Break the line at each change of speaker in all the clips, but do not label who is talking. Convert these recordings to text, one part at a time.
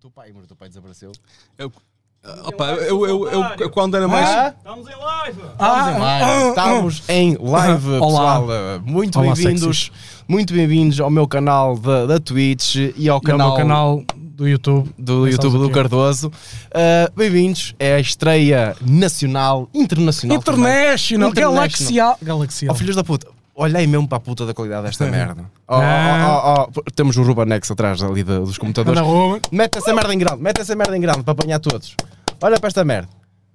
teu pai, mas o teu pai desapareceu.
Eu, opa, eu, eu, eu, eu quando era mais.
Ah,
Estamos em live!
estamos em live. Estamos em live,
ah, Olá.
pessoal. eh, Muito
Olá,
bem-vindos. Muito bem-vindos ao meu canal da, da Twitch e ao
E ao
canal,
meu canal do YouTube.
do
Começamos
YouTube do
aqui.
Cardoso. Ah, bem-vindos. É a estreia nacional, internacional. também.
International,
International.
Galaxial.
Ó
Galaxial.
filhos da puta, olhei mesmo para a puta da qualidade desta merda. Oh, Ó, ó,
Ah.
ó, ó, temos o Rubanex atrás ali da- dos computadores.
Ana Ruben.
Mete essa merda em grande, mete essa merda em grande para apanhar todos. Olha para esta merda.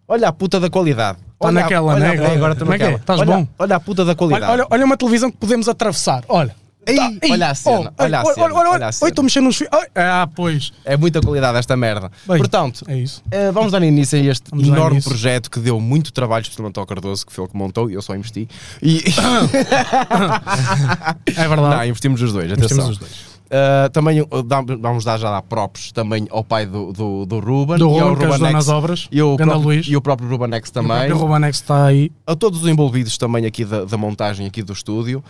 Olha a puta da qualidade.
Tá
Olha a-
naquela,
olha,
né?
é, Agora, estou
Como é que é?
naquela.
Estás
olha,
bom?
Olha a puta da
Olha,
qualidade.
olha, olha uma televisão que podemos atravessar. Olha.
Ei,
Ei,
olha a cena,
oh,
olha a cena.
Olha,
olha a
Oi,
cena.
estou mexendo nos fios. Ai, Ah, pois.
É muita qualidade esta merda.
Bem,
Portanto,
É isso.
eh, vamos dar início a este
Vamos dar
enorme
início.
projeto que deu muito trabalho, especialmente ao Cardoso, que foi ele que montou e eu só investi. E,
Ah. É
não,
verdade.
investimos os dois, atenção.
Temos os dois.
Uh, também uh, dá- vamos dar já dar props também ao pai do, do, do Ruben
Do
e ao
Ruben, que ajudou
Rubanex,
nas obras.
e, ao
Ganda
próprio,
Luís.
e o próprio Rubanex também
O Rubanex está aí.
a todos os envolvidos também aqui da, da montagem aqui do estúdio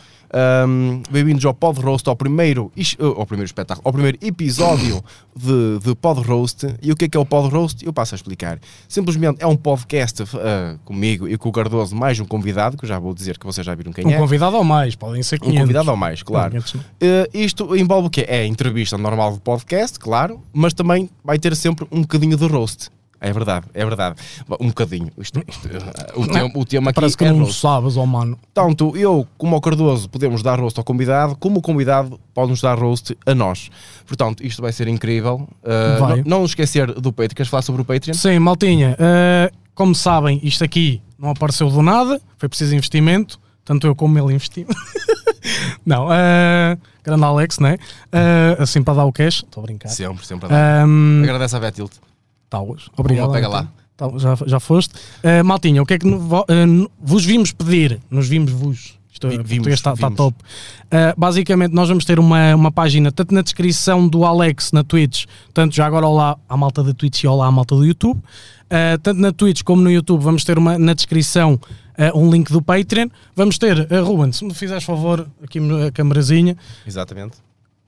Um, bem-vindos ao Pod Roast ao primeiro, is- uh, ao primeiro espetáculo ao primeiro episódio de, de Pod Roast e o que é que é o Pod Roast? Eu passo a explicar, simplesmente é um podcast uh, comigo e com o Cardoso mais um convidado, que eu já vou dizer que vocês já viram quem
Um
é
convidado ou mais, podem ser
um
500.
convidado ou mais, claro.
Não, 500 não.
Eh, isto envolve o quê? É a entrevista normal de podcast, claro, mas também vai ter sempre um bocadinho de roast. É verdade, é verdade. Um bocadinho. Isto- isto, eh, o, tema, o tema aqui
Parece que
é
não
roast.
sabes, oh mano.
Tanto eu como o Cardoso podemos dar roast ao convidado, como o convidado pode-nos dar roast a nós. Portanto, isto vai ser incrível. Eh,
Vai.
Não, não esquecer do Patreon. Queres falar sobre o Patreon?
Sim, maltinha. uh, como sabem, isto aqui não apareceu do nada, foi preciso investimento, tanto eu como ele investimos. não, uh, grande Alex, né? Uh, assim para dar o cash, estou a brincar.
Sempre, sempre. a dar.
Um,
Agradece à Betilt.
Tauas, obrigado.
pega
então.
lá.
Tau- já, já foste. Uh, maltinha, o que é que no- vo- uh, no- vos vimos pedir? Nos vimos vos. Isto
Vi-
o
vimos,
português está, está
vimos.
top. Uh, basicamente, nós vamos ter uma, uma página, tanto na descrição do Alex na Twitch, tanto já agora olá à malta da Twitch e olá à malta do YouTube. Uh, tanto na Twitch como no YouTube, vamos ter uma, na descrição uh, um link do Patreon. Vamos ter, uh, Ruben, se me fizeres favor, aqui a camerazinha,
Exatamente.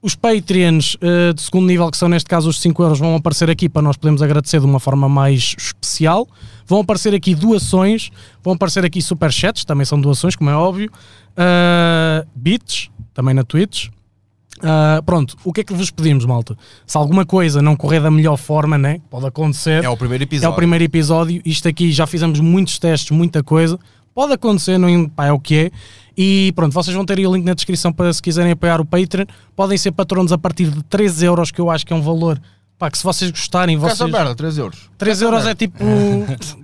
os Patreons eh, de segundo nível, que são neste caso os 5 euros, vão aparecer aqui para nós podermos agradecer de uma forma mais especial. Vão aparecer aqui doações, vão aparecer aqui superchats, também são doações, como é óbvio. Ah, bits, também na Twitch. Ah, pronto, o que é que vos pedimos, malta? Se alguma coisa não correr da melhor forma, né? pode acontecer.
É o primeiro
É
episódio.
o primeiro episódio, isto aqui já fizemos muitos testes, muita coisa. Pode acontecer, não, pá, é o que é. E pronto, vocês vão ter aí o link na descrição para se quiserem apoiar o Patreon. Podem ser patronos a partir de 3 euros, que eu acho que é um valor. Pá, que se vocês gostarem,
Quer essa
vocês.
merda, 3 euros.
3 euros é tipo.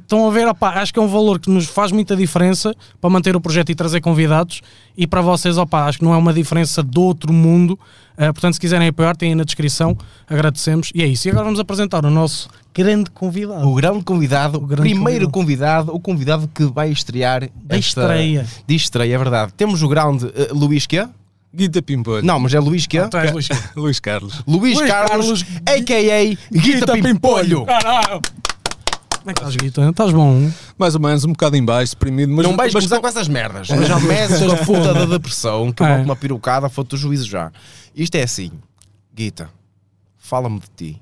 Estão a ver, opá, acho que é um valor que nos faz muita diferença para manter o projeto e trazer convidados. E para vocês, opá, acho que não é uma diferença do outro mundo. Ah, portanto, se quiserem apoiar, têm aí na descrição. Agradecemos. E é isso. E agora vamos apresentar o nosso grande convidado.
O grande convidado, o
grande
primeiro convidado. o convidado que vai estrear
Da estreia.
De estreia, é verdade. Temos o grande eh, Luís Quê?
Guita Pimpolho.
Não, mas é Luís Quê?
Tu és Luís Quinto.
Luís Carlos.
Luís,
Luís
Carlos,
Carlos,
a.k.a. Guita Pimpolho.
Caralho! Como é que estás, Guita? Estás bom?
Mais ou menos, um bocado em baixo, deprimido. Mas,
Não vais
mas
começar com essas merdas.
Mas
Já
já
meses
tens
da
a
puta
fome.
da depressão que
É.
volta uma perucada, foto do juízo já. Isto é assim. Guita, fala-me de ti.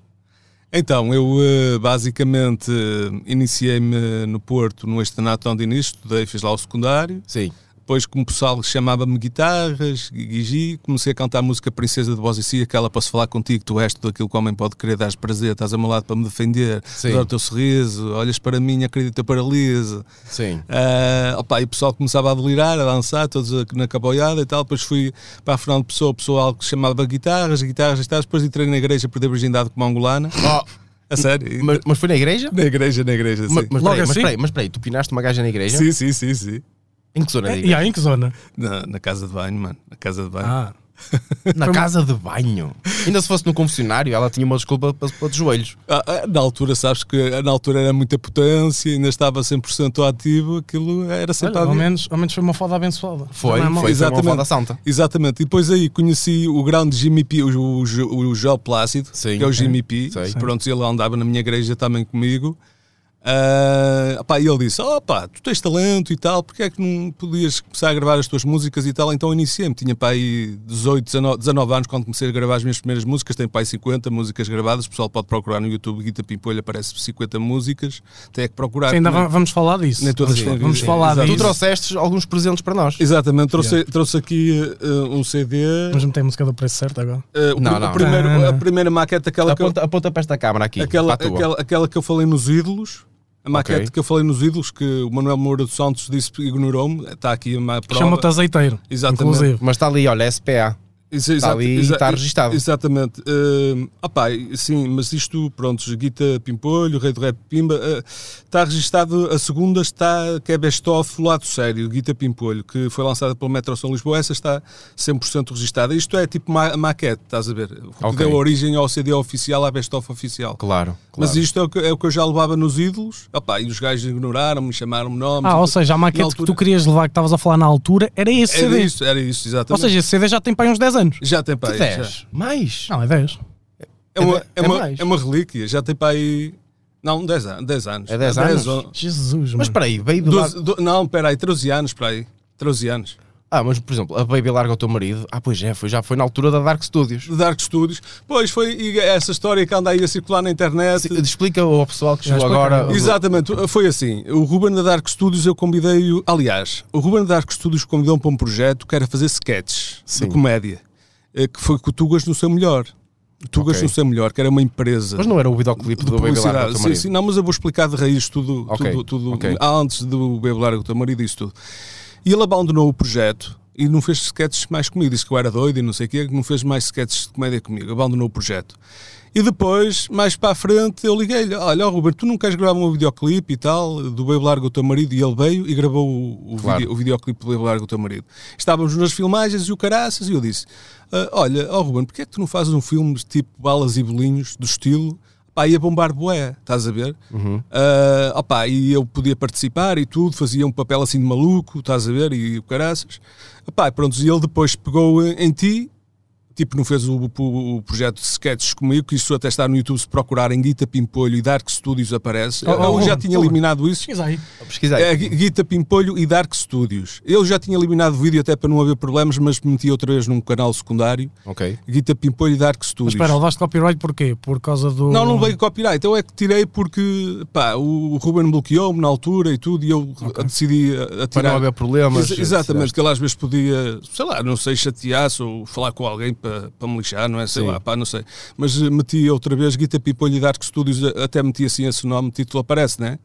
Então, eu eh, basicamente eh, iniciei-me no Porto, no Estanato Andinês, estudei, fiz lá o secundário.
Sim.
Depois, como o pessoal chamava-me guitarras, guigi, comecei a cantar a música Princesa de Voz e Si, aquela para se falar contigo, tu és tudo aquilo que o homem pode querer, dás prazer, estás ao meu lado para me defender,
Sim.
dá o teu sorriso, olhas para mim, acredita, paralisa.
Sim.
Ah, opá, e o pessoal começava a delirar, a dançar, todos a- na caboiada e tal. Depois fui para a Fernando Pessoa, o pessoal que se chamava guitarras, guitarras e tal. Depois entrei na igreja para ter virgindade como angolana.
Oh,
A sério?
mas, mas foi na igreja?
Na igreja, na igreja, sim.
Mas, mas
Logo
peraí, mas
assim?
peraí, mas peraí, tu pinaste uma gaja na igreja?
Sim, sim, sim, sim.
Em que zona da
E
igreja?
aí, em que zona?
Na, na casa de banho, mano. Na casa de banho.
Ah.
Na casa de banho. Ainda se fosse no confessionário, ela tinha uma desculpa para, para os joelhos.
Ah, ah, na altura, sabes que na altura era muita potência, ainda estava 100% ativo, aquilo era sempre
Olha, ao,
a ver.
menos, ao menos foi uma foda abençoada.
Foi,
Também é
foi,
mau.
foi uma
Exatamente.
foda santa.
Exatamente, e depois aí conheci o grande Jimmy P, o, o, o, o João Plácido,
Sim,
que é o Jimmy
sei.
P. Pronto, ele andava na minha igreja também comigo. Ah, pá, e ele disse: Oh, pá, tu tens talento e tal, porque é que não podias começar a gravar as tuas músicas e tal? Então eu iniciei-me. Tinha pá, aí 18, 19, 19 anos quando comecei a gravar as minhas primeiras músicas. Tenho pá, aí 50 músicas gravadas. O pessoal pode procurar no YouTube Guita Pimpolho, aparece 50 músicas. Tem é que procurar.
Sim, ainda
Não-
va- vamos falar disso.
nem todas
Sim,
têm
Vamos
vídeo.
falar
Exato.
Tu
disso.
trouxestes alguns presentes para nós.
Exatamente, trouxe, trouxe aqui eh, um CD.
Vamos meter a música do preço certo agora.
eh, o
Não,
pri-
não.
o primeiro-
Não, não.
A primeira maqueta, aquela que eu-
Aponta, aponta para esta câmara aqui.
aquela,
para a tua.
aquela, aquela que eu falei nos ídolos, a maquete
Ok.
que eu falei nos ídolos, que o Manuel Moura dos Santos disse que ignorou-me, está aqui uma prova.
Chama-te azeiteiro.
Exatamente.
Inclusive.
Mas está ali, olha, SPA.
Isso, exata-
ali e
exa-
está registado.
Exatamente. Ah pá, sim, mas isto, pronto, Guita Pimpolho, Rei do Rap Pimba, ah, está registado, a segunda está, que é Best Of, Lado Sério, Guita Pimpolho, que foi lançada pelo Metro São Lisboa, essa está 100% registada. Isto é tipo ma maquete, estás a ver? O que
Ok.
deu origem ao CD oficial, à Best Of oficial.
Claro, claro.
Mas isto é o, que, é o que eu já levava nos ídolos. Opá, e os gajos ignoraram-me, chamaram-me nomes.
Ah, ou
Na
seja, a maquete
altura-
que tu querias levar, que estavas a falar na altura, era esse
Era
CD.
isso, era isso,
Ou
exatamente.
seja, esse CD já tem para aí uns 10 anos.
já tem para aí. já.
dez Mais?
Não, é 10.
É, uma,
É
é, uma,
mais.
é uma relíquia, já tem para aí. Não, 10 anos. 10 anos.
É 10 anos?
ou-
Jesus,
Mas
mas
espera aí, Baby Larga...
doze- do- não, espera aí, 13 anos para aí. 13 anos.
Ah, mas por exemplo, a Baby Larga o teu marido. Ah, pois é, foi, já foi na altura da Dark Studios.
De Dark Studios. Pois foi e essa história que anda aí a circular na internet.
Explica ao pessoal que
Já
chegou
explica.
agora.
Exatamente, foi assim. O Ruben da Dark Studios eu convidei-o. Aliás, o Ruben da Dark Studios convidou-me para um projeto que era fazer sketches
Sim.
de comédia, eh, que foi com o Tugas no seu melhor. O Tugas
Ok.
no seu melhor, que era uma empresa.
Mas não era o videoclipe do Baby Larga o teu
tipo sim,
marido.
sim, não, mas eu vou explicar de raiz tudo,
Ok,
tudo, tudo
ok.
antes do Baby Larga, o teu marido, isso tudo. E ele abandonou o projeto e não fez sketches mais comigo. Disse que eu era doido e não sei o quê, que não fez mais sketches de comédia comigo. Abandonou o projeto. E depois, mais para a frente, eu liguei-lhe: Olha, ó, Ruben, tu não queres gravar um videoclipe e tal do Baby Larga, o teu marido? E ele veio e gravou o, o,
Claro.
vide- o videoclipe do Baby Larga, o teu marido. Estávamos nas filmagens e o caraças, e eu disse: "Ah, Olha, ó, Ruben, porquê é que tu não fazes um filme tipo Balas e Bolinhos, do estilo? Pá, ia bombar boé, estás a ver?
Uhum.
Ah, opá, e eu podia participar e tudo, fazia um papel assim de maluco, estás a ver? E o caraças. Opá, e pronto, e ele depois pegou em- em ti Tipo, não fez o, o- o projeto de sketches comigo, que isso até está no YouTube, se procurarem Guita Pimpolho e Dark Studios aparece.
Oh,
eu
oh,
já
oh,
tinha
oh.
eliminado isso.
pesquisa aí.
Pesquisa aí.
É, Gui- Guita Pimpolho e Dark Studios. Eu já tinha eliminado o vídeo até para não haver problemas, mas meti outra vez num canal secundário.
Ok.
Guita Pimpolho e Dark
Mas
Studios.
espera, levaste copyright porquê? Por causa do.
Não,
Hum.
não veio copyright. Eu é que tirei porque pá, o Ruben bloqueou-me na altura e tudo, e eu decidi a- a
Para não
tirar.
haver problemas.
Ex- exatamente, que ele às vezes podia, sei lá, não sei, chatear-se ou falar com alguém para, para me lixar, não é? Sei lá, pá, não sei. Mas eh, meti outra vez Guita Pimpolho e Dark Studios, eh, até meti assim esse nome, título aparece, não é?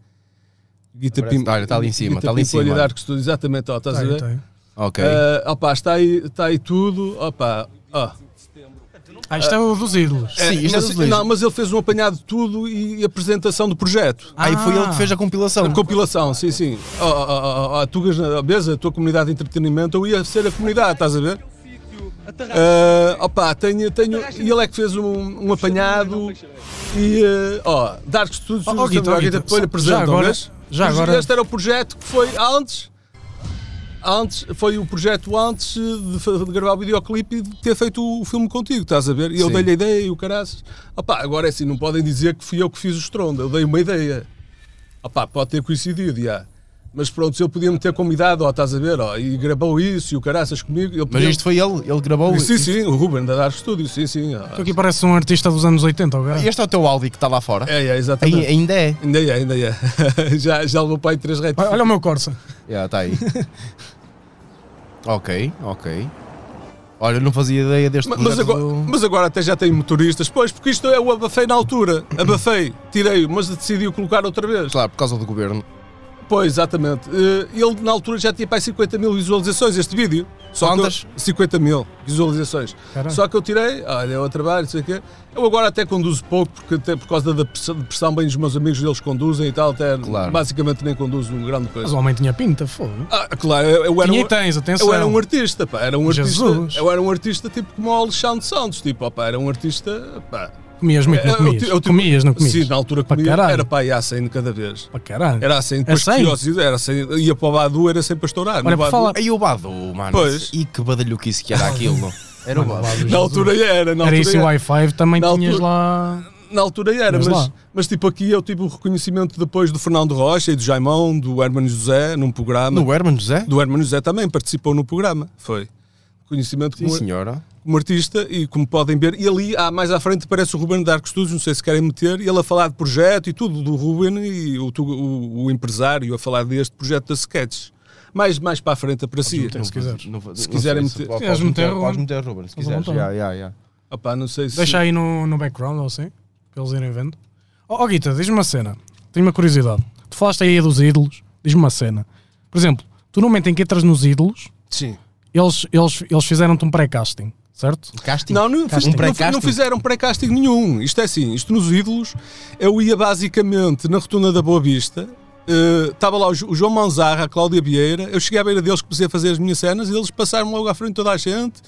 Guita
Aparece.
Pim-
Olha, está ali em cima,
Guita
está ali em
Pimpolho
cima,
e
olha.
Dark Studios, exatamente, ó, estás a
Tem,
ver?
tem.
Ok.
Ah, opá, está aí, está aí tudo, opá, ó.
Ah, isto é o dos ídolos.
Sim, isto é
mas,
dos dois.
não, mas ele fez um apanhado de tudo e a apresentação do projeto.
Aí foi ele que fez a
A
compilação.
compilação, sim, sim. Oh, oh, oh, oh, Tugas, na- vês a tua comunidade de entretenimento, eu ia ser a comunidade, estás a ver? Ah, opa, tenho, tenho, e ele é que fez um, um apanhado e, eh, ó, Dark Studios,
Ó, ó, Guita, ó, Guita,
depois
só-
lhe apresentam,
já agora-
vês?
já
Mas
agora-
Este era o projeto que foi antes, antes, foi o projeto antes de, fa- de gravar o videoclipe e de ter feito o filme contigo, estás a ver? E eu
Sim.
dei-lhe a ideia e o caraças. Opá, agora é assim, não podem dizer que fui eu que fiz o estrondo, eu dei uma ideia. Opá, pode ter coincidido, já. Mas pronto, se ele podia me ter convidado, ó, estás a ver, ó, e gravou isso e o caraças comigo. Ele
Mas
podia...
isto foi ele, ele gravou.
Sim, sim, o Ruben da Dark Studio, sim, sim. ó.
Tu aqui pareces um artista dos anos 80, agora.
Este é o teu Audi que está lá fora.
É, é,
Ai-
exatamente.
Ainda é.
Ainda é, ainda é. já, já levou para aí três retos.
Olha olha o meu Corsa.
Já está tá aí. ok, ok. Olha, eu não fazia ideia deste
Mas, mas
projeto
agora,
do-
mas agora até já tem motoristas, pois, porque isto é o abafei na altura. Abafei, tirei-o, mas decidiu colocar outra vez.
Claro, por causa do governo.
Pois, exatamente. Eh, Ele na altura já tinha para aí 50 mil visualizações este vídeo. Só que eu-
Quantas?
50 mil visualizações.
Caralho.
Só que eu tirei, olha, é o trabalho, não sei o quê. Eu agora até conduzo pouco, porque até por causa da pressão, de pressão, bem os meus amigos deles conduzem e tal, até
Claro.
basicamente nem conduzo um grande
Mas
coisa.
o homem tinha pinta, fogo.
Ah, claro, eu, eu era
Tinha
um,
e tens, atenção.
eu era um artista, pá, era um artista,
Jesus.
eu era um artista tipo como o Alexandre Santos, tipo, ó, pá, era um artista, pá.
Comias muito, é não
Eu- eu-
comias?
eu- eu-
comias, não comias?
Sim, na altura
Pá,
comia,
caralho.
era pá, ia a 100 de cada vez.
Pá, caralho.
Era assim, depois
É sério?
curiosidade, era assim, ia para o Badu, era sempre a estourar. no
Olha, por
Badu.
falar-
Aí o Badu, mano.
Pois.
E que badalhoquice que era aquilo. Era o Badu.
Na altura era, na altura
Era isso o
era.
i5, também
Na
tinhas
altura-
lá.
na altura era,
Mas
mas,
lá.
mas, tipo aqui eu tive o reconhecimento depois do Fernando Rocha e do Jaimão, do Hermano José, num programa.
No Herman José?
Do Hermano José também participou no programa, foi. Reconhecimento
Sim,
como,
senhora.
como artista e como podem ver. E ali, ah, mais à frente, aparece o Ruben de Arco Studios, não sei se querem meter, e ele a falar de projeto e tudo do Ruben e o, tu- o, o empresário a falar deste projeto da Sketch. Mais, mais para a frente aparecia.
Se quiseres.
se
quiserem meter-
Podes
quiseres meter,
meter, podes
Ruben.
meter Ruben, se
Mas à
quiseres.
vontade.
Yeah, yeah, yeah.
Opá, não sei se...
Deixa aí no, no background ou assim, para eles irem vendo. Ó oh, Guita, diz-me uma cena. Tenho uma curiosidade. Tu falaste aí dos ídolos, diz-me uma cena. Por exemplo, tu no momento em que entras nos ídolos,
Sim.
eles, eles, eles fizeram-te um pré-casting, certo?
Casting.
Não,
Um
não,
Casting. Um
não-
pré-casting.
não fizeram pré-casting nenhum. Isto é assim, isto nos ídolos, eu ia basicamente na rotunda da Boa Vista, eh, estava lá o, Jo- o João Manzarra, a Cláudia Vieira, eu cheguei à beira deles, comecei a fazer as minhas cenas e eles passaram logo à frente de toda a gente,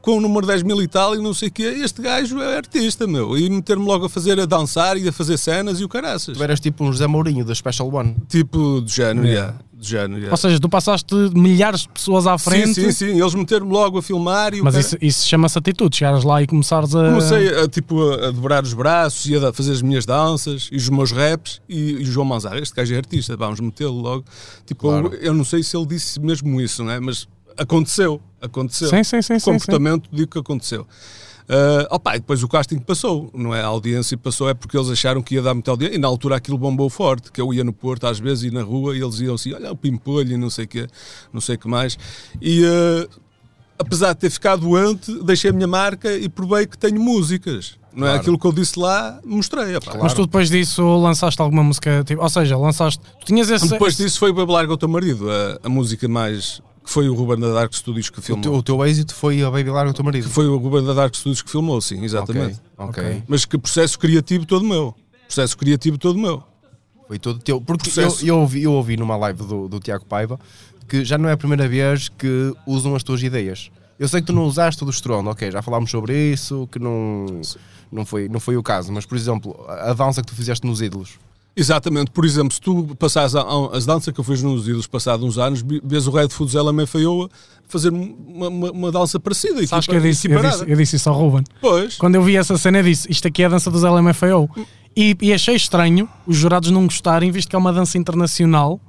com o número 10 mil e tal e não sei o quê, este gajo é artista, meu, e meter-me logo a fazer, a dançar e a fazer cenas e o caraças.
Tu eras tipo um José Mourinho da Special One.
Tipo, do género,
é.
yeah. do género, yeah.
Ou seja, tu passaste milhares de pessoas à frente,
Sim, sim, sim, eles meteram-me logo a filmar e o
mas
cara-
isso, isso chama-se atitude, chegares lá e começares a...
Comecei a, tipo, a, a dobrar os braços e a da- fazer as minhas danças e os meus raps e, e o João Manzarra, este gajo é artista, vamos metê-lo logo. Tipo,
Claro.
eu, eu não sei se ele disse mesmo isso, não é? Mas aconteceu, aconteceu.
Sim, sim, sim, sim,
Comportamento digo que aconteceu. Ah, opa, e depois o casting passou, não é? A audiência passou é porque eles acharam que ia dar muita audiência e na altura aquilo bombou forte, que eu ia no Porto às vezes e na rua e eles iam assim, olha o pimpolho e não sei o quê, não sei o que mais. E ah, apesar de ter ficado doente, deixei a minha marca e provei que tenho músicas. Não é
Claro.
aquilo que eu disse lá, mostrei. opá.
Mas tu depois disso lançaste alguma música, tipo, ou seja, lançaste... Tu tinhas esse...
Depois disso foi o Baby Larga o teu marido, a, a música mais que foi o Ruben da Dark Studios que
O teu,
filmou.
o teu êxito foi a Baby Larga, o teu marido.
Que foi o Ruben da Dark Studios que filmou, sim, exatamente.
Ok, ok.
Ok.
Mas que processo criativo todo meu. Processo criativo todo meu.
Foi todo teu. Porque eu,
Processo.
eu, ouvi, eu ouvi numa live do, do Tiago Paiva que já não é a primeira vez que usam as tuas ideias. Eu sei que tu não usaste o do Estrondo, ok, já falámos sobre isso, que não, não, foi, não foi o caso, mas por exemplo, a a dança que tu fizeste nos ídolos.
Exatamente, por exemplo, se tu passares a, a- as danças que eu fiz nos ídolos passados uns anos, vi- vês o Red Foods ela meio feiou fazer um, uma, uma, uma dança parecida.
Sabes que
equipa-
eu disse, eu
tipo, equiparada.
disse, eu disse isso ao Ruben.
Pois.
Quando eu vi essa cena, eu disse: Isto aqui é a dança dos LMFAO. E, e achei estranho os jurados não gostarem, visto que é uma dança internacional.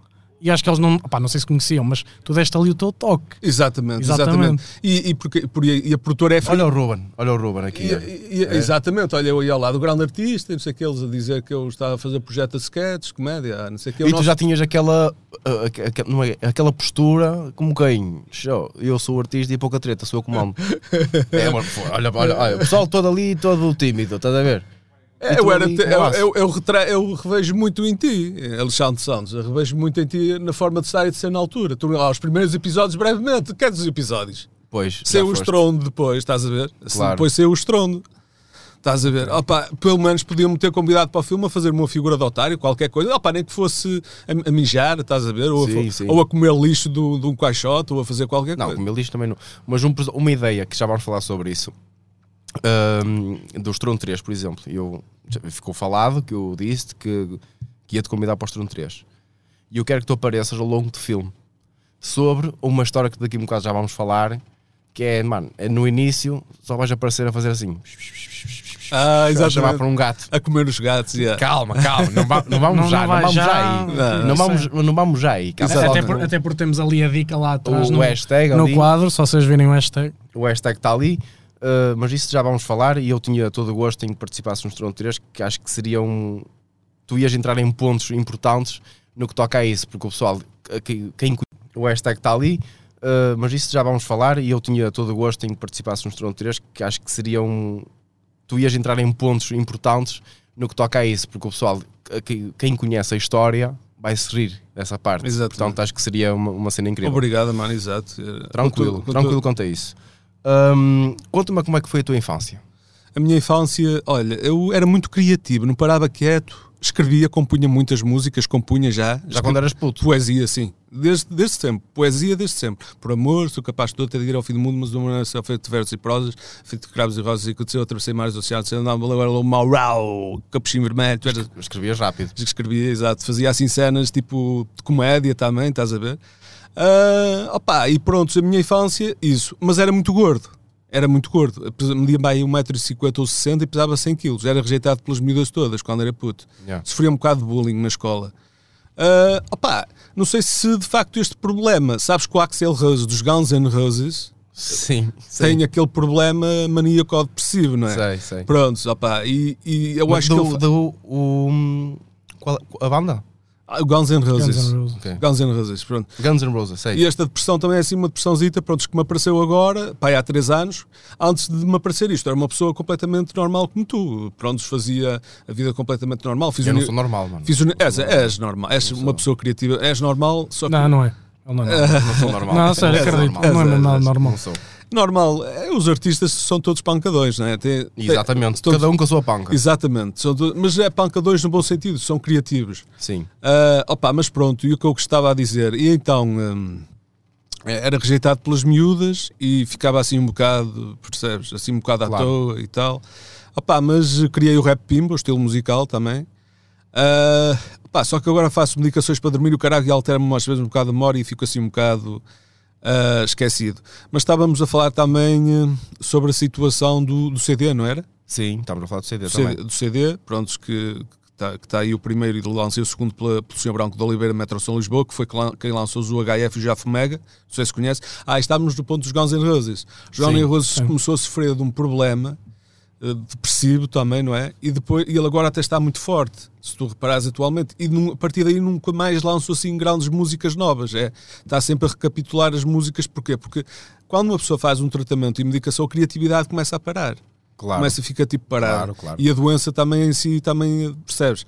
E acho que eles não. Opá, não sei se conheciam, mas tu deste ali o teu toque.
Exatamente, exatamente.
Exatamente.
E, e, porque, por- e a produtora é
Olha o Ruben, olha o Ruben aqui.
E-
olha.
e- e-
é.
Exatamente, olha, eu ia ao lado do grande artista, e não sei o que, eles a dizer que eu estava a fazer projeto de sketches, comédia, ah, não sei o que.
E tu já tinhas aquela, ah, aque- aque- não é, aquela postura como quem? show, Eu sou o artista e pouca treta, sou eu que mando. é, mas, pô, olha, olha, olha, o pessoal todo ali, todo tímido, estás a ver? e tu
É, eu, era,
ali
te-
com
eu,
laço.
eu, eu, retra- eu revejo muito em ti, Alexandre Santos, eu revejo muito em ti na forma de estar e de ser na altura. Tu, ah, os primeiros episódios, brevemente, queres os episódios?
Pois, já
Saiu o
foste.
estrondo depois, estás a ver? Se
Claro.
Depois saiu o estrondo. Estás a ver? Opa, pelo menos podiam-me ter convidado para o filme a fazer uma figura de otário, qualquer coisa. Opa, nem que fosse a, a mijar, estás a ver? Ou,
Sim,
a,
sim.
ou a comer lixo do- de um caixote, ou a fazer qualquer
Não,
coisa.
como ele diz também não. Mas um pres- uma ideia que já vamos falar sobre isso. ahm, do Stron 3, por exemplo. Eu, já- ficou falado que eu disse que, que ia te convidar para o Stron 3. E eu quero que tu apareças ao longo do filme sobre uma história que daqui a um bocado já vamos falar. Que é, mano, é no início só vais aparecer a fazer assim.
Ah,
A chamar para
exatamente.
um gato.
A comer os gatos, yeah.
Calma, calma, não, va- não vamos
Não,
já,
não
não
vai
vamos já,
já.
aí. é
Não,
Não, vamos, não vamos já aí. calma.
Até, por, até porque temos ali a dica lá atrás
o
no,
hashtag
no
ali.
quadro, se vocês virem o hashtag.
o hashtag está ali, uh, mas isso já vamos falar e eu tinha todo o gosto em que participasse nos Tron 3, que acho que seria um... Tu ias entrar em pontos importantes no que toca a isso, porque o pessoal, que- que- quem cu- o hashtag está ali, uh, mas isso já vamos falar e eu tinha todo o gosto em que participasse nos Tron 3, que acho que seria um... Tu ias entrar em pontos importantes no que toca a isso, porque o pessoal, eh, que- quem conhece a história, vai se rir dessa parte.
Exatamente.
Portanto, acho que seria uma, uma cena incrível.
Obrigado, mano, exato. Era-
Tranquilo,
com tu- com tu-
tranquilo quanto a isso. Hum, Conta-me como é que foi a tua infância.
A minha infância, olha, eu era muito criativo, não parava quieto, escrevia, compunha muitas músicas, compunha já.
Já quando eras puto.
Poesia, sim. Desde, desde sempre. Poesia desde sempre. Por amor, sou capaz de todo ter de ir ao fim do mundo, mas uma maneira só feito de versos e prosas, feito de cravos e rosas e aconteceu, atravessei mares do oceano, sendo andava agora o mau rau, capuchinho vermelho, tu eras...
Escrevias rápido.
Escrevia, exato. Fazia assim cenas, tipo, de comédia também, estás a ver? Ah, opá, e pronto, a minha infância, isso. Mas era muito gordo. Era muito gordo. Pesa- Media bem 1,50m ou 60 e pesava 100kg. Era rejeitado pelas miúdas todas quando era puto.
Yeah.
Sofria um bocado de bullying na escola. Ah, opá, não sei se de facto este problema. Sabes que o Axel Rose dos Guns N' Roses
Sim, sim.
tem aquele problema maníaco-depressivo, não é?
Sei, sei.
Pronto, opá, e, e eu
Mas
acho
do,
que ele fa-
do- o, qual- a banda?
Ah, o Guns N'
Guns
Roses.
N' Roses.
Ok.
Guns N' Roses, pronto.
Guns N' Roses, sei.
E esta depressão também é assim uma depressãozita, pronto, que me apareceu agora, pai, há três anos, antes de me aparecer isto. Era uma pessoa completamente normal como tu. Pronto, fazia a vida completamente normal. Fiz
Eu não
uni-
sou normal, mano.
Fiz uni- és, és normal, és uma pessoa criativa, és normal, só que
Não, não é. Ele não é.
Não sou normal.
Não, sério,
sou
acredito.
normal.
Não é normal,
Não
normal.
sou.
normal, é, os artistas são todos pancadões, não é? Tem- tem-
Exatamente.
todos-
Cada um com a sua panca.
Exatamente, são todos- mas é pancadões no bom sentido, são criativos.
Sim.
Ah, opa, mas pronto, e o que eu estava a dizer? E então hum, era rejeitado pelas miúdas e ficava assim um bocado, percebes? Assim um bocado
Claro.
à toa e tal. Opa, mas criei o rap pimba, o estilo musical também. Ah, opá, só que agora faço medicações para dormir o caralho e altero-me às vezes um bocado a memória e fico assim um bocado ah, esquecido. Mas estávamos a falar também hum, sobre a situação do- do CD, não era?
Sim, estamos a falar do CD
do
também.
CD, do CD, prontos, que está aí o primeiro e lancei o segundo pela, pelo Sr. Branco de Oliveira, Metro São Lisboa, que foi que lan- quem lançou o UHF e o Jafomega, não sei se conhece. Ah, e estávamos no ponto dos Guns N' Roses. Os Guns N' Roses começou a sofrer de um problema eh, depressivo também, não é? E depois e ele agora até está muito forte, se tu reparares atualmente. E num- a partir daí nunca mais lançou assim grandes músicas novas. É, está sempre a recapitular as músicas. Porquê? Porque quando uma pessoa faz um tratamento e medicação, a criatividade começa a parar
Claro.
começa a ficar tipo parado.
Claro, claro.
E a doença também em si também percebes.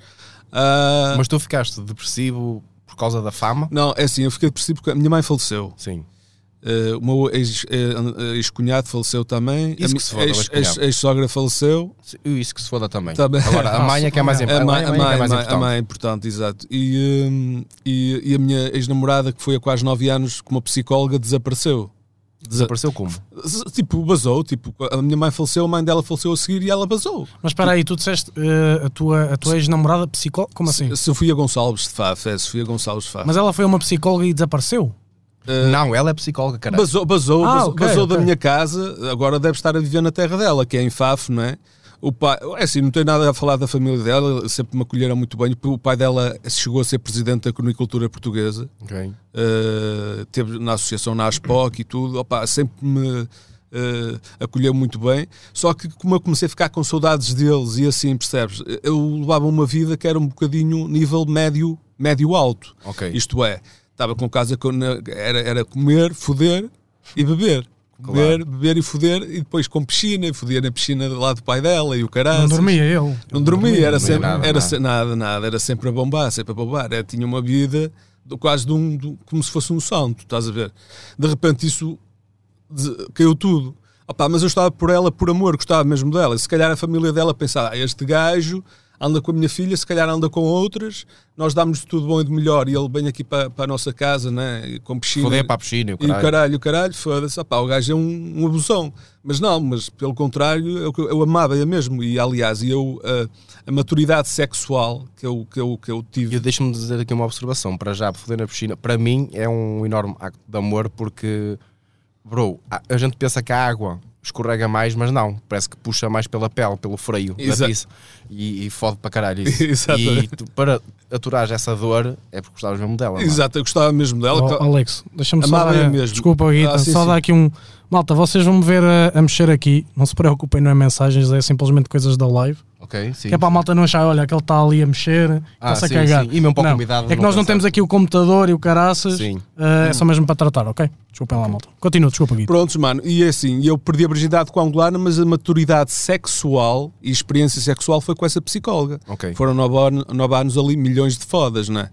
Ah,
Mas tu ficaste depressivo por causa da fama?
Não, é assim, eu fiquei depressivo porque a minha mãe faleceu.
Sim.
Ah, o meu ex- eh, ex-cunhado faleceu também.
Isso que
a minha
se foda, o
ex-
ex-cunhado.
ex- ex-sogra faleceu.
Isso que se foda também.
Também.
Agora, a mãe é que é mais
Tá A
importante.
mãe, a mãe,
é
a
mais
mãe, a
importante.
mãe, portanto, exato. E, hum, e, e a minha ex-namorada, que foi há quase 9 anos com uma psicóloga, desapareceu. Desa-
Apareceu como?
tipo, basou. Tipo, a minha mãe faleceu, a mãe dela faleceu a seguir e ela basou.
Mas espera aí, tu disseste eh, a tua, a tua ex-namorada psicóloga? Como assim?
Sofia Gonçalves de Faf, é Sofia Gonçalves de Faf.
Mas ela foi uma psicóloga e desapareceu?
Eh,
Não, ela é psicóloga, caralho.
Basou, basou,
Ah,
basou,
ok,
basou da
ok.
minha casa, agora deve estar a viver na terra dela, que é em Fafo, não é? O pai, é assim, não tenho nada a falar da família dela, sempre me acolheram muito bem. O pai dela chegou a ser presidente da Cronicultura Portuguesa,
Ok.
eh, teve na associação na ASPOC e tudo, opa, sempre me eh, acolheu muito bem. Só que, como eu comecei a ficar com saudades deles e assim, percebes? Eu levava uma vida que era um bocadinho nível médio, médio-alto.
Ok.
Isto é, estava com casa, com- na- era, era comer, foder e beber. Comer, beber e foder, e depois com piscina, e foder na piscina lá do pai dela e o caralho.
Não dormia ele.
Não dormia,
não dormia
era sempre,
nada,
era
nada.
se- nada, nada, era sempre a bombar, sempre a bombar. Era- tinha uma vida do- quase de um, do- como se fosse um santo, estás a ver? De repente isso de- caiu tudo. Opá, mas eu estava por ela por amor, gostava mesmo dela. E se calhar a família dela pensava, "Ah, este gajo anda com a minha filha, se calhar anda com outras, nós damos tudo bom e de melhor. E ele vem aqui para, para a nossa casa, né? e com piscina.
Foder para a piscina, e o
E o
caralho.
caralho, o caralho, foda-se, opá, o gajo é um, um abusão. Mas não, mas pelo contrário, é eu, eu amava-a mesmo. E aliás, eu, a, a maturidade sexual que eu, que eu, que eu tive.
E deixa-me dizer aqui uma observação. Para já, foder na piscina, para mim é um enorme acto de amor porque, bro, a, a gente pensa que a água escorrega mais, mas não. Parece que puxa mais pela pele, pelo freio
Exa-
da pizza. E, e fode para caralho isso.
Exatamente.
E tu, para aturar essa dor é porque gostavas mesmo dela. mano.
Exato, eu gostava mesmo dela.
Oh, Alex, deixa-me só
Amava
dar,
eu mesmo.
Desculpa, Guita,
Ah, sim,
só
sim.
dar aqui um. Malta, vocês vão me ver a, a mexer aqui. Não se preocupem, não é mensagens, é simplesmente coisas da live.
Ok, sim.
Que é para a malta não achar, olha, aquele está ali a mexer,
Ah,
está-se a
sim,
cagar.
sim. E mesmo para o
não.
convidado
É que
não
nós não
pensar.
temos aqui o computador e o caraças.
Sim. Hum.
Eh, é só mesmo para tratar, ok? Desculpem lá, malta. Continua, desculpa, Guita.
Prontos, mano, e é assim, eu perdi a virgindade com a angolana, mas a maturidade sexual e experiência sexual foi com essa psicóloga.
Ok.
Foram nove, ano- nove anos ali, milhões de fodas, né?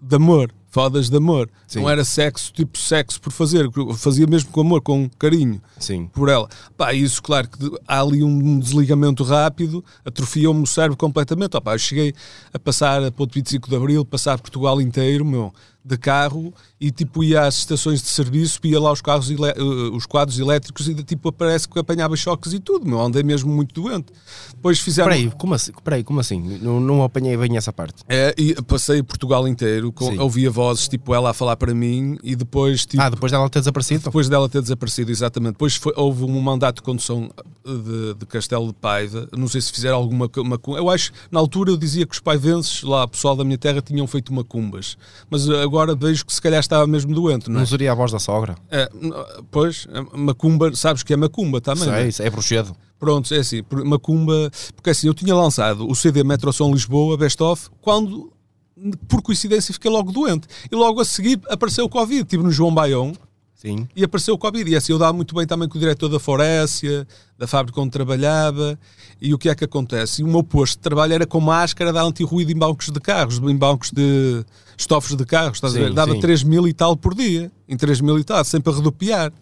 De amor, fodas de amor.
Sim.
Não era sexo, tipo sexo por fazer, fazia mesmo com amor, com carinho.
Sim.
por ela. Pá, isso, claro que de- há ali um desligamento rápido, atrofiou-me o cérebro completamente. Ó, pá, eu cheguei a passar a ponto 25 de Abril, passar Portugal inteiro, meu. de carro e tipo ia às estações de serviço, ia lá os, carros ele- eh, os quadros elétricos e tipo parece que apanhava choques e tudo, meu, andei mesmo muito doente. Depois fizeram...
Peraí, como assim? Peraí, como assim? Não, não apanhei bem essa parte.
É, e passei Portugal inteiro, com,
Sim.
ouvia vozes, tipo ela a falar para mim e depois tipo...
Ah, depois dela ter desaparecido?
Depois dela ter desaparecido, exatamente. Depois foi- houve um mandato de condução de, de Castelo de Paiva. Não sei se fizeram alguma cu- uma cum- Eu acho, na altura eu dizia que os paivenses, lá, pessoal da minha terra, tinham feito macumbas. Mas eh, agora vejo que se calhar estava mesmo doente, não
Não
é?
seria a voz da sogra?
É, n- pois, eh, macumba, sabes que é macumba também. não é?
Sei, sei, é bruxedo.
Pronto, é assim, por- Macumba, porque assim, eu tinha lançado o CD Metro Som Lisboa, Best Of, quando, por coincidência, fiquei logo doente. E logo a seguir apareceu o Covid, estive no João Baião
Sim.
e apareceu o Covid. E assim, eu dava muito bem também com o diretor da Forécia, da fábrica onde trabalhava, e o que é que acontece? E o meu posto de trabalho era com máscara de antirruído em bancos de carros, em bancos de estofos de carros, estás
Sim,
a ver? Dava
sim.
3 mil e tal por dia, em 3 mil e tal, sempre a redupiar.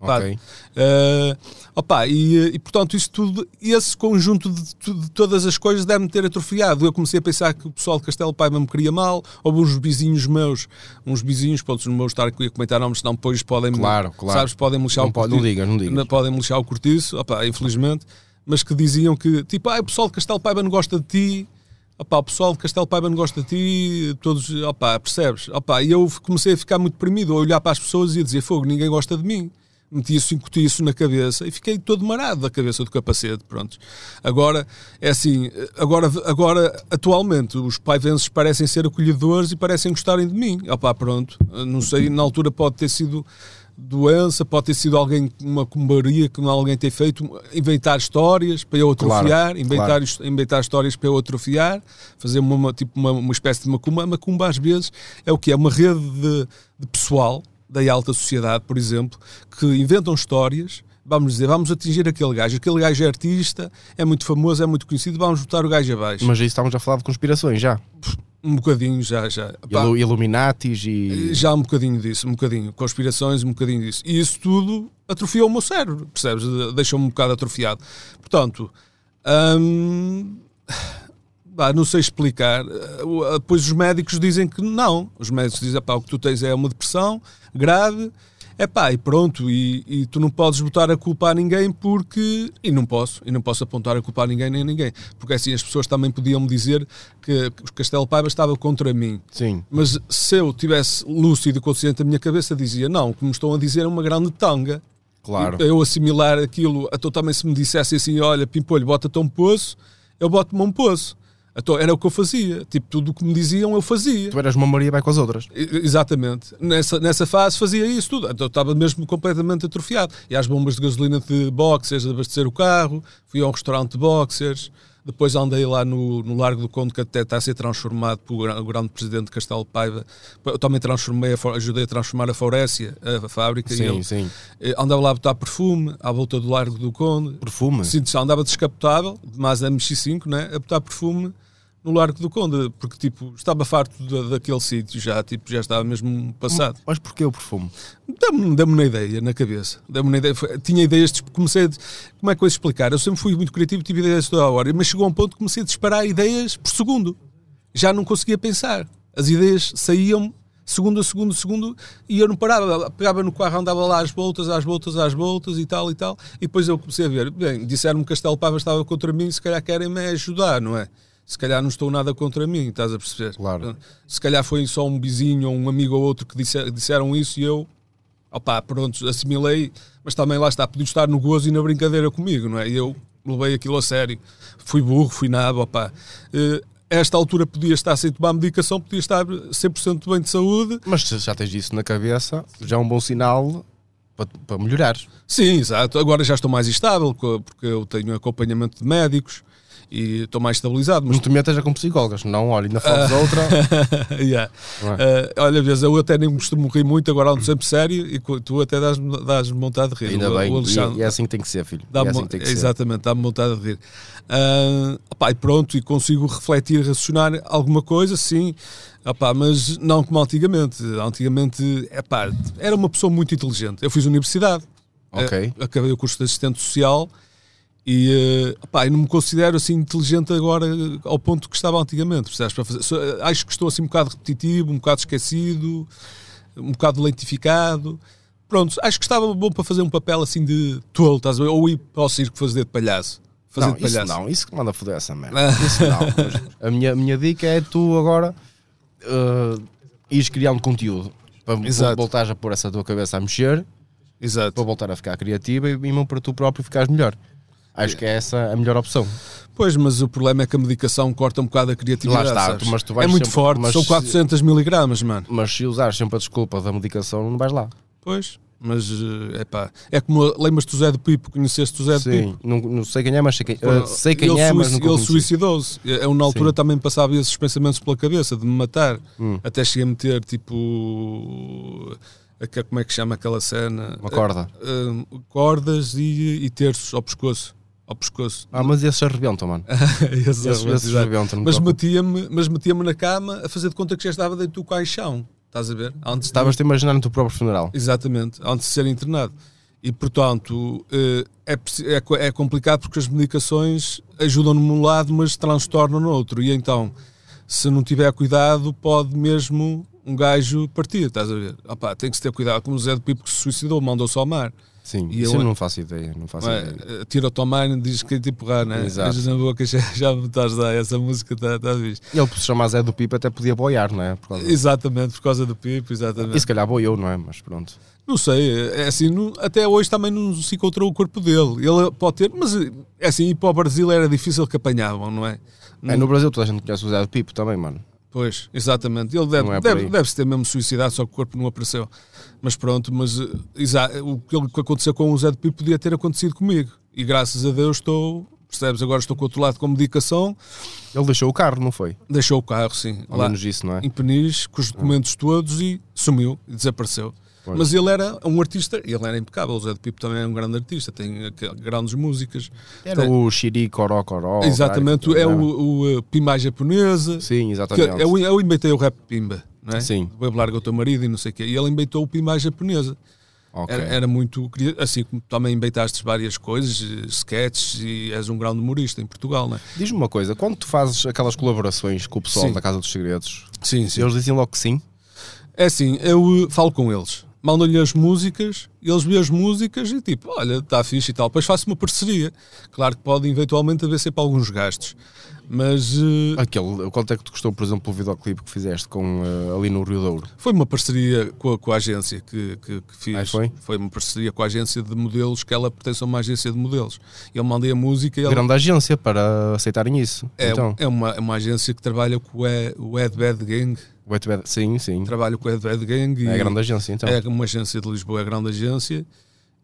Pá,
Ok.
eh, opá, e, e, portanto, isso tudo, esse conjunto de, tu- de todas as coisas deve-me ter atrofiado. Eu comecei a pensar que o pessoal de Castelo Paiva me queria mal, houve uns vizinhos meus, uns vizinhos, pronto, não vou estar aqui a comentar nomes, senão depois podem
Claro, claro.
sabes, podem me lixar
Não
o
pode-
cortiço.
não digas, não digas.
podem me lixar o cortiço, opá, infelizmente, mas que diziam que, tipo, ah, o pessoal de Castelo Paiva não gosta de ti. Opá, o pessoal de Castelo Paiva não gosta de ti, todos, opá, percebes? Opá, e eu comecei a ficar muito deprimido, a olhar para as pessoas e a dizer, fogo, ninguém gosta de mim. Meti isso, incuti isso na cabeça e fiquei todo marado da cabeça do capacete, pronto. Agora, é assim, agora, agora atualmente, os paivenses parecem ser acolhedores e parecem gostarem de mim. Opá, pronto, não sei, na altura pode ter sido doença, pode ter sido alguém uma cumbaria que alguém tem feito, inventar histórias para eu atrofiar,
Claro,
inventar,
claro.
his- inventar histórias para eu atrofiar, fazer uma, uma- tipo uma, uma espécie de macumba. A macumba às vezes é o que é uma rede de, de pessoal da alta sociedade, por exemplo, que inventam histórias. Vamos dizer, vamos atingir aquele gajo. Aquele gajo é artista, é muito famoso, é muito conhecido. Vamos botar o gajo abaixo.
Mas aí estávamos a falar de conspirações já.
Um bocadinho já, já. Pá,
Ilu Illuminatis e.
já um bocadinho disso, um bocadinho. Conspirações, um bocadinho disso. E isso tudo atrofiou o meu cérebro, percebes? De- Deixou-me um bocado atrofiado. Portanto, hum, pá, não sei explicar. Eh, o- eh, Depois os médicos dizem que não. Os médicos dizem, pá, o que tu tens é uma depressão grave. É pá, e pronto, e, e tu não podes botar a culpa a ninguém porque. E não posso, e não posso apontar a culpa a ninguém nem a ninguém. Porque assim as pessoas também podiam me dizer que que o Castelo Paiva estava contra mim.
Sim.
Mas se eu tivesse lúcido e consciente da minha cabeça, dizia: não, o que me estão a dizer é uma grande tanga.
Claro.
Eu assimilar aquilo, então também se me dissesse assim: olha, Pimpolho, bota-te a um poço, eu boto-me a um poço. Então era o que eu fazia. Tipo, tudo o que me diziam, eu fazia.
Tu eras uma Maria, vai com as outras.
E- Exatamente. Nessa, nessa fase fazia isso tudo. Então, eu estava mesmo completamente atrofiado. E às bombas de gasolina de boxers, de abastecer o carro, fui a um restaurante de boxers, depois andei lá no, no Largo do Conde, que até está a ser transformado pelo gran- o grande presidente de Castelo de Paiva. Eu também transformei, a, Fo- ajudei a transformar a Faurécia, a fábrica. e
Sim,
eu-
sim.
eh, Andava lá a botar perfume, à volta do Largo do Conde.
Perfume.
Sim, só andava descapotável, mas a MX5, né? A botar perfume no Largo do Conde, porque tipo, estava farto da- daquele sítio já, tipo, já estava mesmo passado.
Mas porquê o perfume?
Dá-me dá-me uma ideia na cabeça. Dá-me uma ideia. Foi- Tinha ideias, de- comecei a, como é que eu ia explicar? Eu sempre fui muito criativo, tive ideias toda a hora, mas chegou a um ponto que comecei a disparar ideias por segundo. Já não conseguia pensar. As ideias saíam segundo a segundo, a segundo, e eu não parava. Pegava no carro, andava lá às voltas, às voltas, às voltas e tal e tal. E depois eu comecei a ver, bem, disseram-me que Castelo Paiva estava contra mim, se calhar querem-me ajudar, não é? Se calhar não estou nada contra mim, estás a perceber?
Claro.
Se calhar foi só um vizinho ou um amigo ou outro que disse- disseram isso e eu opá, pronto, assimilei, mas também lá está, podia estar no gozo e na brincadeira comigo, não é? E eu levei aquilo a sério. Fui burro, fui nabo, opá. Eh, A esta altura podia estar sem tomar medicação, podia estar 100% bem de saúde.
Mas se já tens isso na cabeça, já é um bom sinal para, para melhorar.
Sim, exato. Agora já estou mais estável, co- porque eu tenho acompanhamento de médicos e estou mais estabilizado. Mas
Não te metas já com psicólogas, não, olha, ainda falas
Ah,
outra.
Yeah.
Não
Eh, olha, vês, eu até nem costumo rir muito, agora ando sempre sério e co- tu até dás-me dás vontade de rir.
Ainda
O- o
bem,
Alexandre-
e, e é assim que tem que ser, filho.
Dá-me
é assim que tem que ser.
exatamente, dá-me vontade de rir. Ah, opá, e pronto, e consigo refletir, racionar alguma coisa, sim, opá, mas não como antigamente. Antigamente, epá, era uma pessoa muito inteligente. Eu fiz universidade, Ah,
Ok.
eh, acabei o curso de assistente social E, eh, pá, eu não me considero assim inteligente agora eh, ao ponto que estava antigamente, percebes? Para fazer- sou- eh, acho que estou assim um bocado repetitivo, um bocado esquecido, um bocado lentificado. Pronto, acho que estava bom para fazer um papel assim de tolo, estás a ver? Ou ir para o circo fazer de palhaço. Fazer
Não,
de
isso
palhaço.
não, isso que manda foder essa merda. Isso não. A minha, a minha dica é tu agora uh, ires criando conteúdo para
Exato.
voltares a pôr essa tua cabeça a mexer, para
Exato.
voltar a ficar criativa e mesmo para tu próprio ficares melhor. Acho que é essa a melhor opção.
Pois, mas o problema é que a medicação corta um bocado a criatividade.
Lá está,
sabes?
tu- mas tu vais
é muito
sempre-
forte,
mas
são
se-
400 miligramas, mano.
Mas se usares sempre a desculpa da medicação, não vais lá.
Pois, mas eh, é pá. É como lembras-te o Zé do Pipo, conheceste o Zé do Pipo?
Sim, não, não sei quem é, mas sei quem, uh,
Pô,
sei quem
ele
é, mas
suici-
nunca o
Ele
conheci.
suicidou-se. Eu, na altura, também passava esses pensamentos pela cabeça de me matar.
Hum.
Até cheguei a meter, tipo. aque- Como é que chama aquela cena?
Uma corda.
Eh, eh, cordas e, e terços ao pescoço. Ao pescoço.
Ah, mas esses arrebentam, mano.
Esses
Esses,
arrebentos,
esses
exato.
arrebentam. não
mas
te preocupes.
metia-me mas metia-me na cama a fazer de conta que já estava dentro do caixão. Estás a ver? Antes de
Estavas-te a imaginar no teu próprio funeral.
Exatamente, antes de ser internado. E, portanto, eh, é, preci- é, co- é complicado porque as medicações ajudam num lado, mas transtornam no outro. E então, se não tiver cuidado, pode mesmo um gajo partir, estás a ver? Opá, tem que se ter cuidado, como o Zé do Pipo que se suicidou, mandou-se ao mar.
Sim,
E
isso
eu-
eu não faço ideia. Não faço ideia.
É, Tira-te ao mar e diz que é te empurrar, né?
Exato.
Beijos na boca, já, já me estás a dar essa música, está tá visto.
Ele, por se chamar Zé do Pipo, até podia boiar, não é? Por causa-
Exatamente, por causa do Pipo,
E
exatamente.
se calhar boiou, não é? Mas pronto.
Não sei, é assim, não- até hoje também não se encontrou o corpo dele. Ele pode ter, mas é assim, ir para o Brasil era difícil que apanhavam, não é?
É, no Brasil toda a gente conhece o Zé do Pipo também, mano.
Pois, exatamente. Ele deve,
Não é por
deve,
aí.
se ter mesmo suicidado, só que o corpo não apareceu. Mas pronto, mas eh, exa- o que ele- o que aconteceu com o Zé de Pipo podia ter acontecido comigo. E graças a Deus estou, percebes, agora estou com outro lado com medicação,
Ele deixou o carro, não foi?
deixou o carro, sim,
Ao
lá
menos isso, não é?
em Peniche, com os documentos todos e sumiu, e desapareceu.
Pois.
Mas ele era um artista, ele era impecável. O Zé de Pipo também é um grande artista, tem aqu- grandes músicas.
Era
Tem-
o Xiri Coró Coró.
Exatamente,
cara, que-
é o, o, eh, Pimba japonesa.
Sim,
que
exatamente.
eu, eu inventei o rap Pimba, não é?
Sim.
Bebo larga o teu marido e não sei o quê. E ele inventou o Pimba japonesa.
Ok.
Era, era muito. cria- Assim como também inventaste várias coisas, eh, sketches, e és um grande humorista em Portugal, não é?
Diz-me uma coisa, quando tu fazes aquelas colaborações com o pessoal
Sim.
da Casa dos Segredos,
Sim,
eles dizem logo que sim?
É assim, eu eh, falo com eles, mando-lhe as músicas, eles veem as músicas e tipo, olha, está fixe e tal. Depois faço uma parceria. Claro que pode eventualmente haver sempre alguns gastos, mas eh,
Aquele, quanto é que te custou, por exemplo, o videoclipe que fizeste com, eh, ali no Rio Douro?
foi uma parceria com a, com a agência que, que, que fiz.
Ah, foi?
uma parceria com a agência de modelos, que ela pertence a uma agência de modelos. Eu mandei a música e ela.
Grande agência para aceitarem isso.
É,
então,
é, uma, é uma agência que trabalha com o E- o Ed Bad Gang.
Wet Bad- sim, sim.
Trabalha com o Ed Bad Gang. e-
É a grande agência, então.
É uma agência de Lisboa, é a grande agência.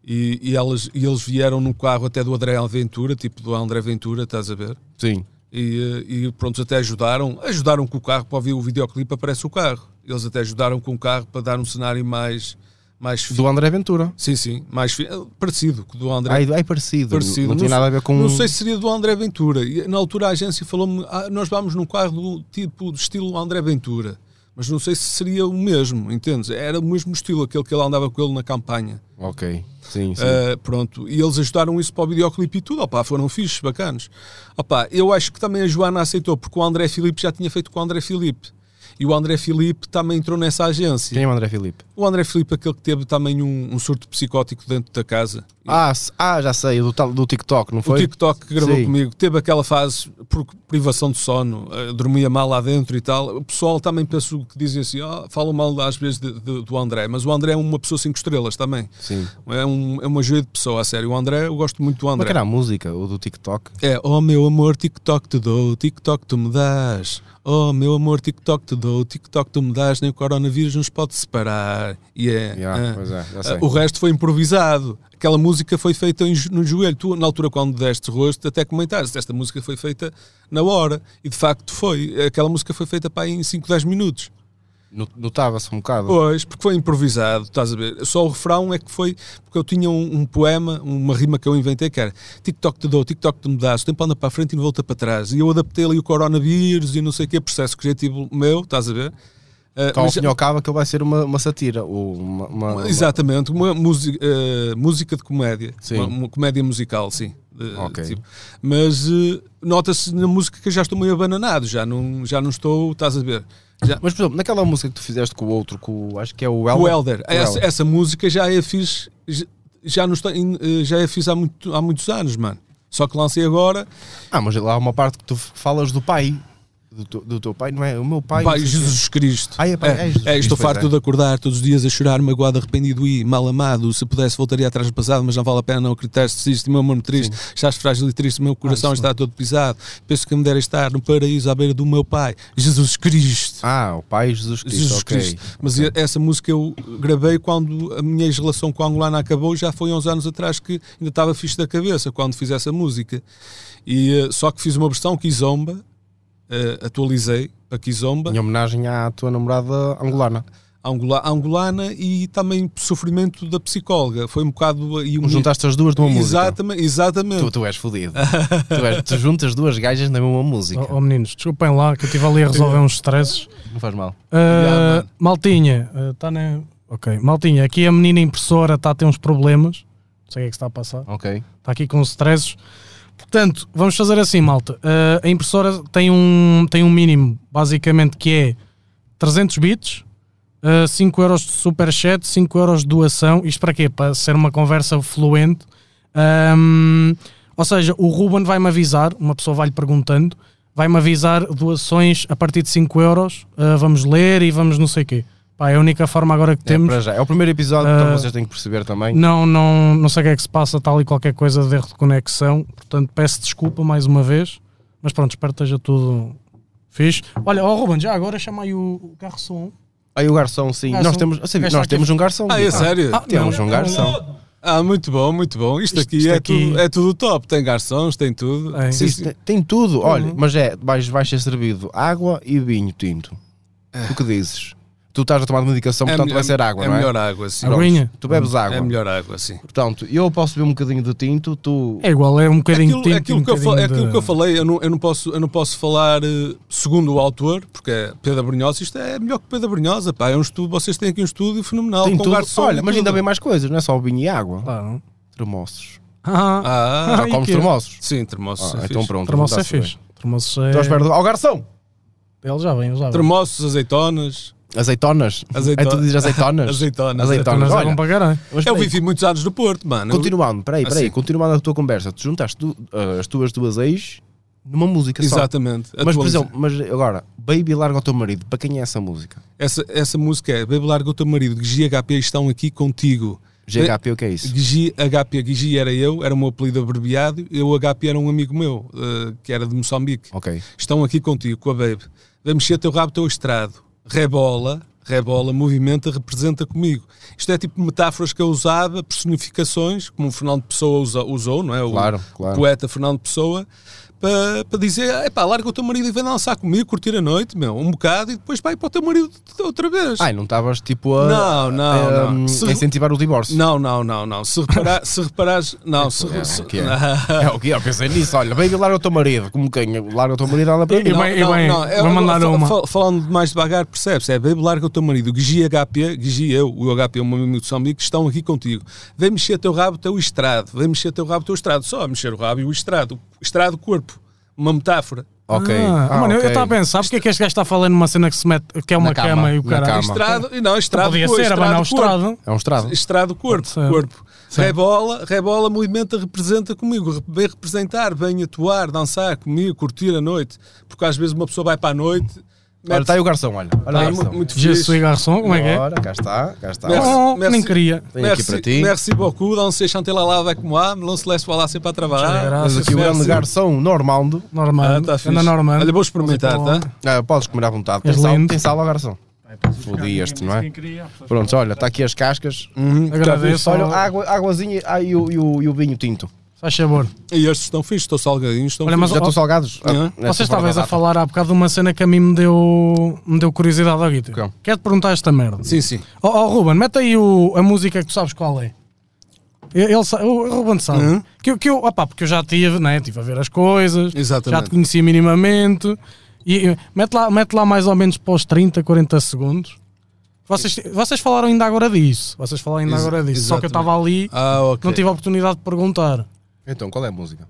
E, e elas, e eles vieram no carro até do André Ventura, tipo do André Ventura, estás a ver?
Sim.
E, eh, e pronto, até ajudaram. Ajudaram com o carro para ouvir o videoclipe, aparece o carro. Eles até ajudaram com o carro para dar um cenário mais. mais fi-
Do André Ventura.
Sim, sim, mais fi- eh, parecido com o do André.
Ai, ai, parecido.
Parecido.
Não, tem
Não
nada a ver com. um-
Não sei se seria do André Ventura. E, na altura a agência falou-me, "Ah, nós vamos num carro do tipo de estilo André Ventura. Mas não sei se seria o mesmo, entendes? Era o mesmo estilo, aquele que ele andava com ele na campanha.
Ok. Sim, sim.
Ah, pronto, e eles ajudaram isso para o videoclipe e tudo, opá, foram fixes, bacanas. Opá, eu acho que também a Joana aceitou, porque o André Filipe já tinha feito com o André Filipe. E o André Filipe também entrou nessa agência.
Quem é o André Filipe?
O André Filipe, aquele que teve também um, um surto psicótico dentro da casa.
Ah, se- ah, já sei, do, tal- do TikTok, não
O
foi?
TikTok que gravou
Sim.
comigo teve aquela fase por privação de sono, eh, dormia mal lá dentro e tal. O pessoal também penso que dizem assim, "Ah, falam mal às vezes de- de- do André, mas o André é uma pessoa cinco estrelas também.
Sim.
É, um, é uma joia de pessoa, a sério. O André, eu gosto muito do
Como é
André.
que era a música, o do TikTok?
É, oh meu amor, TikTok te dou, TikTok tu me dás. Oh meu amor, TikTok te dou, TikTok tu me dás, nem o coronavírus nos pode separar. E é,
Yeah,
é.
Pois é, já
Ah,
sei.
O resto foi improvisado. Aquela música foi feita em jo- no joelho. Tu, na altura, quando deste rosto, até comentaste: esta música foi feita na hora. E de facto foi. Aquela música foi feita para em 5, 10 minutos.
No- Notava-se um bocado.
Pois, porque foi improvisado, estás a ver? Só o refrão é que foi. Porque eu tinha um, um poema, uma rima que eu inventei, que era TikTok te dou, TikTok te me dás, o tempo anda para a frente e não volta para trás. E eu adaptei ali o coronavírus e não sei o que, processo criativo meu, estás a ver? Ah,
Cá ao
mas- é-
fim e ao cabo, aquilo vai ser uma, uma satira. Ou uma, uma- uma-
Exatamente, uma eh, música, música de comédia,
Sim.
Uma, uma comédia musical, sim, de- eh,
Ok.
tipo. Mas eh, nota-se na música que eu já estou meio abananado, já não, já não estou, estás a ver? Já,
Mas, por exemplo, naquela música que tu fizeste com o outro, com o- acho que é o Elder.
o Elder,
O
essa,
Elder.
essa música já a fiz, já- já, não estou, em- eh, já a fiz há, muito, há muitos anos, mano. Só que lancei agora.
Ah, mas lá há uma parte que tu falas do pai. Do, teu- do teu pai, não é? O meu pai.
Pai
não sei o
Jesus Cristo.
Ah, é, pai, é Jesus
é, estou
Cristo, pois
farto
é.
de acordar todos os dias a chorar, magoado, arrependido e mal amado. Se pudesse, voltaria atrás do passado, mas não vale a pena não acreditar. Desiste, meu amor triste, estás frágil e triste, meu coração está todo pisado. Penso que me dera estar no paraíso à beira do meu Pai, Jesus Cristo.
quê. Ah, o pai Jesus Cristo.
Jesus
ok.
Cristo. Mas e- essa música eu gravei quando a minha relação com a angolana acabou, já foi há uns anos atrás que ainda estava fixe da cabeça quando fiz essa música. E, eh, só que fiz uma versão Kizomba, eh, atualizei para Kizomba,
Em homenagem à tua namorada angolana.
angula- angolana e também sofrimento da psicóloga. Foi um bocado. E um
Juntaste as duas numa música.
Exatamente, exatamente.
Tu, tu és fodido. tu, és- tu juntas duas gajas na mesma música.
Oh, oh, meninos, desculpem lá que eu estive ali a resolver uns stresses.
Não faz mal.
Uh,
Yeah, mano.
Maltinha, está na. Ok, Maltinha, aqui a menina impressora está a ter uns problemas. Não sei o que é que está a passar.
Ok.
Está aqui com stresses. Portanto, vamos fazer assim, malta. Uh, a impressora tem um, tem um mínimo, basicamente, que é 300 bits, uh, 5 euros de superchat, 5 euros de doação. Isto para quê? Para ser uma conversa fluente. Um, ou seja, o Ruben vai-me avisar, uma pessoa vai-lhe perguntando, vai-me avisar doações a partir de 5 euros. uh, vamos ler e vamos não sei o quê. Pá, é a única forma agora que
É,
temos.
para já. é o primeiro episódio,
Ah,
então vocês têm que perceber também.
Não, não, não sei o que é que se passa, tal e qualquer coisa de erro de conexão. Portanto, peço desculpa mais uma vez. Mas pronto, espero que esteja tudo fixe. Olha, ó Ruben, já agora chama aí o o carro som.
Aí o garçom, sim.
Garçom.
Nós temos, ah, sabia,
Esta
nós
aqui-
temos um garçom.
Ah, é sério?
Ah, temos
não.
um garçom.
Ah, muito bom, muito bom. Isto, aqui,
isto
é,
aqui-
Tudo, é tudo top. Tem garçons, tem tudo.
É.
Sim,
Isso
sim.
tem, tem tudo,
Uhum.
olha, mas é, vais, vais ser servido água e vinho tinto. O que dizes? Tu estás a tomar medicação, portanto
me-
um vai ser água,
Ah. é
não é?
melhor água, sim.
Pronto,
Aguinha.
Tu bebes água.
É melhor água, sim.
Portanto, eu posso beber um bocadinho de tinto, tu.
É igual, é um bocadinho
Aquilo,
tinto e
aquilo
um
que eu, fa- é
bocadinho
aquilo
de-
que eu falei, eu não, eu não posso, eu não posso falar eh, segundo o autor, porque é Pedro Brunhosa, isto é melhor que Pedro Brunhosa, pá, é um estudo, vocês têm aqui um estúdio fenomenal,
tem
com
tudo.
garçom
olha,
e
mas
tudo.
ainda bem mais coisas, não é só vinho e água.
Claro.
Termossos.
Ah,
Ah,
Já
e
comes
quê?
termossos?
sim, termossos.
Ah,
é
então
fixe.
pronto.
Termoço é
está-se bem.
fixe. Termoço é...
Estou à Então espera do. Ó, garçom!
Ele já vem, ele já vem.
Termossos, azeitonas,
Azeitonas.
Azeitona-
É tu dizes azeitonas?
azeitonas.
Azeitonas.
Mas é bom
Olha,
para caralho.
mas
Eu
peraí,
vivi muitos anos no Porto, mano. Eu-
Continuando, peraí, peraí,
Assim.
continuando a tua conversa, tu juntaste tu- ah, as tuas duas ex numa música só.
Exatamente.
Mas, por
Atualiza-
exemplo, mas agora, Baby Larga o Teu Marido, para quem é essa música?
essa, essa música é Bebe Larga o Teu Marido, GHP estão aqui contigo.
GHP, o que é isso?
Guigi, HP, Guigi era eu, era o meu apelido abreviado, e o HP era um amigo meu, eh, que era de Moçambique.
Ok.
Estão aqui contigo, com a Babe. Vem mexer teu rabo, teu estrado. Rebola, rebola, movimenta, representa comigo. Isto é tipo metáforas que eu usava, personificações, como o Fernando Pessoa usa- usou, não é? O
Claro, claro.
poeta Fernando Pessoa, para, para dizer, epá, larga o teu marido e vem dançar comigo, curtir a noite, meu, um bocado, e depois vai para o teu marido outra vez.
Ai, não estavas tipo a,
Não, não,
a,
não.
hum,
Se-
a incentivar o divórcio.
Não, não, não, não. Se, reparar, se reparares. Não, se.
É,
se-
o que é? É o que é, eu pensei nisso. Olha, Baby Larga o Teu Marido, como quem larga o teu marido, anda para mim.
E bem, e bem,
é-
vou mandar
fal-
uma.
fal- Falando mais devagar, percebes? É bebe larga o teu marido. Guigi HP, Guigi eu, o HP, o meu amigo de São Miguel, que estão aqui contigo. Vem mexer teu rabo, teu estrado. Vem mexer teu rabo, teu estrado. Só mexer o rabo e o estrado. Estrado, corpo. Uma metáfora.
Ok.
Ah,
Ah,
mano, eu-
ok.
eu estava a pensar, porque é que este gajo está falando numa cena que se mete, que é uma
Na
cama,
cama,
e o
na
caralho.
cama.
Estrado, e não, estrado.
Podia
depois,
ser, abanar o
corpo.
estrado.
É um estrado.
Estrado corpo,
Pode ser.
corpo.
Sim.
Rebola, rebola, movimenta, representa comigo. Re- Vem representar, vem atuar, dançar comigo, curtir a noite. Porque às vezes uma pessoa vai para a noite,
Olha,
mete
está aí o garçom, olha. Olha
Ah,
o garçom.
mu- muito
tá Jesus
fixe.
Garçom, como é que é?
Ora, cá está, cá está.
Merci.
Oh, nem
Merci.
queria.
Tenho aqui para ti.
merci beaucoup, não sei chanter lá lá vai como há, não se leste falar sempre a
Já,
trabalhar.
graças.
Tens aqui o grande garçom Normando.
Normal.
Ah, tá fixe.
Anda normal. é
Olha, vou experimentar,
Vamos
tá?
Ah, podes comer à vontade. Tem
És
sal,
lindo.
tem sal ao garçom. Fodias-te, não é? Pronto, olha, está aqui as cascas.
Uhum. Agradeço.
Olha, a água, a águazinha ah, e, o, e, o, e o vinho tinto.
Faz favor.
Uhum.
E estes estão fixos, estão salgadinhos, estão
Olha, mas
Já estão salgados?
Não.
Ah,
Vocês
nesta fora
talvez
da
a
data.
falar há bocado de uma cena que a mim me deu, me deu curiosidade ao Guita.
Ok.
Quero-te perguntar esta merda.
Sim, sim.
Ó oh, Ruben, mete aí o- a música que tu sabes qual é. Ele, ele sa- o Ruben sabe.
Hum?
Que, eu- que eu, opá, porque eu já tive, né? Estive a ver as coisas.
Exatamente.
Já te conhecia minimamente. E, e- mete, lá, mete lá mais ou menos para os 30, 40 segundos. Vocês, vocês falaram ainda agora disso. Vocês falaram ainda
Ex-
agora disso. Só que eu
exatamente.
estava ali,
Ah, ok.
não tive a oportunidade de perguntar.
Então, qual é a música?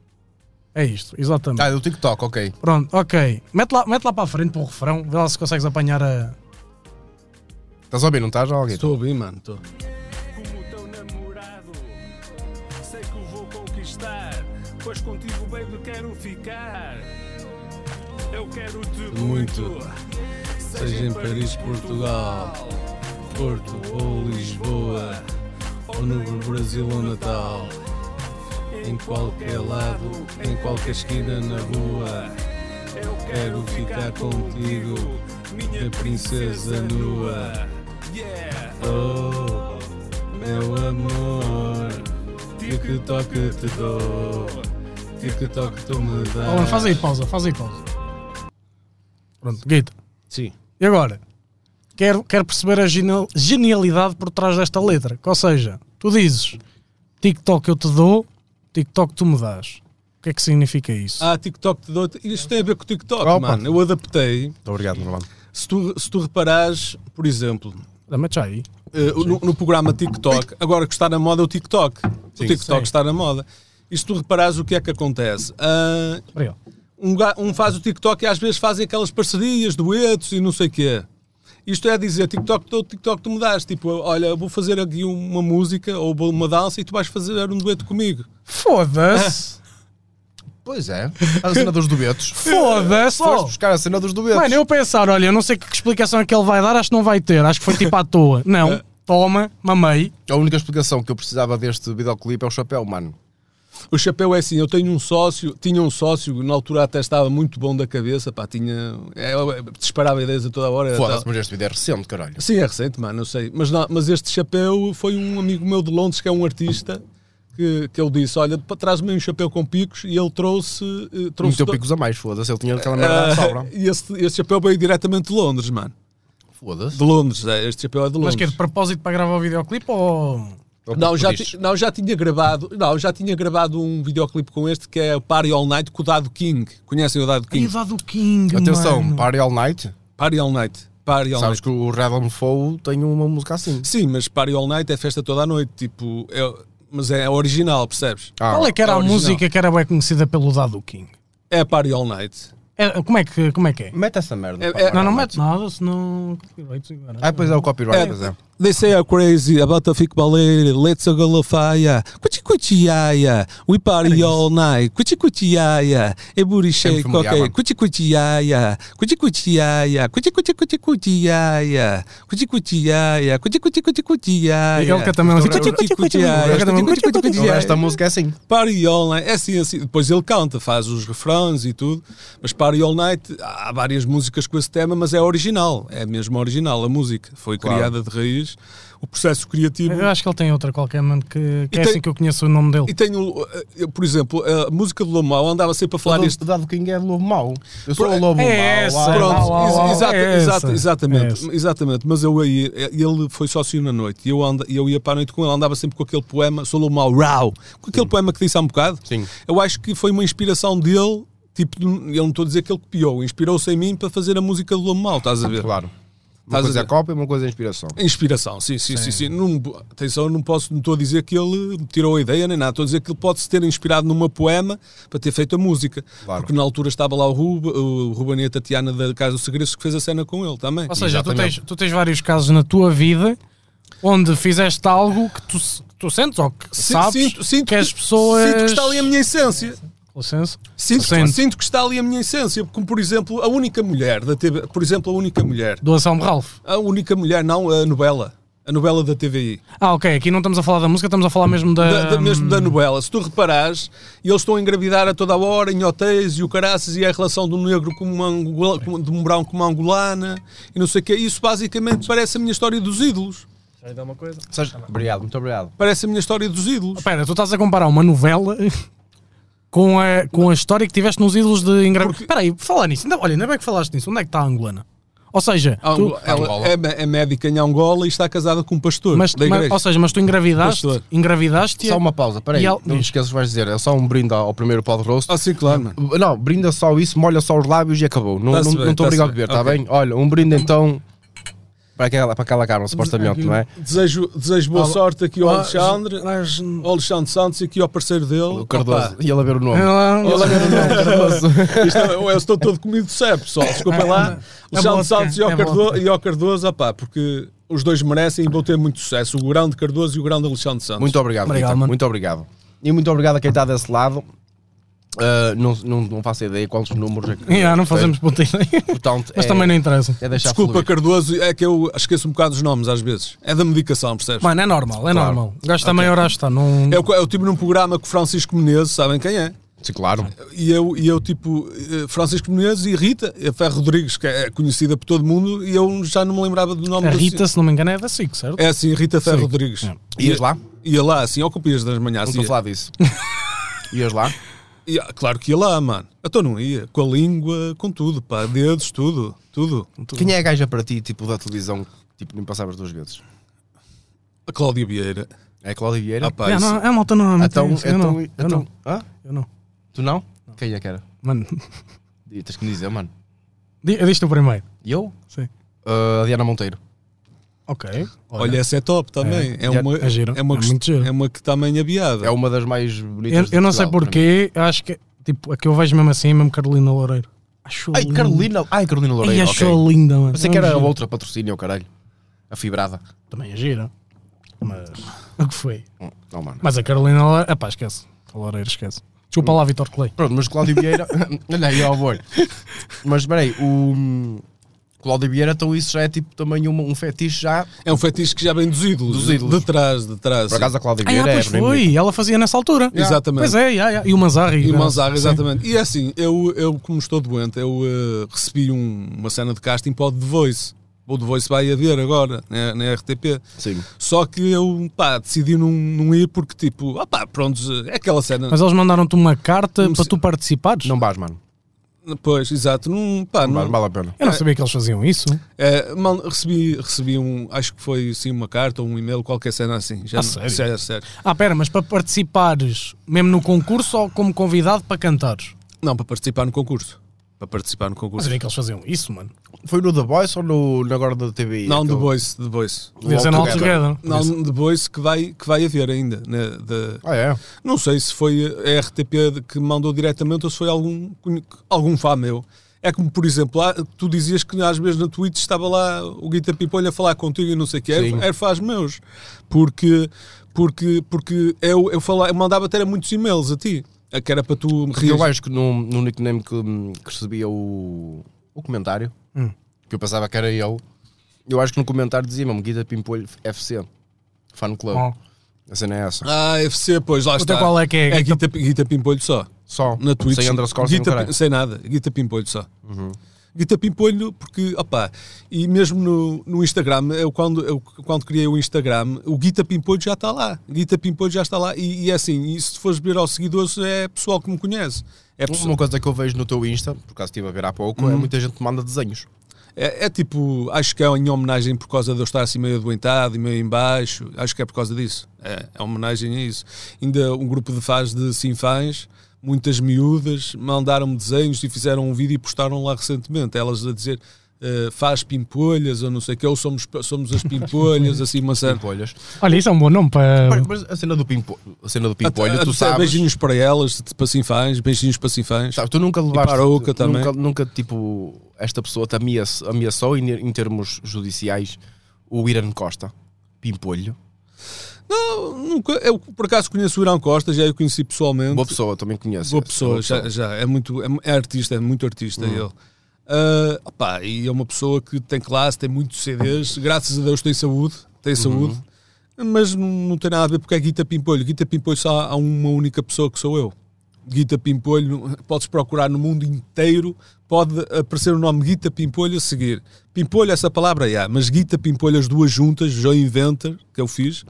É isto, exatamente.
Ah, do TikTok, ok.
Pronto, ok. Mete lá, mete lá para a frente para o refrão, vê lá se consegues apanhar a.
Estás a ouvir, não estás, alguém?
Estou a ouvir, mano. Estou.
como teu namorado. Sei que o vou conquistar, pois contigo, baby, quero ficar. Eu quero-te
Muito.
muito.
Seja em Paris, Portugal, Porto ou Lisboa, ou no Brasil ou Natal, em qualquer lado, em qualquer esquina na rua,
Eu
quero ficar contigo, minha princesa nua.
Yeah,
Oh, meu amor, tic-toc te dou, tic-toc tu me dás.
Alan, faz aí pausa, faz aí pausa. Pronto, Guita.
Sim.
E agora? Quero, quero perceber a genial- genialidade por trás desta letra. Ou seja, tu dizes TikTok eu te dou, TikTok tu me dás. O que é que significa isso?
Ah, TikTok te dou. Isto tem a ver com o TikTok,
Opa.
mano. Eu adaptei.
Muito obrigado, Rolando.
Se tu, se tu reparares, por exemplo,
Ah, mete já aí.
eh, no, no programa TikTok, agora que está na moda é o TikTok. o TikTok
sim.
está na moda. E se tu reparares, o que é que acontece? Ah,
Obrigado.
um, ga- um faz o TikTok e às vezes fazem aquelas parcerias, duetos e não sei o quê. Isto é dizer, TikTok, tu, TikTok, tu me das. Tipo, olha, eu vou fazer aqui uma música ou vou uma dança e tu vais fazer um dueto comigo.
Foda-se!
Pois é. A cena dos duetos.
Foda-se!
Foste buscar a cena dos duetos.
Mano, eu pensar, olha, eu não sei que explicação é que ele vai dar, acho que não vai ter, acho que foi tipo à toa. Não, toma, mamei.
A única explicação que eu precisava deste videoclipe é o chapéu, mano.
O chapéu é assim, eu tenho um sócio, tinha um sócio, na altura até estava muito bom da cabeça, pá, tinha, é, eu disparava ideias a toda hora.
Então-
era
Foda-se,
tal.
mas este vídeo é recente, caralho.
Sim, é recente, mano, eu sei. Mas, não- mas este chapéu foi um amigo meu de Londres, que é um artista, que, que ele disse, olha, pa- traz-me um chapéu com picos, e ele trouxe... eh, trouxe
Meteu
do-
picos a mais, foda-se. Ele tinha aquela merda
Eh,
Ah,
de sobra.
e este, este chapéu veio diretamente de Londres, mano.
eh,
Foda-se.
De Londres, é, este chapéu é de Londres.
Mas que é de propósito para gravar o videoclipe ou.
Então,
Não já,
Diz.
ti- não, já tinha gravado, não, já tinha gravado um videoclipe com este que é o Party All Night com o Dado King. Conhecem o Dado
Ai,
King?
o dado King,
Atenção,
mano. Então, é
Party All Night.
Party All Night. Party All
Sabes
Night.
que o Red on Foe tem uma música assim.
Sim, mas Party All Night é festa toda a noite, tipo, é- mas é original, percebes?
Ah,
Qual é que era
é
a
original.
música que era bem conhecida pelo Dado King?
É Party All Night.
É, como, é que, como é que é?
Mete essa merda.
É-
Party
é-
All
Não, não
Night.
mete nada, senão. copyrights agora.
Ah, pois é, o copyright,
É.
pois é.
They say I'm crazy about the fico baleiro, let's go galafaya, cuchi cuchi yaya, we party all night, cuchi cuchi yaya, e booty shake,
familiar,
ok,
mano.
cuchi cuchi yaya, cuchi cuchi yaya, cuchi cuchi cuchi cuchi yaya, cuchi cuchi yaya, cuchi cuchi cuchi cuchi yaya.
Ele canta mesmo assim,
Cuchi cuchi cuchi yaya,
Ele canta mesmo,
cuchi cuchi cuchi
Então,
yaya.
esta música é assim.
Party All Night, é assim, é assim. Depois ele canta, faz os refrões e tudo, mas Party All Night, há várias músicas com esse tema, mas é original, é mesmo original a música. Foi
Claro.
criada de raiz, o processo criativo.
Eu acho que ele tem outra qualquer, mano, que, que
E tem-
é assim que eu conheço o nome dele.
E tenho, eh, eu, por exemplo, a música do Lomão, andava sempre a falar
Claro,
disto.
este dado King é lobo mau. Eu sou o lobo mau.
É essa,
ah,
Pronto,
Uau, uau,
ex-
uau,
exata-
é
exata-
essa,
exatamente,
é
exatamente. Mas eu aí, é, ele foi sócio na noite e eu, anda, eu ia para a noite com ele, andava sempre com aquele poema, sou mau, rau, com aquele poema que disse há um bocado.
Sim.
Eu acho que foi uma inspiração dele, tipo, eu não estou a dizer que ele copiou, inspirou-se em mim para fazer a música do Lomo Mau, estás a ver?
Claro. Uma
Estás a
coisa é
ver?
cópia, uma coisa é inspiração.
Inspiração, sim, sim, sim. sim. Não, atenção, não posso, não estou a dizer que ele tirou a ideia nem nada. Estou a dizer que ele pode se ter inspirado numa poema para ter feito a música.
Claro.
Porque na altura estava lá o, Ruba, o Ruben e a Tatiana da Casa dos Segredos que fez a cena com ele também.
Ou seja, tu
Exatamente.
tens, tu tens vários casos na tua vida onde fizeste algo que tu, se- que tu sentes ou que
Si-
sabes
sinto, sinto
que as pessoas.
Sinto que está ali a minha essência.
Com licença.
Sinto,
Sente.
sinto que está ali a minha essência. Como, por exemplo, a única mulher da TV... Por exemplo, a única mulher.
Do Anselmo Ralph.
A única mulher, não a novela. A novela da TVI.
Ah, ok, aqui não estamos a falar da música, estamos a falar mesmo da.
da, da- mesmo da novela. Se tu reparares, eles estão a engravidar a toda a hora em hotéis e o caraças e é a relação do negro com uma angola, com, de um brown com uma angolana e não sei o quê. Isso basicamente parece a minha história dos ídolos.
Sabes- Obrigado, muito obrigado.
Parece a minha história dos ídolos.
Espera, tu estás a comparar uma novela com a, com a história que tiveste nos ídolos de Inglaterra. Espera aí, fala nisso. Ainda, olha, ainda bem que falaste nisso. Onde é que está a angolana? Ou seja,
Ah,
A
tu,
Angola- ela é, mé- é médica em Angola e está casada com um pastor
mas,
da igreja.
mas- ou seja, mas tu engravidaste,
Pastor.
engravidaste
Só uma pausa, peraí.
E ela-
Não te esqueças o que vais dizer. É só um brinde ao ao primeiro pod roast.
Ah, sim, claro, mano.
Não, brinda só isso, molha só os lábios e acabou. Não
Tá-se
estou
bem,
não, não estou
tá-se
obrigado a tá
bem.
beber, está
Ok.
bem? Olha, um brinde então para aquela, para aquela Carla, supostamente, não é?
Desejo, desejo boa sorte aqui ao Alexandre, ao Alexandre Santos e aqui ao parceiro dele.
O Cardoso. E ele a ver o nome.
É um
Ela-
Isto é- eu estou todo comido de sebo, pessoal. Desculpem lá.
É
Alexandre
vodka,
Santos e ao,
é
Cardoso,
vodka.
e ao Cardoso, opá, porque os dois merecem e vão ter muito sucesso. O grande Cardoso e o grande Alexandre Santos.
Muito obrigado,
Obrigado,
Rita.
mano.
Muito obrigado. E muito obrigado a quem está desse lado. Ah, não, não, não faço ideia quantos números é que.
Yeah, não fazemos ponto aí.
Portanto,
Mas
é-
também não interessa.
é deixar
Desculpa,
fluir.
Cardoso, é que eu esqueço um bocado os nomes às vezes. É da medicação, percebes?
Mano, é normal, é normal. O gajo está meia hora a estar. Não...
É
Eu, eu tive num programa com o Francisco Menezes, sabem quem é?
Sim, claro.
E eu, e eu tipo, eh, Francisco Menezes e Rita, a Ferro Rodrigues, que é conhecida por todo mundo, e eu já não me lembrava do nome
A
da
Rita, se não me engano, é da SIC, certo?
É assim, Rita Ferro
Sim.
Rodrigues.
É.
Ias lá?
Ia lá, assim, ocupias das manhãs. assim,
Não estou a falar
ia-
disso. Ias lá?
ia- ah, claro que ia lá, mano. Então não ia. Com a língua, com tudo, pá, dedos, tudo, tudo.
Quem é a gaja para ti, tipo, da televisão, tipo, nem passavas duas vezes?
A Cláudia Vieira.
É a Cláudia Vieira?
Ah, pá,
É,
isso-
não, é malta não, não
então,
tem isso. eu,
então,
não, eu
então-
não,
Hã?
eu não.
Tu não? Quem é que era?
Mano,
E Tens que me dizer, mano.
di- diz-te o primeiro.
E eu?
Sim.
Ah, a Diana Monteiro.
Ok.
Olha, essa é top também. É,
Já-
uma,
é giro,
uma,
é
que-
muito giro.
é uma que também abiada.
É uma das mais bonitas.
eu,
de
eu não sei
Portugal, para mim.
porquê, acho que, tipo, a que eu vejo mesmo assim é mesmo Carolina Loureiro. Acho
Ai, Carolina. Ai, Carolina
Ai,
Loureiro.
acho
ok.
linda, mano.
Pensei que
É
era
gira.
outra patrocínio, caralho. A fibrada.
Também é gira. Mas, o que foi?
Hum, Não, mano.
Mas a Carolina Loureiro, epá, esquece. A Loureiro, esquece. Desculpa lá, Vitor Clay.
Pronto, mas Cláudio Vieira. Olha aí, ó, boi. Mas espera aí, o. hum, Cláudio Vieira, então isso já é tipo também uma- um fetiche já.
É um fetiche que já vem dos ídolos.
Dos ídolos.
De trás, de trás.
Por acaso a Cláudio
Ah,
Vieira
pois
é. bem bonita.
foi. Ela fazia nessa altura.
Exatamente.
Pois é, yeah, yeah. e o Manzarri.
E o
né?
Manzarra,
Sim.
exatamente. E é assim, eu, eu como estou doente, eu eh, recebi um- uma cena de casting para o The Voice. O The Voice vai haver agora, né, na RTP.
Sim.
Só que eu, pá, decidi não, não ir porque, tipo, ah pá, pronto, é aquela cena.
Mas eles mandaram-te uma carta
Não
para
sei-
tu participares?
Não vais, mano.
Pois, exato, não, pá,
Não
não,
vais, vale a pena.
Eu não sabia que eles faziam isso.
É, man- recebi, recebi um, acho que foi sim uma carta ou um e-mail, qualquer cena assim. Já
Ah,
não-
sério?
Sério, sério.
Ah, pera, mas para participares mesmo no concurso ou como convidado para cantares?
Não, para participar no concurso. Para participar no
Não
concurso.
sabia que eles faziam isso, mano.
Foi no The Voice ou no, no agora da TV?
Não, The
Aquele-
Voice, The Voice.
Podia ser no
All
All Together.
Não, The Voice que vai, que vai haver ainda. Né, de-
Ah, é?
Não sei se foi a RTP de- que mandou diretamente ou se foi algum, conhe- algum fã meu. É como, por exemplo, lá, tu dizias que às vezes na Twitch estava lá o Guita Pipolho a falar contigo e não sei o que,
Sim.
era, era faz meus. Porque, porque, porque eu, eu, falava, eu mandava até muitos e-mails a ti, a que era para tu me
Porque eu
reagir.
acho que no, no nickname que, hum, que recebia o, o comentário, que eu pensava que era eu, eu acho que no comentário dizia mesmo Guida Pimpolho FC, Fan Club.
Oh.
A cena é essa.
Ah, FC, pois lá
Então
está.
qual é que é?
É Guita, Guita Pimpolho só.
Só.
na Twitch.
Sem underscore, sem
Guita,
caralho. Uhum.
Pim- sem nada, Guita Pimpolho só. Guita Pimpolho, porque, opá, e mesmo no, no Instagram, eu quando, eu quando criei o Instagram, o Guita Pimpolho já está lá. Guita Pimpolho já está lá. E, e é assim, e se fores ver aos seguidores, é pessoal que me conhece. É, pessoa-
Uma coisa que eu vejo no teu Insta, por acaso estive a ver há pouco,
Uhum.
é muita gente que manda desenhos.
é, é tipo, acho que é em homenagem por causa de eu estar assim meio adoentado e meio em baixo. Acho que é por causa disso. É, é homenagem a isso. Ainda um grupo de fãs de Sinfãs, muitas miúdas, mandaram-me desenhos e fizeram um vídeo e postaram lá recentemente. Elas a dizer eh, faz pimpolhas ou não sei o que, ou somos, somos as pimpolhas, assim, uma cena.
Pimpolhas.
Olha, isso é um bom nome para.
Mas, mas a cena do, pimpo, a cena do Pimpolho,
Até-
tu
até
sabes,
Beijinhos para elas, para Sinfãs, beijinhos para Sinfãs.
sabes, tu nunca levaste.
para a Oca também.
Nunca, nunca, tipo, esta pessoa te ameaça- ameaçou em, em termos judiciais o Irã Costa. Pimpolho.
Não, nunca. Eu por acaso conheço o Irão Costa, já o conheci pessoalmente.
Boa pessoa, também conheço.
Boa
esse.
pessoa, já, já. É, muito, é, é artista, é muito artista ele. Ah, opá, e é uma pessoa que tem classe, tem muitos CDs, graças a Deus tem saúde, tem saúde, mas não, não tem nada a ver porque é Guita Pimpolho. Guita Pimpolho só há uma única pessoa que sou eu. Guita Pimpolho, podes procurar no mundo inteiro, pode aparecer o nome Guita Pimpolho a seguir. Pimpolho, essa palavra é, mas Guita Pimpolho, as duas juntas, Joe Inventor, que eu fiz,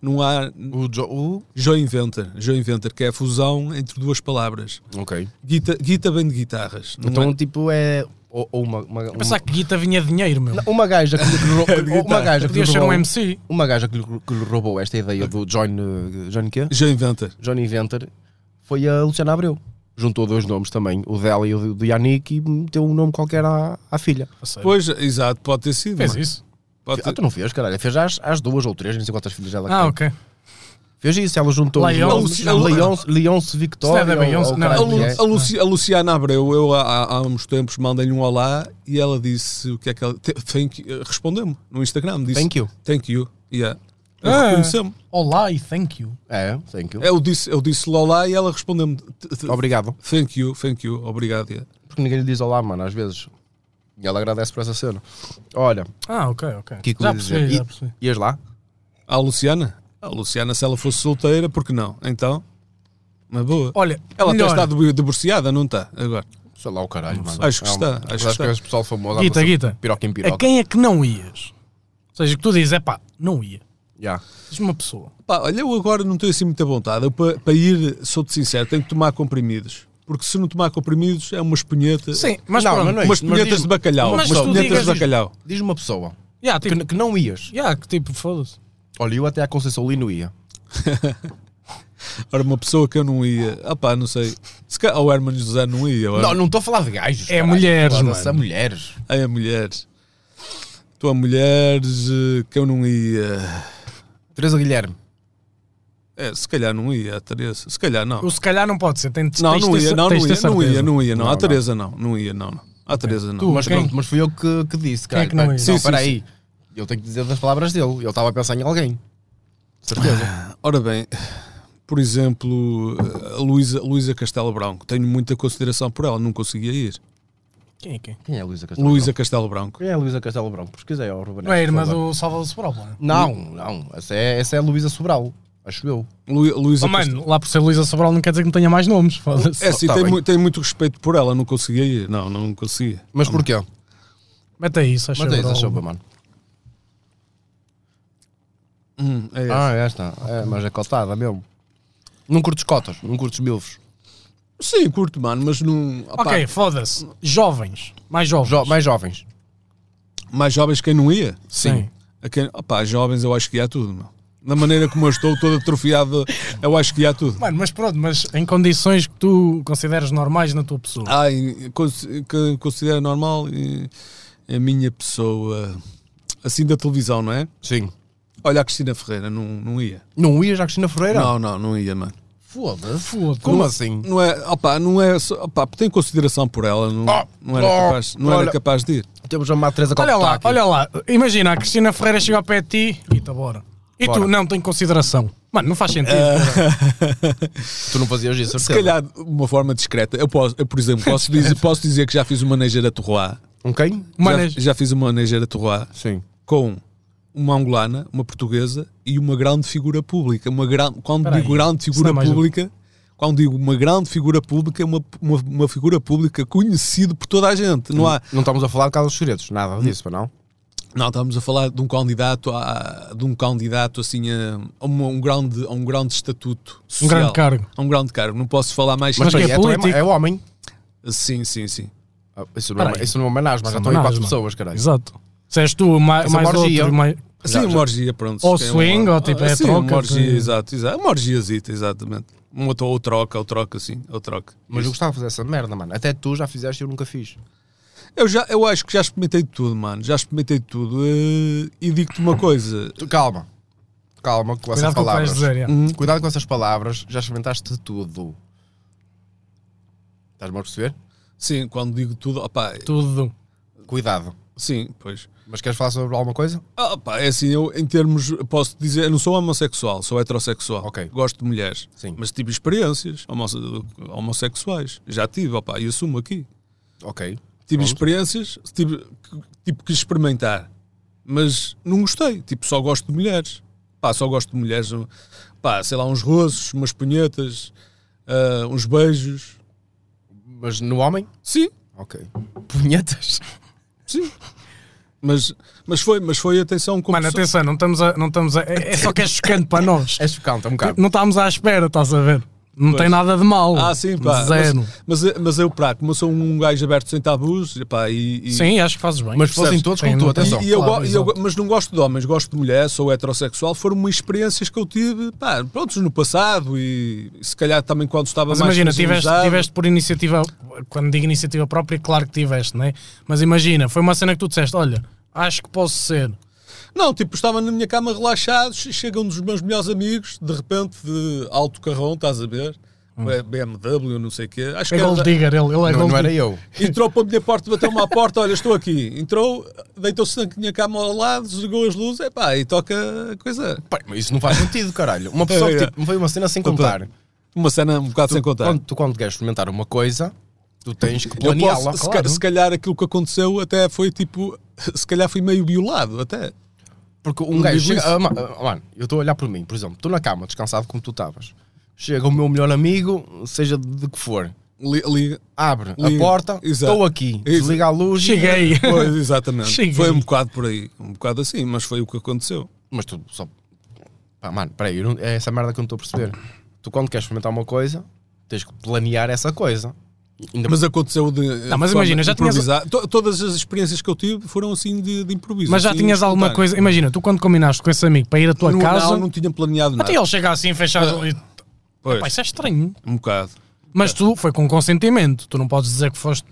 não há.
O, jo, o...
Joe Inventor, Joe Inventor, que é a fusão entre duas palavras.
Ok.
Guita, guita bem de guitarras. não
Então,
é?
tipo, é. Ou, ou uma, uma,
Eu
uma,
pensava que Guita vinha dinheiro, meu.
uma gaja que lhe roubou.
então.
uma gaja que lhe
Podia ser um
roubou-
MC.
Uma gaja que lhe, que lhe roubou esta ideia do John. eh, John quê?
Joe Inventor.
John Inventor foi a Luciana Abreu. Juntou dois nomes também, o dela e o do Yannick, e meteu um nome qualquer à, à filha.
A sério.
Pois, exato, pode ter sido.
Fez
mano.
isso.
Pode
Ah, tu não fez, caralho. Fez às, às duas ou três, não sei quantas filhas ela
Ah,
tem.
ok.
Fez isso, ela juntou
Lyonce,
Não,
não.
Lyonce- Lyonce Victoria.
Isso não é da Beyoncé, não,
A,
caralho
Lu-
que é.
a Luci- a Luciana Abreu, eu há, há uns tempos mandei-lhe um olá e ela disse o que é que ela. te- Thank you. eh, Respondeu-me no Instagram. Disse,
Thank you.
Thank you. Yeah.
Ah.
Ela reconheceu-me.
Olá e thank you.
É, thank you.
Eu disse-lhe eu disse olá e ela respondeu-me. t- t-
Obrigado.
Thank you, thank you, obrigado. yeah.
Porque ninguém lhe diz olá, mano, às vezes. E ela agradece por essa cena. Olha,
Ah, ok, ok.
o que é que eu
já
ia dizer?
percebi, já percebi.
I- Ias lá?
À Luciana? A Luciana, se ela fosse solteira, por que não? Então, uma boa.
Olha,
Ela até
melhor.
está div- divorciada, não está? Agora.
Sei lá o caralho, mano.
Acho que
É um-
está, acho que
Acho
está.
que é esse pessoal famoso.
Guita,
anda-se
guita.
Piroca em piroca.
A quem é que não ias? Ou seja, o que tu dizes é pá, não ia.
Já.
Diz-me uma pessoa.
Pá, olha, eu agora não tenho assim muita vontade. Eu, para, para ir, sou-te sincero, tenho que tomar comprimidos. Porque se não tomar comprimidos, é uma espinheta.
Sim, mas
Não,
pronto.
mas não é
umas
isso, mas
punhetas
diz-me-
de bacalhau. Umas
mas tu digas
punhetas de
isto.
bacalhau.
Diz-me uma pessoa
Yeah, tipo,
que, que não ias.
yeah, que tipo, foda-se.
Olha, eu até à Conceição Lino ia.
Era uma pessoa que eu não ia. Ah pá, não sei. Se calhar, o Herman José não ia. ou
Não, não estou a falar de gajos.
É mulheres,
Foda-se,
mano.
é mulheres.
Ai, a mulheres. Estou a mulheres eh, que eu não ia.
Teresa Guilherme.
É, se calhar não ia, a Teresa. Se calhar não.
O se calhar não pode ser. Tem,
Não,
tens
não
de ter
ia,
cer-
não, não
tens de
ia,
ter
não ia,
certeza.
não ia, não.
Não,
A
não.
Teresa não, não ia, não. não. A Teresa não.
Tu,
Mas
quem?
pronto, mas fui eu que, que disse,
Quem é
cara.
que não ia?
Não,
Sim, sim,
espera aí. Eu tenho que dizer das palavras dele. Ele estava a pensar em alguém. Certeza.
Ah, Ora bem, por exemplo, a Luísa, Luísa Castelo Branco. Tenho muita consideração por ela, não conseguia ir.
Quem é quem?
Quem é a Luísa Castelo
Luísa
Branco?
Castelo Branco.
Quem é a Luísa Castelo Branco? Pesquisa aí, ó, Ruben.
Não é a irmã
por favor.
do Salvador Sobral, não é?
Não, não. Essa é, essa é a Luísa Sobral. Acho eu.
Lu- Luísa
Oh,
Castelo
mano, lá por ser Luísa Sobral não quer dizer que não tenha mais nomes. Foda-se.
É sim,
Tá
tenho,
bem.
mu- tenho muito respeito por ela, não conseguia ir. Não, não conseguia.
Ah,
Mas porquê?
Mete aí, Sacha
Mas é isso,
Baron.
achou, mano.
Hum, é essa.
Ah, esta. É, mas é cotada mesmo. Não curtes cotas, não curtes milfos.
Sim, curto, mano, mas não. opá,
Ok, foda-se. Jovens. Mais jovens.
Jo- mais jovens.
Mais jovens quem não ia?
Sim.
A quem, opá, jovens eu acho que ia a tudo, meu. Da maneira como eu estou, todo atrofiado, eu acho que ia a tudo.
Mano, mas pronto, mas em condições que tu consideras normais na tua pessoa.
Ah, e cons- que considero normal e a minha pessoa assim da televisão, não é?
Sim.
Olha, a Cristina Ferreira não, não ia.
Não ias à Cristina Ferreira?
Não, não, não ia, mano.
Foda-se.
Foda-se.
Como assim?
Não é, opá, não é, só- opá, tenho consideração por ela, não,
Oh,
não era,
oh,
capaz, não era
olha.
capaz de ir.
Temos a Má Teresa
Olha lá,
Coptáquio.
olha lá. Imagina, a Cristina Ferreira chega ao pé de ti e tá bora. E
Bora.
tu não tem consideração. Mano, não faz sentido.
Eh,
Tu não fazias isso,
Se
certeza.
calhar, de uma forma discreta, eu, posso, eu por exemplo, posso dizer, posso dizer que já fiz uma nejeira torroá.
Um quem?
Mano,
Já, já fiz uma nejeira torroá
Sim.
com uma angolana, uma portuguesa e uma grande figura pública. Uma grande, quando
Espera
digo
aí,
grande
isso
figura
não é mais um-
pública, quando digo uma grande figura pública, é uma, uma, uma figura pública conhecida por toda a gente. Não há,
Não estamos a falar de Carlos Choretos, nada disso, para não?
não estamos a falar de um candidato, a, de um candidato assim a, a uma- um grande, a um grande estatuto social.
grande cargo.
A um grande cargo. Não posso falar mais.
Mas
espera
que é
aí, então
político.
É, é homem.
Sim, sim, sim.
Ah, Isso não, é,
Peraí.
isso não é homenagem, mas já estão
Isso é
aí quatro
homenagem,
pessoas, caralho.
Exato. Se és tu, mais,
Essa
mais
orgia.
outro, mais...
Sim,
Já,
Assim, uma
já.
orgia, pronto.
Ou
Sim,
swing,
uma- Ah,
ou tipo, é
sim,
troca,
Uma orgia,
sim.
exato, exato. Uma orgiazita, exatamente. Uma to- ou troca, ou troca, sim, ou troca.
Mas eu gostava de fazer essa merda, mano. Até tu já fizeste e eu nunca fiz.
Eu, já, eu acho que já experimentei tudo, mano. Já experimentei tudo. eh, E digo-te uma coisa.
Tu- calma. Calma com essas
Cuidado com o que vais
palavras.
dizer, é.
Hum,
Cuidado com essas palavras, já experimentaste de tudo. Estás-me a perceber?
Sim, quando digo tudo, opá,
Tudo.
Cuidado.
sim, pois.
Mas queres falar sobre alguma coisa?
Ah, opá, é assim, eu em termos, posso dizer, eu não sou homossexual, sou heterossexual.
Ok.
Gosto de mulheres.
Sim.
Mas tive experiências homosse- homossexuais. Já tive, opá, e assumo aqui.
Ok.
Tive
Pronto.
experiências, tive que tipo, quis experimentar, mas não gostei. Tipo, só gosto de mulheres. Pá, só gosto de mulheres. um- Pá, sei lá, uns roços, umas punhetas, ah, uns beijos.
Mas no homem?
Sim,
Ok. Punhetas?
sim. Mas, mas foi, mas foi atenção como
Mano,
pessoa-
atenção, não estamos a. Não estamos a é, é só que é chocante para nós.
É chocante, um bocado.
Não estávamos à espera, estás a ver? Não
Pois.
tem nada de mal.
Ah, sim, pá.
Zero.
Mas, mas, mas eu, pá, como eu sou um gajo aberto sem tabus, pá, e, e-
Sim, acho que fazes bem.
Mas fossem
Percebes?
todos
Sim,
como tu,
não tem-
atenção.
E, e eu,
Claro,
go- e eu go-
exato.
mas não gosto de homens, gosto de mulheres, sou heterossexual. Foram experiências que eu tive, pá, prontos, no passado e se calhar também quando estava
Mas
mais
imagina, tiveste,
fragilizado.
tiveste por iniciativa, quando digo né? iniciativa própria, claro que tiveste, não é? Mas imagina, foi uma cena que tu disseste: olha, acho que posso ser.
Não, tipo, estava na minha cama relaxado, che- chega um dos meus melhores amigos, de repente, de alto carrão, estás a ver? É BMW, não sei o quê. Acho
Hum. É
que
Gold
era,
Digger, ele, ele é
Não,
Gold
não era
Digger.
eu.
entrou para a minha porta, bateu-me à porta, olha, estou aqui. Entrou, deitou-se na minha cama ao lado, desligou as luzes, epá, e toca a coisa.
Pá, mas isso não faz sentido, caralho. Uma pessoa que tipo, me veio uma cena sem contar.
Uma cena um bocado sem contar.
Quando, tu, quando queres experimentar uma coisa, tu tens que
Eu posso-
planeá-la.
se,
claro.
ca- se calhar aquilo que aconteceu até foi tipo, se calhar fui meio violado até.
Porque um
Não
gajo chega.
digo isso.
Ah, ma- ah, mano, eu estou a olhar por mim, por exemplo, estou na cama, descansado como tu estavas. Chega o meu melhor amigo, seja de que for,
Li- li-
abre
Liga.
a porta,
Exato.
estou aqui,
Isso.
desliga a luz.
Cheguei.
Pois, exatamente.
Cheguei.
Foi um bocado por aí, um bocado assim, mas foi o que aconteceu.
Mas tu só. Pá, mano, peraí, eu não- é essa merda que eu não estou a perceber. Tu, quando queres experimentar uma coisa, tens que planear essa coisa. Ainda
Mas aconteceu de.
Não, mas
de forma
imagina, já tinhas-
improvisada. To- Todas as experiências que eu tive foram assim de, de improviso.
Mas já
assim,
tinhas alguma
espontâneo.
coisa. Imagina, tu quando combinaste com esse amigo para ir à tua
No-
casa.
Não, não tinha planeado nada.
Até ele chega assim fechado ali.
Pois,
Pá, isso é estranho.
um bocado.
Mas tu foi com consentimento. Tu não podes dizer que foste.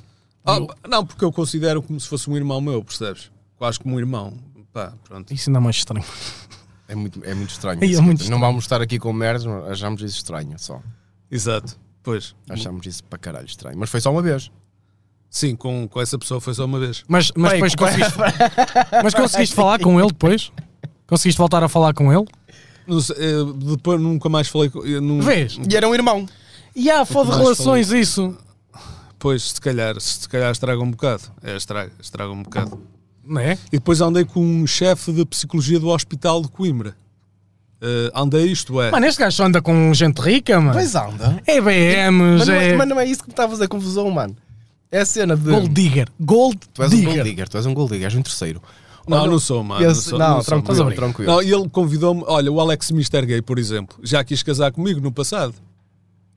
Ah, não, porque eu considero como se fosse um irmão meu, percebes? Quase como um irmão. Pá, pronto.
Isso ainda é mais estranho.
É muito, é muito estranho.
É
isso.
muito estranho.
Não vamos estar aqui com merdas, mas achamos isso estranho só.
Exato. Pois.
Achamos isso para caralho estranho. Mas foi só uma vez.
Sim, com, com essa pessoa foi só uma vez.
Mas, mas
Peraí,
depois conseguiste. mas conseguiste falar com ele depois? Conseguiste voltar a falar com ele?
Não sei, eh, depois nunca mais falei eh, com. eu Não,
Vês?
E era um irmão.
E há
Hum.
foda
mais
relações isso.
Pois, se calhar, se calhar estraga um bocado. É, estraga, estraga um bocado.
Não é?
E depois andei com um chefe de psicologia do Hospital de Coimbra. Eh, andei, isto é.
Mano, este gajo só anda com gente rica, mano.
Pois anda.
É BMs,
Mas não,
é.
é, mas não é isso que me está a fazer confusão, mano. É a cena de.
Gold digger. Gold
Tu és um gold
digger.
digger, tu és um gold digger, és um terceiro.
não,
Olha,
não sou, mano.
esse-
não, sou, não, sou,
tranquilo,
mano.
tranquilo.
Não, e ele convidou-me. Olha, o Alex Mister Gay, por exemplo, já quis casar comigo no passado.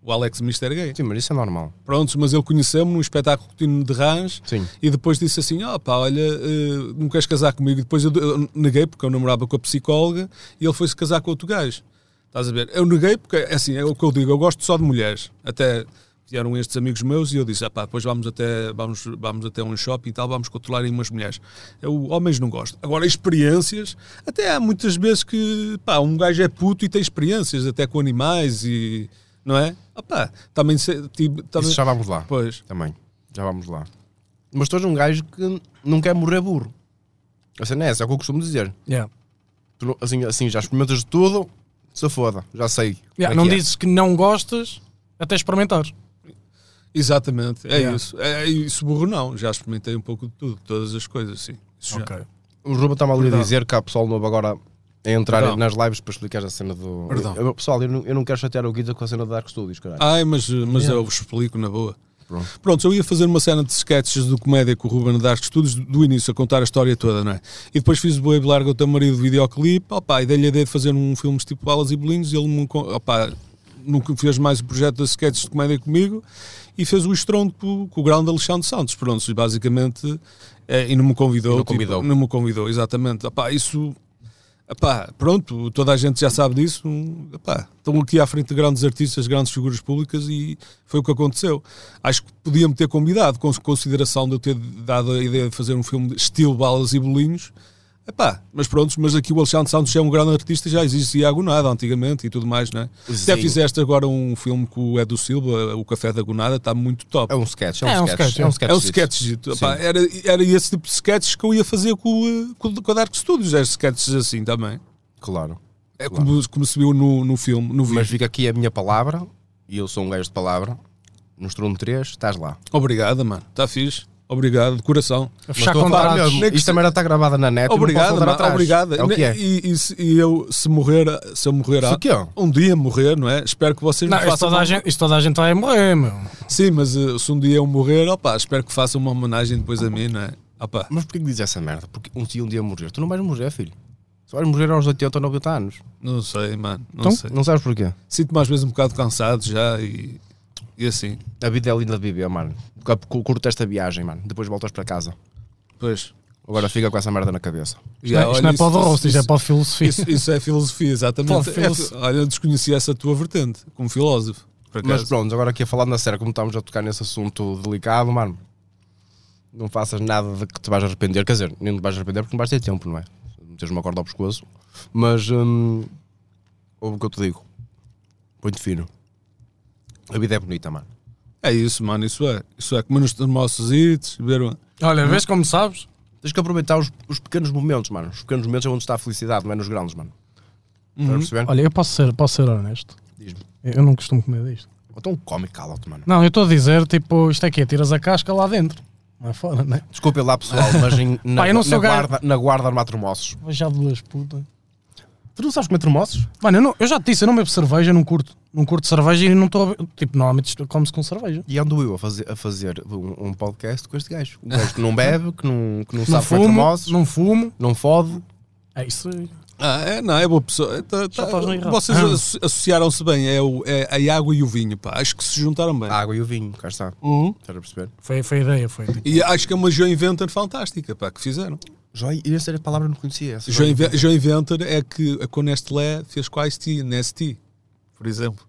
O Alex Mister Gay.
Sim, mas isso é normal.
Prontos, mas ele conheceu-me num espetáculo que tinha de Rãs
Sim.
e depois disse assim: ó pá, olha, eh, não queres casar comigo? E depois eu, eu neguei porque eu namorava com a psicóloga e ele foi-se casar com outro gajo. Estás a ver? Eu neguei porque, é assim, é o que eu digo, eu gosto só de mulheres. Até vieram estes amigos meus e eu disse: ah pá, depois vamos até, vamos, vamos até um shopping e tal, vamos controlar aí umas mulheres. Eu, homens, não gosto. Agora, experiências, até há muitas vezes que, pá, um gajo é puto e tem experiências, até com animais e. Não é? Ah pá, também. sei- tive- também
Isso já vamos lá.
Pois.
Também. Já vamos lá. Mas tu és um gajo que não quer morrer burro. A cena é essa, é o que eu costumo dizer.
Yeah.
Tu não- assim, assim, já experimentas de tudo, se foda, já sei. como
Yeah,
é
não
que é.
dizes que não gostas até experimentares.
Exatamente, é
Yeah.
isso. É isso, burro não. Já experimentei um pouco de tudo, todas as coisas, sim. Isso já.
O Ruben está-me ali a
Perdão.
dizer que há pessoal novo agora a entrar
Perdão.
nas lives para explicar a cena do.
Perdão.
Eu- pessoal, eu não, eu não quero chatear o Guido com a cena da Dark Studios, caralho.
Ai, mas, mas eu vos explico na boa.
Pronto.
Pronto, eu ia fazer uma cena de sketches do comédia com o Ruben Dark Studios do início, a contar a história toda, não é? E depois fiz o Baby Larga o teu marido videoclipe, opá, e dei-lhe a ideia de fazer um filme tipo Balas e Bolinhos, e ele nunca, opá, nunca fez mais o projeto de sketches de comédia comigo, e fez o estrondo com, com o grande Alexandre Santos, pronto, e basicamente, eh, e não me convidou.
E não
tipo,
convidou.
não me convidou, exatamente. Opá, isso... Epá, pronto, toda a gente já sabe disso. hum, Epá, estão aqui à frente de grandes artistas, grandes figuras públicas e foi o que aconteceu. Acho que podia-me ter convidado, com consideração de eu ter dado a ideia de fazer um filme de estilo balas e bolinhos. Epá, mas pronto, mas aqui o Alexandre Santos é um grande artista, já existia a Gonada antigamente e tudo mais, não é?
Sim.
Até fizeste agora um filme com o Edu Silva, O Café da Gonada, está muito top.
É um sketch, é um,
É um
sketch,
sketch,
É um sketch.
É um
disso.
sketch, epá, era, era esse tipo de sketches que eu ia fazer com, o, eh, com, o- com a Dark Studios, era sketches assim também.
Claro.
É
Claro.
como, como se viu no, no filme, no vídeo.
Mas fica aqui a minha palavra, e eu sou um gajo de palavra. No Struno 3, estás lá.
Obrigado, mano. Está fixe. Obrigado, de coração.
A fechar
estou a falar
contratos.
mesmo. Nem É que
Isto também está gravada na
tipo,
net. eu não posso
Obrigado,
andar
mano.
atrás.
Obrigado.
É o que é.
E, e se- e eu, se morrer, se eu morrer
Se o quê?
um dia morrer, não é? Espero que vocês
Não,
me
isto
façam.
toda, a gente, isto toda a gente vai morrer, meu.
Sim, mas eh, se um dia eu morrer, opa, espero que façam uma homenagem depois a mim, não é? Opa.
Mas porquê que dizes essa merda? Porque um dia um dia morrer. Tu não vais morrer, filho. Tu vais morrer aos 80 ou 90 anos.
Não sei, mano. Não
Então?
sei.
Não sabes porquê?
Sinto-me às vezes um bocado cansado já e, e assim.
A vida é linda de viver, mano. Cu- Curta esta viagem, mano. Depois voltas para casa.
Pois.
Agora fica com essa merda na cabeça.
Isto, não é- isto não é para o rosto, isto é para a filosofia.
Isso, isso é filosofia, exatamente.
Pode,
É
filoso-
fi- olha, eu desconheci essa tua vertente, como filósofo. por
Mas
acaso.
pronto, agora aqui a falar na sério, como estamos a tocar nesse assunto delicado, mano. Não faças nada de que te vais arrepender. Quer dizer, nem te vais arrepender porque não vais ter tempo, não é? meteres uma corda ao pescoço, mas hum, ouve o que eu te digo. Muito fino. A vida é bonita, mano.
É isso, mano, isso é. Isso é comer os nossos hits, beber uma-
Olha, vês como sabes?
Tens que aproveitar os, os pequenos momentos, mano. Os pequenos momentos é onde está a felicidade, não é nos grandes, mano. Estás a perceber?
Olha, eu posso ser, posso ser honesto.
Diz-me.
Eu eu não costumo comer disto.
Então come e cala-te, mano.
Não, eu estou a dizer, tipo, isto é que é, tiras a casca lá dentro. Não é fora, não é?
Desculpem lá, pessoal, mas em- na,
Pá, eu não
na
sou gajo.
guarda, na guarda armar termossos.
Vou já duas putas.
Tu não sabes comer termossos?
Mano, eu, não- eu já te disse, eu não bebo cerveja, eu não curto. Não curto cerveja e não estou a be- Tipo, normalmente isto come-se com cerveja.
E ando eu a fazer, a fazer um, um podcast com este gajo. Um gajo que não bebe, que não, que é não
Não
sabe comer
fumo,
termossos, não,
não fumo.
fode.
É isso. aí.
Ah, é, não, é boa pessoa. É, tá-
Só
tá-
estás no errado.
vocês
Ah.
asso- associaram-se bem, é, o, é a água e o vinho, pá. Acho que se juntaram bem.
A água e o vinho, cá está.
Uhum.
Estás a perceber?
Foi, foi a ideia, foi. tipo,
E acho que é uma joint venture fantástica, pá, que fizeram.
Joy, e essa era a palavra que não conhecia. Essa
Joint ve- joint venture é que a com Nestlé fez com a Ice-T, Nestlé, por exemplo.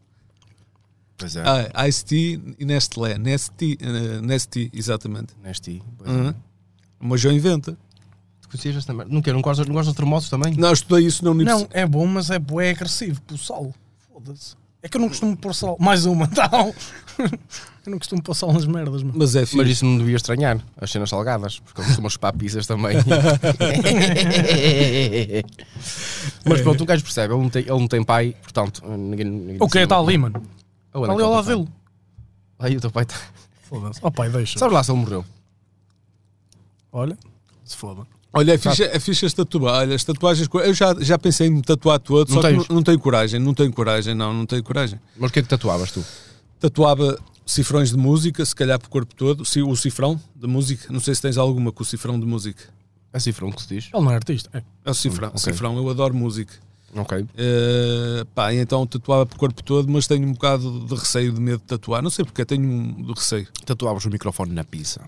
Pois é.
Ah, Ice-T e Nestlé. Nestlé, eh, Nestlé, exatamente.
Neste. Pois
Uhum.
é.
Uma joint venture.
Tu conhecias esta merda? Não quero, não gostas, não gostas de termossos também?
Não, eu estudei isso na
Não,
universidade.
é bom, mas é, bué agressivo. Pô, sal. Foda-se. É que eu não costumo pôr sal. Mais uma, tal. eu não costumo pôr sal nas merdas, mano.
Mas é fixe.
Mas isso não devia estranhar, as cenas salgadas, porque eu costumo chupar pizzas também. Mas pronto, o gajo percebe, ele não tem, ele não tem pai, portanto, ninguém. ninguém
O que é?
sabe.
Está ali, mano.
Ou
Está
onde é
Tá ali
que
ao
ele
lado
tem pai?
dele.
Aí o teu pai está.
Foda-se. Oh, pai, deixa.
Sabe lá se ele morreu?
Olha. Se foda.
Olha, é fixe, é fixe as tatuagens. Olha, as tatuagens. Eu já, já pensei em me tatuar todo,
Não
só que
tens?
não, não tenho coragem. Não tenho coragem, não, não tenho coragem.
Mas o que é que tatuavas tu?
Tatuava cifrões de música, se calhar para o corpo todo. Ci- O cifrão de música. Não sei se tens alguma com o cifrão de música.
É cifrão que se diz.
Ele não é artista. É.
É o cifrão.
Hum, Ok.
Cifrão, eu adoro música.
Ok.
Eh, pá, então tatuava para o corpo todo, mas tenho um bocado de receio, de medo de tatuar. Não sei porque, tenho um de receio.
Tatuavas o microfone na pizza.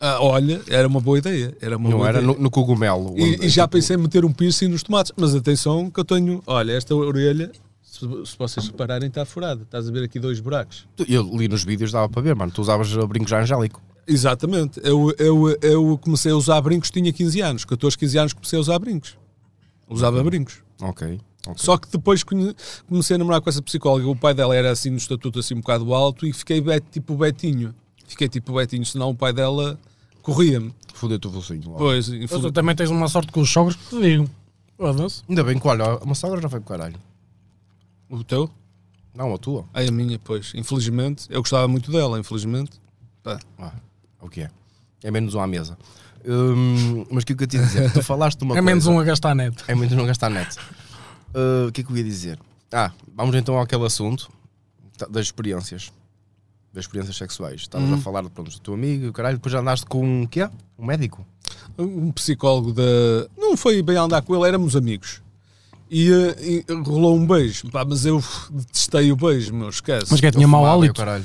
Ah, olha, era uma boa ideia. Era uma
não
boa
era
ideia.
no, no cogumelo.
E,
onde-
e já pensei em meter um piercing nos tomates, mas atenção que eu tenho, olha, esta orelha, se, se vocês repararem, está furada. Estás a ver aqui dois buracos.
Eu li nos vídeos, dava para ver, mano. Tu usavas uh, brincos angélico.
Exatamente. Eu, eu, eu comecei a usar brincos, tinha 15 anos. 14, 15 anos comecei a usar brincos. Usava brincos.
Ok. ok.
Só que depois conhe- comecei a namorar com essa psicóloga. O pai dela era assim no estatuto, assim um bocado alto, e fiquei bet- tipo Betinho. Fiquei tipo Betinho, senão o pai dela corria-me.
Fudeu-te o focinho. logo.
Pois,
Mas
infeliz-
tu também tens uma sorte com os sogros que te digo. Foda-se.
Ainda bem que, olha, uma sogra já foi para o caralho.
o teu?
Não, a tua.
Ai, a minha, pois. Infelizmente, eu gostava muito dela, infelizmente. Pá.
Ah, o que é? É menos um à mesa. Hum, mas o que é que eu te ia dizer? Tu falaste de uma
É menos
coisa.
um a gastar neto.
É menos um a gastar net. Uh, o que é que eu ia dizer? Ah, vamos então àquele assunto ta- das experiências. Das experiências sexuais. Estavas a falar pronto, do teu amigo e o caralho, depois já andaste com um quê? Um médico?
um psicólogo da. Não foi bem andar com ele, éramos amigos. E, eh, e rolou um beijo, pá, mas eu detestei o beijo, meu, esquece.
Mas que é,
Ele
tinha mau
fumava e o
hálito.
caralho.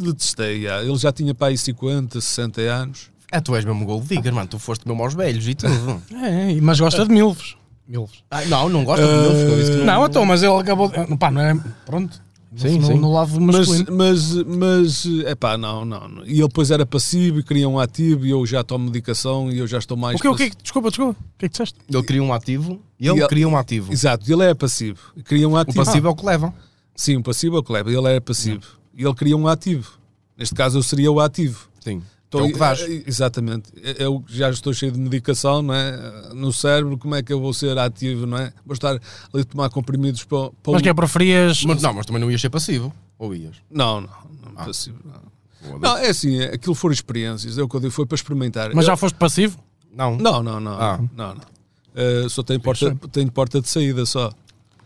Detestei, já. ele já tinha pá aí 50, 60 anos.
Ah, tu és mesmo gold digger, mano. Tu foste mesmo aos velhos e tudo.
É, mas gosta de milfos. Milfos.
Ah, não, não gosto de milfos, que eu disse que não.
Não, então, mas ele acabou de... Pá, não é... Pronto.
Sim,
no,
sim.
no lado
Mas,
masculino.
mas, mas, é pá, não, não. não. E ele depois era passivo e queria um ativo e eu já tomo medicação e eu já estou mais.
o que, o que, é
passivo.
que- desculpa, desculpa. O que é que disseste?
Ele queria um ativo e
E
ele
ele-
queria um ativo.
Exato, ele é passivo. Queria um
O
ativo.
passivo é o que levam.
Sim, um passivo é o que leva, ele era passivo. E ele queria um ativo. Neste caso eu seria o ativo.
Sim.
Então,
é o que vais.
eh, eh, Exatamente. Eu já estou cheio de medicação não é? no cérebro, como é que eu vou ser ativo, não é? Vou estar ali a tomar comprimidos para, para
Mas
um-
que é, preferias...
Mas, não, mas também não ias ser passivo. Ou ias?
Não, não, não,
Ah.
é possível, não. Não, é assim, é- aquilo foram experiências, é o que eu digo, foi para experimentar.
Mas
Eu-
já foste passivo?
Não.
Não, não, não,
Ah. é
não, não. Eh, só tenho porta, tenho porta de saída só.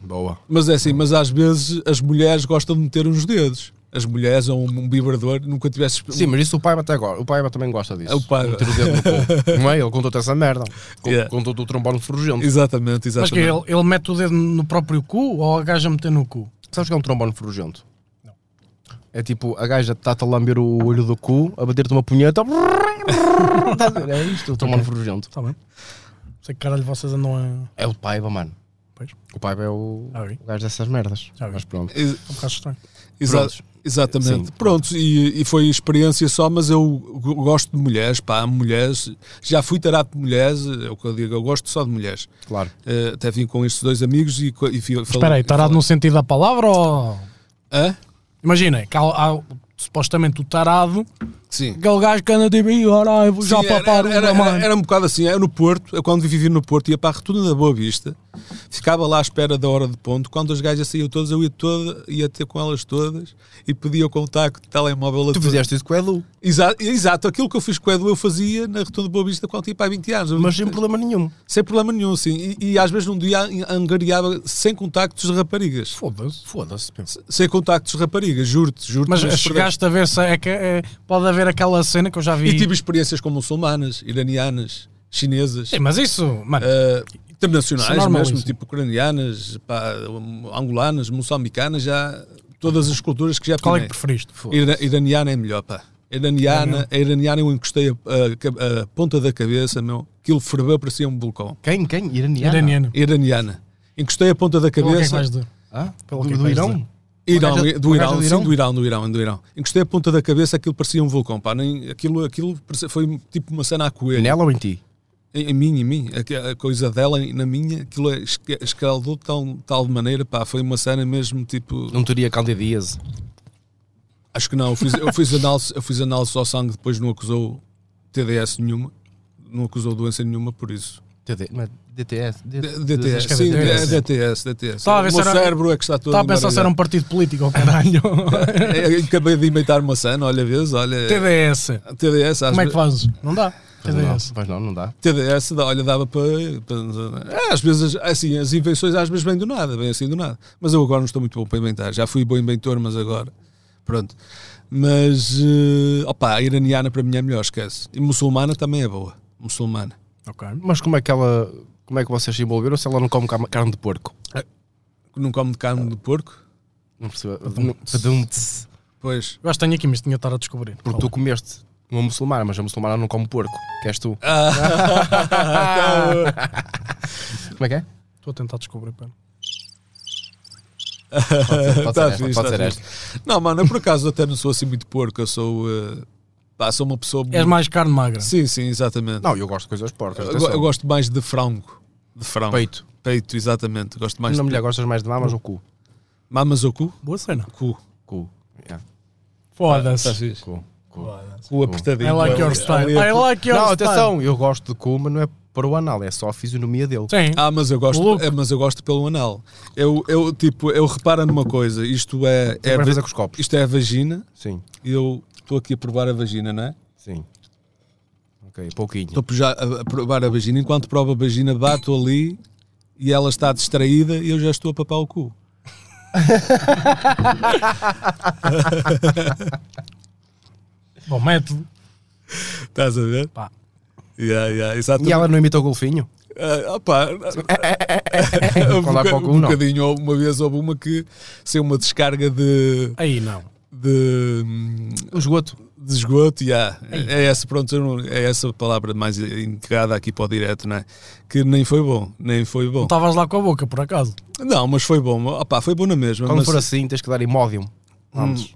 Boa.
Mas é assim, mas às vezes as mulheres gostam de meter uns dedos. As mulheres ou um, um vibrador, nunca tivesse exper-
Sim, mas isso o Paiva até agora. O Paiva também gosta disso.
É o Paiva.
Meter o dedo no cu. Não é? Ele contou-te essa merda. Con-
Yeah.
Contou-te o trombone furgente.
Exatamente,
Mas que
exatamente.
ele, ele mete o dedo no próprio cu ou a gaja meter no cu?
Sabes o que é um trombone furgente? É tipo, a gaja está-te a lamber o olho do cu, a bater-te uma punheta. é isto, o trombone furgente.
Está Tá bem. Sei que caralho vocês andam a...
É o Paiva, mano.
Pois.
O Paiva é o,
Ah, vi.
o gajo dessas merdas.
Já vi.
Mas pronto.
Ex-
Um bocado estranho.
Exa-
Prontos.
Exatamente.
Sim.
Pronto, e, e foi experiência só, mas eu go- gosto de mulheres, pá, mulheres. Já fui tarado de mulheres, é o que eu digo, eu gosto só de mulheres.
Claro.
Eh, até vim com estes dois amigos e, co- e fui- falei-
Espera aí, tarado no sentido da palavra ou...
Hã?
Imagina, que há, há supostamente o tarado,
Sim.
aquele gajo que anda tipo, "Ih, ora, eu vou já
Sim, era,
papar
era,
uma,
era,
mano."
era um bocado assim, eu no Porto, eu quando vivi no Porto, ia para a Rotunda da Boa Vista, ficava lá à espera da hora de ponto, quando as gajas saíam todas, eu ia, toda, ia ter com elas todas e pedia o contacto de telemóvel a
Tu
todas.
fizeste isso com o Edu,
Exato, exato, aquilo que eu fiz com o Edu eu fazia na Rotunda de Boa Vista quando tinha para 20 anos.
mas sem problema nenhum.
Sem problema nenhum, sim. E, e às vezes num dia angariava sem contactos de raparigas.
Foda-se.
Foda-se. meu.
Sem contactos de raparigas, juro-te, juro-te.
Mas
não se
chegaste a ver se é que é- pode haver aquela cena que eu já
perdesse.
vi.
E tive experiências com muçulmanas, iranianas, chinesas,
Sim, É, mas isso, mano,
ah,
Isso é
internacionais
normal,
mesmo,
isso.
tipo ucranianas, pá, um, angolanas, moçambicanas, já todas as culturas que já
qual é que
tinha.
preferiste?
Ira- iraniana é melhor, pá. Iraniana, a iraniana eu encostei a, a ca- a ponta da cabeça, meu, aquilo ferveu para um vulcão.
Quem? Quem? Iraniana?
Iraniano.
Iraniana. Encostei a ponta da
Pelo que é que
cabeça.
vais dizer?
Hã?
Pelo que
do,
é que
do
vais
Ah? Irão?
dizer?
Irão,
Uma
é-
gaja-
do,
uma
Irão,
gaja do
sim,
Irão?
do Irão, do Irão, do Irão. Encostei a ponta da cabeça, aquilo parecia um vulcão, pá. Nem, aquilo, aquilo parece- foi tipo uma cena a coelho.
Nela ou em ti?
Em, em mim, em mim. A, a coisa dela, em- na minha, aquilo é esca- escaldou de tal, tal maneira, pá. Foi uma cena mesmo, tipo...
Não teria candidíase.
Acho que não. Eu fiz, eu fiz, análise, eu fiz análise ao sangue, depois não acusou TDS nenhuma. Não acusou doença nenhuma por isso.
TD, não é DTS?
D-
acho que é
DTS, sim,
DTS.
é DTS, DTS.
Estava a ver
o
se
meu
era-
cérebro é que está todo
Estava a pensar se era um
embaralhado.
partido político, oh, caralho.
Eu Acabei de inventar uma cena, olha, vês, olha...
TDS.
TDS, às
Como é
vezes-
que fazes? Não dá. TDS.
Mas não, não dá.
TDS, dá- olha, dava para, para- é, Às vezes, assim, as invenções às vezes vêm do nada, vêm assim do nada. Mas eu agora não estou muito bom para inventar. Já fui bom inventor, mas agora. Pronto. Mas, eh, opá, a iraniana para mim é melhor, esquece. E muçulmana também é boa. Muçulmana.
Ok.
Mas como é que ela. Como é que vocês se envolveram se ela não come cam- carne de porco?
Não come de carne de porco?
Não percebo.
um-
Não- Pedum-te.
Pois.
Eu acho que tenho aqui, mas tinha de estar a descobrir.
Porque tu comeste uma muçulmana, mas a muçulmana não come porco. Que és
Ah.
tu. Como é que é?
Tá,
Estou a tentar descobrir, pera.
Pode
Tá
ser esta,
fixe,
pode
tá
ser
fixe. Não, mano, eu por acaso até não sou assim muito porco. Eu sou. eh, pá, sou uma pessoa.
És mais carne magra.
Sim, sim, exatamente.
Não, eu gosto de coisas porcas.
eu,
atenção.
go- eu gosto mais de frango. De frango.
Peito.
Peito, exatamente. Gosto mais
Na
de
mulher gostas mais de mamas ou cu?
Mamas ou cu?
Boa cena.
Cu.
Cu.
É.
Yeah.
Está
Foda-se.
fixe.
Cu. cu.
Cu apertadinho.
I like your
é
style. I like your
Não,
style.
atenção, eu gosto de cu, mas não é para o anal, é só a fisionomia dele.
Sim.
Ah, mas eu gosto,
Look.
é, mas eu gosto pelo anal. Eu, eu tipo, eu reparo numa coisa, isto é, é
É para
va-
fazer com os copos.
isto é a vagina,
Sim,
e eu estou aqui a provar a vagina, não é?
sim. Ok, pouquinho.
Estou já a a provar a vagina, enquanto provo a vagina, bato ali e ela está distraída e eu já estou a papar o cu.
Bom método.
Estás a ver?
Pá.
Yeah, yeah, exatamente.
E ela não imita o golfinho?
Ah, opá, um,
é
Falar
boca-
para o cu,
um
não.
bocadinho, houve uma vez houve uma que saiu uma descarga de,
Aí não.
de, hum,
O esgoto.
de esgoto, yeah. é, essa, pronto, eu não- é essa palavra mais indicada aqui para o direto, não é? Que nem foi bom, nem foi
Não tá.
bom.
estavas lá com a boca, por acaso.
Não, mas foi bom, opá, foi bom na mesma.
Quando
mas,
for assim, tens que dar imódium. Vamos.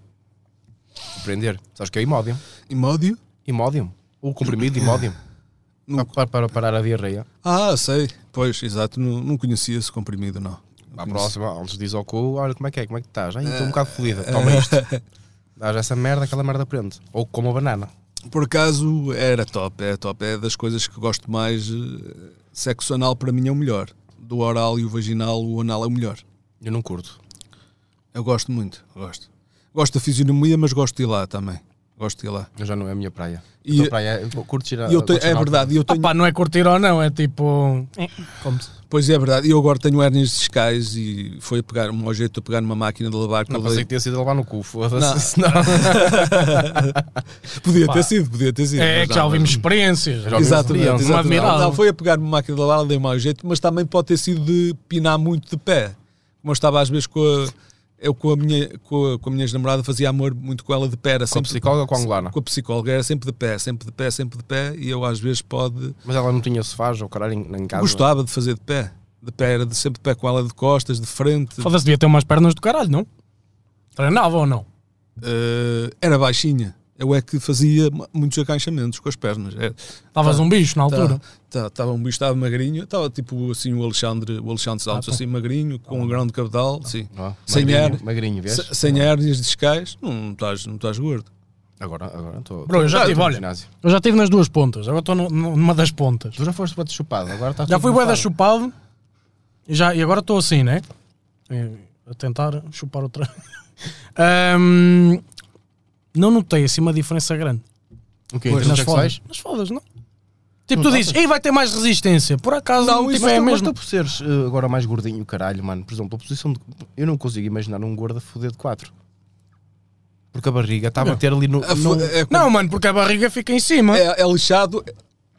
Aprender. Sabes o que é imódium?
Imódio?
Imódium. O comprimido imódium. Para, para parar a diarreia.
Ah, sei, pois, exato, não, não conhecia esse comprimido, não.
À próxima, antes diz ao cu, olha como é que é, como é que estás? Ai, estou um bocado fodida, toma isto. Dás essa merda, aquela merda prende. Ou como a banana.
Por acaso era top, é top, é das coisas que gosto mais. eh, Sexo anal para mim é o melhor. Do oral e o vaginal, o anal é o melhor.
Eu não curto.
Eu gosto muito, gosto. Gosto da fisionomia, mas gosto de ir lá também. Gosto de ir lá.
Eu já não é a minha praia.
E-
E, praia eu curto ir a,
E eu tenho,
gosto de ir
é
ao-
verdade, e eu tenho
Opa, não é curtir ou não, é tipo. eh, Como se.
Pois é, é verdade. Eu agora tenho hérnias discais e foi a pegar um jeito a pegar numa máquina de lavar que
Não,
eu
pensei
dei.
que tinha sido a levar no cu,
Não.
foda-se. Senão-
Podia
Pá.
ter sido, podia ter sido.
É
mas
que já
não,
ouvimos
mas-
experiências.
Já ouvimos
Exatamente,
experiências.
exatamente.
Uma admirável.
Não, foi a pegar numa máquina de lavar, dei mau jeito, mas também pode ter sido de pinar muito de pé. Como eu estava às vezes com a. Eu com a minha, com a, com a minha namorada fazia amor muito com ela de pé, era
Com a
sempre.
psicóloga é? ou com a angolana?
Com a psicóloga, era sempre de pé, sempre de pé, sempre de pé, e eu às vezes pode.
Mas ela não tinha sofás ou caralho em, em casa.
Gostava de fazer de pé. De pé, era de sempre de pé com ela de costas, de frente.
Foda-se, devia ter umas pernas do caralho, não? Treinava ou não?
eh, era baixinha. Eu é que fazia m- muitos aganchamentos com as pernas. Era-
Estavas
Tá.
um bicho na altura.
Estava um bicho, estava magrinho, estava tipo assim o Alexandre, o Alexandre Santos,
Ah, tá.
assim magrinho, com um grande cabedal, sim.
Ah,
Sem
magrinho,
ar.
magrinho, vês?
Se-
Tá
Sem hérnias discais, não, não, estás, não estás gordo.
Agora, agora estou.
Bro, eu já tive, olha. Eu já estive nas duas pontas, agora estou nu- nu- numa das pontas.
Tu já foste para chupado, agora estás
Já
todo
fui boeda
chupado.
chupado e, já, e agora estou assim, né? E- A tentar chupar outra. Ahm, não notei assim uma diferença grande. Tipo,
O quê?
Pois,
Então,
nas
o que é que
fodas.
faz?
Nas fodas, não. Tipo, tu dizes, ei, vai ter mais resistência. Por acaso,
Não,
não,
isso
então,
tipo,
Mas
é
tu
mesmo.
gosta por seres eh, agora mais gordinho, caralho, mano. Por exemplo, a posição de. Eu não consigo imaginar um gordo a foder de 4. Porque a barriga está a eh, bater ali no.
A fo-
no-
é,
Não, mano, porque a barriga fica em cima.
é, é lixado.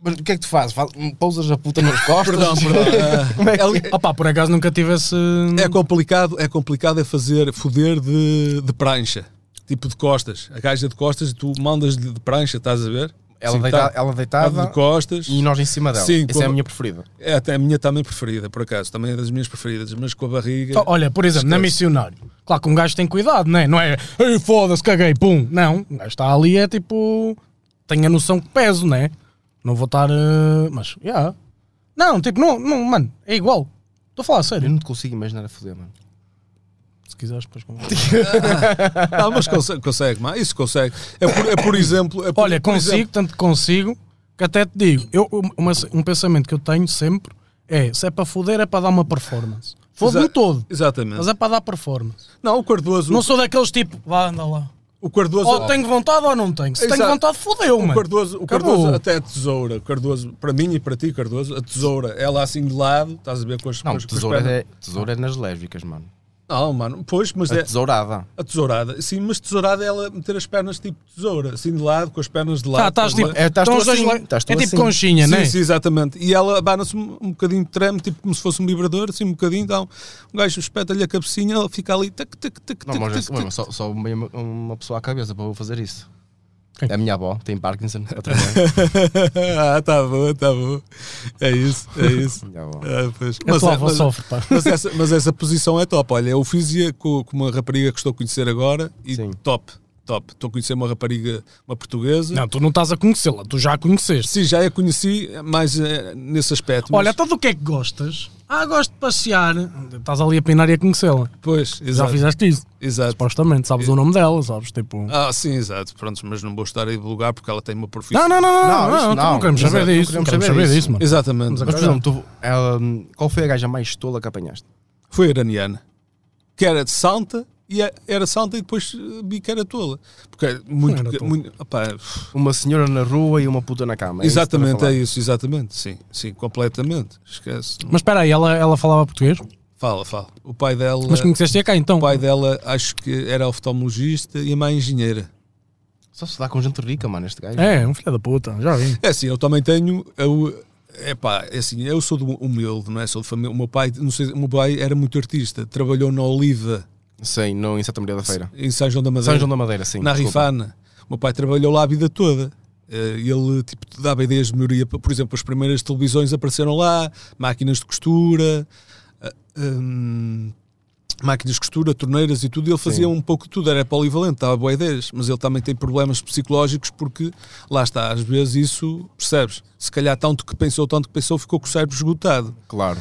Mas o que é que tu fazes? Faz- Pousas a puta nas costas?
Perdão, perdão. eh,
Como é que
é li-
Opa, por acaso nunca tive esse.
É complicado, é complicado é fazer foder de, de prancha, tipo de costas. A gaja de costas e tu mandas de, de prancha, estás a ver?
Ela,
Sim,
deita-
tá.
ela
Estava
deitada
de costas.
Hum.
e nós em cima dela.
Sim,
Essa é a
como-
minha preferida.
É até a minha também preferida, por acaso. Também é das minhas preferidas, mas com a barriga.
Oh, Olha, por exemplo, na
Esquece.
missionário. Claro que um gajo tem cuidado, né? não é? Ei, foda-se, caguei, pum. Não, um gajo está ali, é tipo. Tenho a noção que peso, né? Não vou estar. eh, Mas, já. Não, tipo, não, não, mano, é igual. Estou a falar a
Eu
Hum.
sério.
não te consigo imaginar a foder, mano.
Se quiseres, depois. como-
Ah, mas conse- consegue, mas isso consegue. É por, é por exemplo. é por-
Olha,
por
consigo,
exemplo-
tanto consigo, que até te digo, eu, uma- um pensamento que eu tenho sempre é: se é para foder, é para dar uma performance. Fodo-me
Exa-
todo, mas
Exatamente.
é para dar performance.
Não, o Cardoso.
Não sou daqueles tipo, vá, anda lá.
O Cardoso.
Ou tenho vontade ou não tenho. Se tenho
Exato.
vontade, fodeu,
o
mano.
Cardoso, o
Acabou.
Cardoso até a tesoura, o Cardoso, para mim e para ti, Cardoso, a tesoura, ela assim de lado, estás a ver com as
Não,
com as- com as
tesoura
pernas.
é, tesoura é nas lésbicas, mano.
é-
Não, mano, pois, mas
A
é,
tesourada.
A tesourada, sim, mas tesourada é ela meter as pernas tipo tesoura, assim de lado, com as pernas de lado.
Tá, estás
com
tipo,
as
É, estás
estão
tu
os dois
assim,
lá-
estás tu
é tipo
assim.
conchinha,
Sim,
né?
sim, exatamente. E ela abana-se um, um bocadinho, treme, tipo como se fosse um vibrador, assim um bocadinho, então um gajo espeta-lhe a cabecinha, ela fica ali, tac, tac, tac,
Não,
tac,
mas
tac,
ué, mas
tac.
só, só uma, uma pessoa à cabeça para eu fazer isso.
Quem?
A minha avó tem Parkinson. outra vez.
ah, tá bom, tá bom. É isso, é isso.
Minha avó.
Ah, pois.
A tua
é-
avó sofre, pá.
mas essa, mas essa posição é top. Olha, eu fiz-a com, com uma rapariga que estou a conhecer agora e
Sim.
top, top. Estou a conhecer uma rapariga, uma portuguesa.
Não, tu não estás a conhecê-la, tu já a conheceste.
Sim, já a conheci, mas eh, nesse aspecto. mas-
Olha, até do que é que gostas? Ah, gosto de passear. Estás ali a pinar e a conhecê-la.
Pois,
Já
exato.
fizeste isso,
exato.
supostamente. Sabes o nome dela, sabes? Tipo.
Ah, sim, exato. Pronto, mas não vou estar a divulgar porque ela tem uma profissão.
Não, não, não, não,
Não,
não,
isso
não, tu não,
não.
queremos
Exato,
saber
não
disso. Não
queremos
queremos
saber disso.
saber disso, mano.
Exatamente.
Mas, por exemplo, tu, ela, hum, qual foi a gaja mais estola que apanhaste?
Foi iraniana. Que era de santa e é- era santa e depois eh, vi que era tola. Porque é muito.
Não era tola. É
muito opá, uf,
Uma senhora na rua e uma puta na cama.
exatamente, é
isso.
isso, exatamente. Sim, sim, completamente. Esquece.
Mas espera aí, ela, ela falava português?
Fala, fala. O pai dela.
Mas conheceste-a cá então?
O pai dela acho que era oftalmologista e a mãe engenheira.
que ela fala. Só se dá com gente rica, mano, este gajo.
É, um filho da puta, já vi.
É assim, eu também tenho. Eu, é pá, é assim, eu sou de humilde, não é? Sou de família. O meu pai, não sei, o meu pai era muito artista, trabalhou na Oliva,
Sim, não em Santa Maria da Feira.
em São João da Madeira,
São João da Madeira, sim.
na
desculpa.
Rifana. O meu pai trabalhou lá a vida toda. Eh, Ele tipo, dava ideias de melhoria. Por exemplo, as primeiras televisões apareceram lá, máquinas de costura, eh, hum, máquinas de costura, torneiras e tudo. Ele fazia um pouco de tudo, era polivalente, dava boas ideias. Mas ele também tem problemas psicológicos porque, lá está, às vezes isso, percebes? Se calhar tanto que pensou, tanto que pensou, ficou com o cérebro esgotado.
Claro.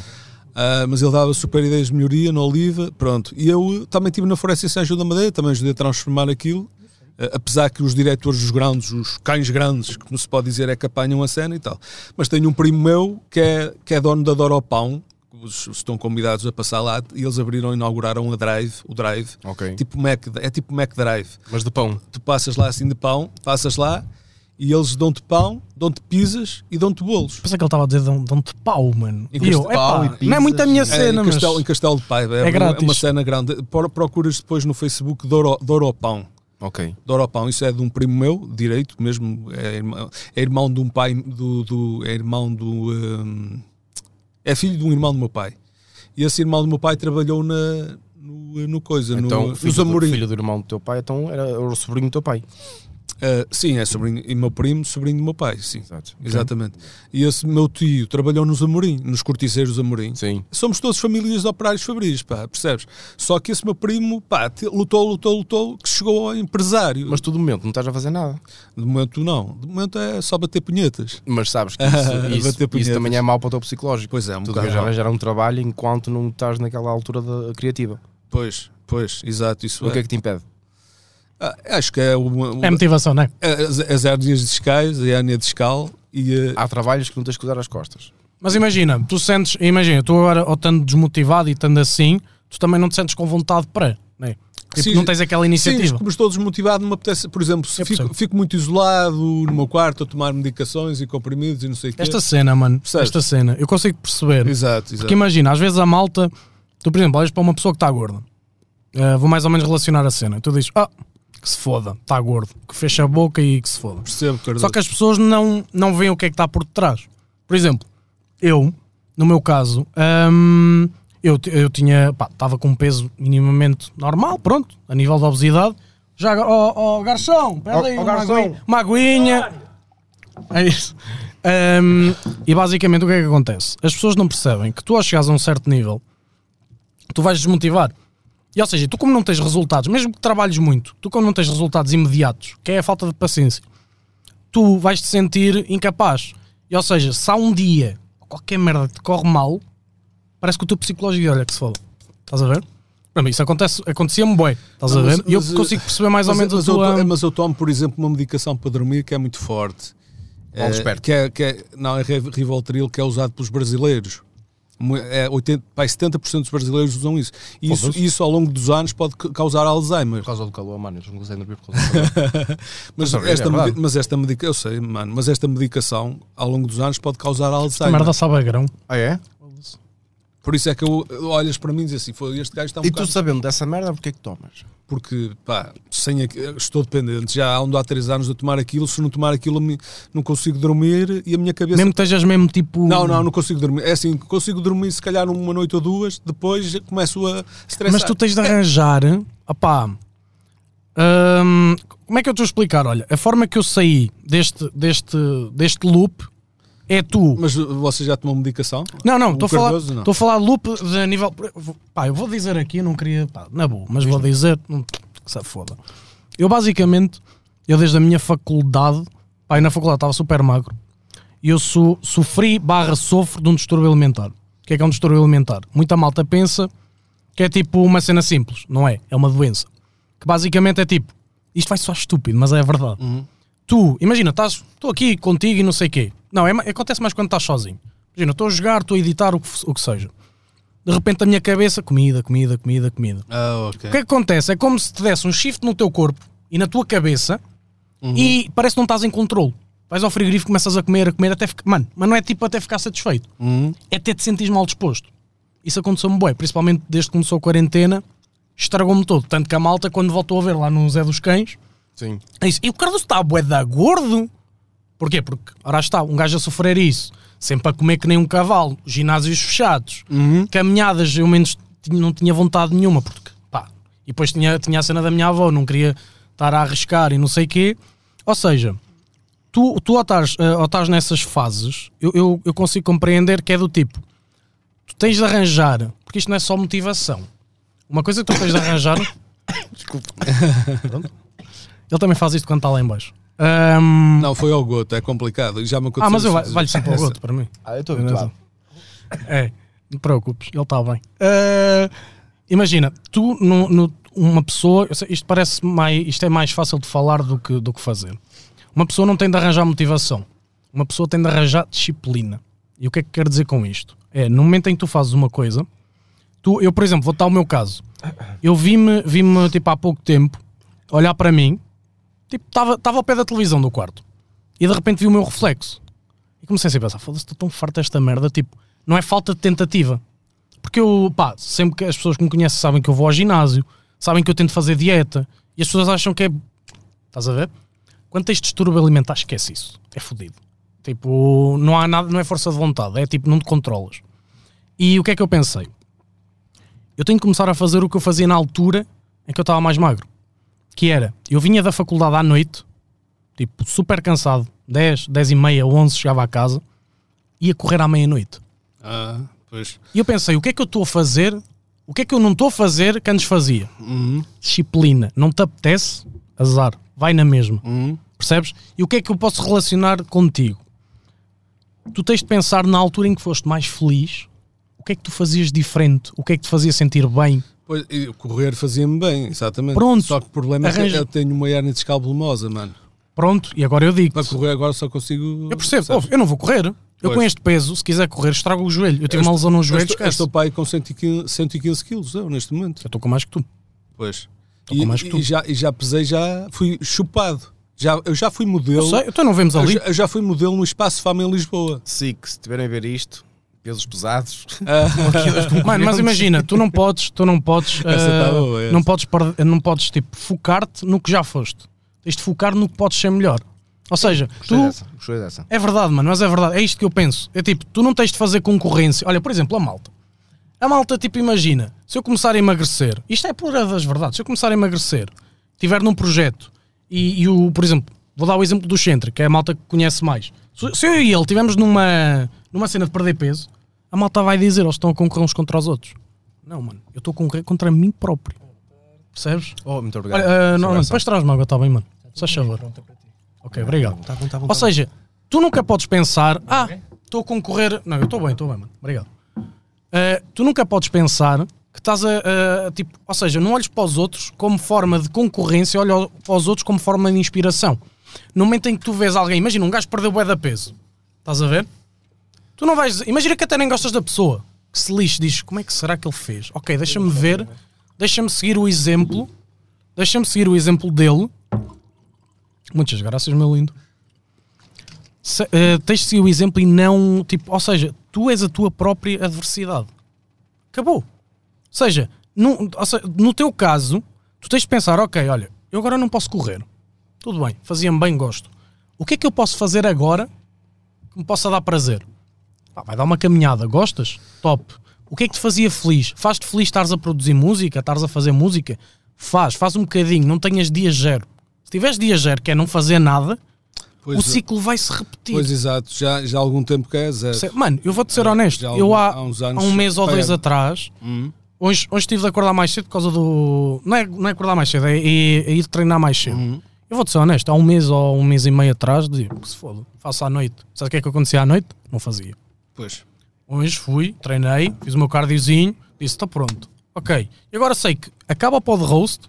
Ah, mas ele dava super ideias de melhoria na Oliva, pronto. E eu eh, também estive na Floresta em São João da Madeira, também ajudei a transformar aquilo. eh, apesar que os diretores, os grandes, os cães grandes, que não se pode dizer é que apanham a cena e tal. Mas tenho um primo meu que é, que é dono da Doropão, que os- estão convidados a passar lá, e eles abriram e inauguraram a Drive, o Drive.
Ok.
Tipo Mac, é tipo Mac Drive
Mas de pão.
tu passas lá assim de pão, passas lá e eles dão-te pão, dão-te pizzas e dão-te bolos.
Pensei que ele estava a dizer um, dão- dão-te pau, mano.
E
E eu,
custa pau
epá,
e
não é
pizzas.
muito a minha
É,
É,
cena,
em,
mas.
Castelo, em Castelo de Paiva, é,
É
uma,
grátis.
uma cena grande. Pro- Procuras depois no Facebook Doro, Doropão.
Ok.
Doropão, isso é de um primo meu, direito mesmo, é irmão, é irmão de um pai, do, do- é irmão do... hum, é filho de um irmão do meu pai. E esse irmão do meu pai trabalhou na, no, no coisa,
Então,
no,
filho,
nos
do,
Amorim.
filho do irmão do teu pai, então era o sobrinho do teu pai.
Ah, sim, é sobrinho e meu primo, sobrinho do meu pai, sim.
Exato.
Exatamente. E esse meu tio trabalhou nos Amorim, nos corticeiros Amorim.
Sim.
Somos todos famílias de operários fabris, pá, percebes? Só que esse meu primo, pá, te- lutou, lutou, lutou, que chegou ao empresário.
Mas tu de momento não estás a fazer nada.
de momento não. De momento é só bater punhetas.
Mas sabes que isso,
Bater
isso, isso
punhetas.
também é mau para o teu psicológico.
Pois é, um
tu
bocado.
deves arranjar um trabalho enquanto não estás naquela altura da criativa.
Pois, pois, exato, isso
O que
é.
é que te impede?
Ah, acho que é uma...
É motivação, não é?
as, as hérnias discais, a hérnia discal e eh, a...
Ah,
Há trabalhos que não tens que usar as costas.
Mas imagina, tu sentes, imagina, tu agora, ou estando desmotivado e estando assim, tu também não te sentes com vontade para, não é? Tipo,
Sim,
não tens aquela
Sim,
iniciativa.
mas estou desmotivado, não me apetece, por exemplo, se
tipo- Eu
fico,
percebo.
fico muito isolado no meu quarto a tomar medicações e comprimidos e não sei o quê.
Esta cena, mano,
Percebes?
esta cena, eu consigo perceber.
Exato, exato.
Porque imagina, às vezes a malta, tu por exemplo, olhas para uma pessoa que está gorda, Eh, vou mais ou menos relacionar a cena, tu dizes, ah, que se foda, está gordo, que fecha a boca e que se foda.
Percebo, Cardoso.
Só que as pessoas não, não veem o que é que está por detrás. Por exemplo, eu, no meu caso, hum, eu, ti- eu tinha, pá, estava com um peso minimamente normal, pronto, a nível de obesidade. Já, agora- ó, ó,
Ó,
garçom, pede aí
ó,
uma,
garçom.
aguinha, uma aguinha. É isso. Hum, e basicamente o que é que acontece? As pessoas não percebem que tu ao chegares a um certo nível, tu vais desmotivar. E ou seja, tu como não tens resultados, mesmo que trabalhes muito, tu como não tens resultados imediatos, que é a falta de paciência, tu vais te sentir incapaz. E, ou seja, se há um dia qualquer merda que te corre mal, parece que o teu psicológico diz, olha que se foda. Estás a ver? Para mim, isso acontece, acontecia-me bem. Estás a
Não, mas-
ver? E eu
mas,
consigo perceber mais ou
mas,
menos a
mas eu
tua...
to- mas eu tomo, por exemplo, uma medicação para dormir que é muito forte. É,
um esperto.
que é, que é- não, é Re- Rivotril, que é usado pelos brasileiros. Mu- É 80, pai, 70% dos brasileiros usam isso. E isso,
Foda-se.
isso ao longo dos anos pode ca- causar Alzheimer.
Por causa do calor, mano. Eu não consigo dormir por causa do calor. Mas
Mas
é
esta,
verdade.
medi- mas esta medicação, eu sei, mano, mas esta medicação ao longo dos anos pode causar
Esta
Alzheimer.
merda sabe a grão.
ah, é?
Por isso é que eu, olhas para mim e dizes assim: "Foi, este gajo está um
E tu
bocado
sabendo dessa merda, porque é que tomas?
porque pá, sem aqui- estou dependente. Já há, onde há três anos de eu tomar aquilo, se não tomar aquilo eu me- não consigo dormir e a minha cabeça.
Mesmo que estejas mesmo tipo...
Não, não, não consigo dormir. É assim, consigo dormir se calhar uma noite ou duas, depois começo a estressar.
Mas tu tens de arranjar, opá, hum, como é que eu estou a explicar? Olha, a forma que eu saí deste, deste, deste loop é tu.
Mas uh, você já tomou medicação?
Não, não,
O
estou a falar,
Cardoso, não.
estou a falar loop de nível. Pá, eu vou dizer aqui, eu não queria. Pá, na boa, mas vou dizer. hum, Que se foda. Eu basicamente, eu desde a minha faculdade, pá, eu na faculdade estava super magro, e eu so, sofri barra sofro de um distúrbio alimentar. O que é que é um distúrbio alimentar? Muita malta pensa que é tipo uma cena simples, não é? É uma doença. Que basicamente é tipo, isto vai soar estúpido, mas é a verdade
Uhum.
tu, imagina, estás, estou aqui contigo e não sei o quê. Não, é ma- acontece mais quando estás sozinho. Imagina, estou a jogar, estou a editar, o que, f- o que seja. De repente a minha cabeça, comida, comida, comida, comida.
Ah, ok.
O que é que acontece? É como se te desse um shift no teu corpo e na tua cabeça e parece que não estás em controle. Vais ao frigorífico, começas a comer, a comer, até ficar... Mano, mas não é tipo até ficar satisfeito. É até te sentir mal disposto. Isso aconteceu-me bem, principalmente desde que começou a quarentena, estragou-me todo. Tanto que a malta, quando voltou a ver lá no Zé dos Cães,
Sim.
é isso. E o Cardoso está a bué da gordo. Porquê? Porque, ora está, um gajo a sofrer isso, sempre a comer que nem um cavalo, ginásios fechados, caminhadas, eu menos tinha- não tinha vontade nenhuma, porque pá, e depois tinha, tinha a cena da minha avó, não queria estar a arriscar e não sei o quê. Ou seja, tu, tu ao, estás, eh, ao estás nessas fases, eu, eu, eu consigo compreender que é do tipo, tu tens de arranjar, porque isto não é só motivação. Uma coisa que tu tens de arranjar ele também faz isto quando está lá em baixo. Ahm,
Não, foi ao goto, é complicado. E Já me aconteceu
ah, mas eu
isso.
va- valho sempre ao outro para mim.
Ah, eu estou
habituado.
habituado.
É, não te preocupes, ele está bem. Ah, imagina, tu, no, no- uma pessoa, eu sei, isto parece mais, isto é mais fácil de falar do que, do que fazer. Uma pessoa não tem de arranjar motivação, uma pessoa tem de arranjar disciplina. E o que é que quero dizer com isto? É, no momento em que tu fazes uma coisa, tu, eu, por exemplo, vou dar o meu caso. Eu vi-me, vi-me tipo, há pouco tempo, olhar para mim, tipo, estava estava ao pé da televisão do quarto, e de repente vi o meu reflexo. E comecei assim a pensar, foda-se, estou tão farto desta merda, tipo, não é falta de tentativa. Porque eu, pá, sempre que as pessoas que me conhecem sabem que eu vou ao ginásio, sabem que eu tento fazer dieta, e as pessoas acham que é... Estás a ver? Quando tens distúrbio alimentar, esquece isso. É fodido. Tipo, não há nada, não é força de vontade, é tipo, não te controlas. E o que é que eu pensei? Eu tenho que começar a fazer o que eu fazia na altura em que eu estava mais magro. Que era, eu vinha da faculdade à noite, tipo, super cansado, 10, 10 e meia, 11, chegava a casa, ia correr à meia-noite.
Ah, pois.
E eu pensei, o que é que eu estou a fazer? O que é que eu não estou a fazer que antes fazia?
Uhum,
Disciplina. Não te apetece? Azar. Vai na mesma.
uhum.
Percebes? E o que é que eu posso relacionar contigo? Tu tens de pensar na altura em que foste mais feliz, o que é que tu fazias diferente? O que é que te fazia sentir bem?
Pois, e correr fazia-me bem, exatamente.
Pronto.
Só que o problema é que
Arranja-
eu tenho uma hernia discal volumosa, mano.
Pronto, e agora eu digo
Para correr agora só consigo.
Eu percebo,
Sabes?
ouve, eu não vou correr. Eu
Pois.
com este peso, se quiser correr, estrago o joelho. Eu tive
Eu
uma lesão no joelho,
eu estou, eu
esquece.
estou para aí com 115, 115 quilos, eu, neste momento.
Eu estou com mais que tu.
Pois.
Estou
E,
com mais que tu.
e já, e já pesei, já fui chupado. Já, eu já fui modelo.
Eu sei, então não vemos
eu
ali.
já- eu já fui modelo no Espaço Fama em Lisboa.
SIC, se tiverem a ver isto, pesos pesados.
Mano, mas imagina, tu não podes, tu não podes, eh,
tá boa, essa.
não podes, perder- não podes tipo, focar-te no que já foste. Tens de focar no que podes ser melhor. Ou seja,
Gostei
tu
dessa, gostei dessa.
É verdade, mano, mas é verdade. É isto que eu penso. É tipo, tu não tens de fazer concorrência. Olha, por exemplo, a malta. A malta, tipo, imagina, se eu começar a emagrecer, isto é pura das verdades, se eu começar a emagrecer, tiver num projeto e, e o, por exemplo, vou dar o exemplo do Centro, que é a malta que conhece mais. Se, se eu e ele estivermos numa, numa cena de perder peso, a malta vai dizer, eles estão a concorrer uns contra os outros. Não, mano, eu estou a concorrer contra mim próprio. Percebes?
Oh, muito
Olha,
obrigado.
ah,
Sim,
não, não,
Gonçalo.
depois traz-me água, está bem, mano. Só favor. Ok, obrigado.
Tá bom, tá bom,
Ou
tá bom.
seja, tu nunca podes pensar, ah, estou a concorrer. Não, eu estou bem, estou bem, mano. Obrigado. Ah, tu nunca podes pensar que estás a, a- a, Tipo, ou seja, não olhes para os outros como forma de concorrência, olha para os outros como forma de inspiração. No momento em que tu vês alguém, imagina um gajo perdeu o da peso, estás a ver? Tu não vais. Imagina que até nem gostas da pessoa que se lixe, diz como é que será que ele fez? Ok, deixa-me ver, deixa-me seguir o exemplo, deixa-me seguir o exemplo dele. Muitas graças, meu lindo. Se- eh, tens de seguir o exemplo e não. Tipo, ou seja, tu és a tua própria adversidade. Acabou. Ou seja, num- ou seja, no teu caso, tu tens de pensar: ok, olha, eu agora não posso correr. Tudo bem, fazia-me bem, gosto. O que é que eu posso fazer agora que me possa dar prazer? Pá, vai dar uma caminhada, gostas? Top. O que é que te fazia feliz? Faz-te feliz estares a produzir música, estares a fazer música? Faz, faz um bocadinho, não tenhas dia zero. Se tiveres dia zero, que é não fazer nada,
Pois, é.
o ciclo vai se repetir.
Pois exato, já, já há algum tempo que é zero.
Percebe? Mano, eu vou-te ser honesto.
já há
eu
um-
há,
há uns anos- Hum.
há um mês ou dois
Pera.
atrás, hoje, hoje estive de acordar mais cedo por causa do. Não é, não é acordar mais cedo, é, é- é ir treinar mais cedo.
Hum.
Eu vou-te ser honesto. Há um mês ou um mês e meio atrás, de que se foda, faço à noite. Sabe o que é que acontecia à noite? Não fazia.
Pois.
Hoje fui, treinei, fiz o meu cardiozinho, disse: está pronto. Ok. E agora sei que acaba o pod roast,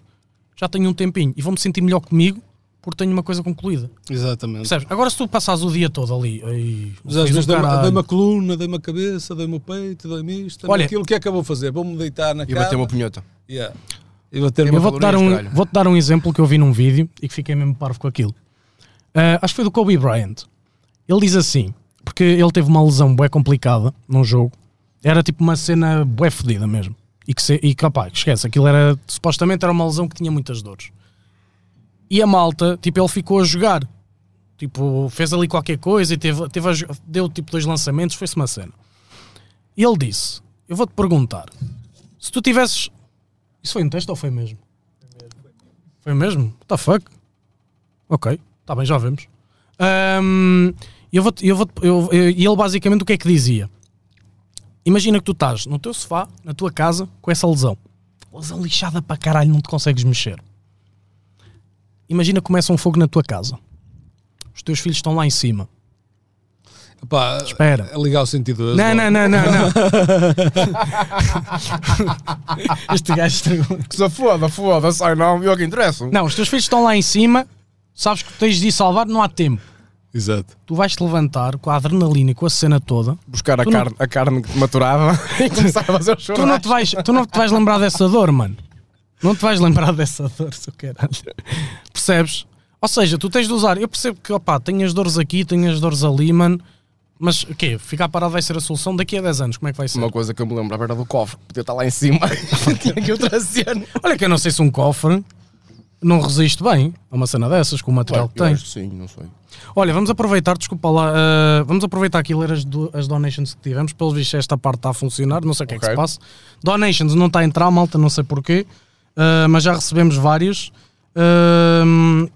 já tenho um tempinho e vou-me sentir melhor comigo porque tenho uma coisa concluída.
Exatamente.
Percebes? Agora se tu passares o dia todo ali. Ai,
Mas às
fiz um
vezes dei-me
caralho.
dei-me a coluna, dei-me a cabeça, dei-me o peito, dei-me isto, dei-me
Olha-
aquilo. O que é que eu vou fazer? Vou-me deitar na
E
cama.
bater uma punhota.
Yeah. E bater
Eu
uma...
vou-te dar, um,
caralho.
vou dar um exemplo que eu vi num vídeo e que fiquei mesmo parvo com aquilo. Ah, acho que foi do Kobe Bryant. Ele diz assim, porque ele teve uma lesão bué complicada num jogo. Era tipo uma cena bué fodida mesmo. E que, se, e que, opá, esquece, aquilo era, supostamente era uma lesão que tinha muitas dores. E a malta, tipo, ele ficou a jogar. Tipo, fez ali qualquer coisa e teve, teve a jo- deu tipo dois lançamentos, foi-se uma cena. E ele disse, eu vou-te perguntar, se tu tivesses... Isso foi um texto ou foi mesmo? Foi mesmo? What the fuck? Ok, está bem, já vemos. Ahm, eu vou, eu vou, eu, eu- e ele basicamente o que é que dizia? Imagina que tu estás no teu sofá, na tua casa, com essa lesão. Lesão lixada para caralho, não te consegues mexer. Imagina que começa um fogo na tua casa. Os teus filhos estão lá em cima.
Pá,
Espera.
é ligar o 112.
Não,
logo.
não, não, não, não. este gajo estragou.
Que se foda, foda, sai não, e o que interessa.
Não, os teus filhos estão lá em cima, sabes que tens de ir salvar, não há tempo.
Exato.
tu vais te levantar com a adrenalina e com a cena toda.
Buscar a
Tu não-
carne, a carne que te maturava e começar a fazer o
Tu não, te
churrasco.
vais, tu não te vais lembrar dessa dor, mano. Não te vais lembrar dessa dor, se eu caralho. Percebes? Ou seja, tu tens de usar. Eu percebo que, opá, tenho as dores aqui, tenho as dores ali, mano. Mas o quê? Ficar parado vai ser a solução daqui a 10 anos. Como é que vai ser?
Uma coisa que eu me lembrava era do cofre, que podia estar lá em cima. Tinha que o trazer.
Olha que eu não sei se um cofre não resiste bem a uma cena dessas, com o material que
Eu
tens.
acho que Sim, não sei.
Olha, vamos aproveitar, desculpa lá, ah, vamos aproveitar aqui e ler as, do- as donations que tivemos. Pelos vistos, esta parte está a funcionar, não sei o que é que se
Ok.
passa. Donations não eh, está a entrar, malta, não sei porquê, ah, mas já recebemos várias. Ah,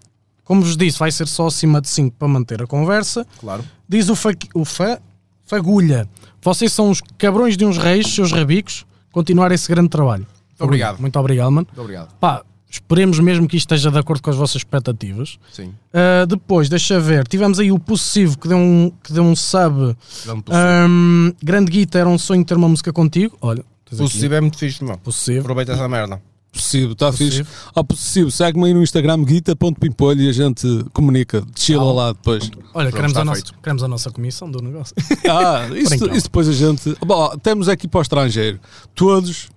Como vos disse, vai ser só acima de 5 para manter a conversa.
Claro.
Diz o, fa o fa Fagulha: Vocês são os cabrões de uns reis, seus rabicos, continuar esse grande trabalho.
Muito obrigado.
Muito obrigado, mano.
Muito obrigado.
Pá, esperemos mesmo que isto esteja de acordo com as vossas expectativas.
Sim.
Ah, depois, deixa ver, tivemos aí o Possessivo que deu um, que deu um sub.
Grande possível.
Ahm, grande Guita era um sonho ter uma música contigo. Olha, tens aqui.
Possível é muito fixe, meu.
Possessivo.
Aproveita essa merda.
Possível, está tá fixe.
Possível.
Ao possível, segue-me aí no Instagram guita.pimpolho e a gente comunica. Chila lá depois.
Olha, queremos
está
a, nossa,
feito.
queremos a nossa comissão do negócio.
Ah, isso,
Por enquanto.
isso depois a gente. Bom, temos aqui para o estrangeiro. Todos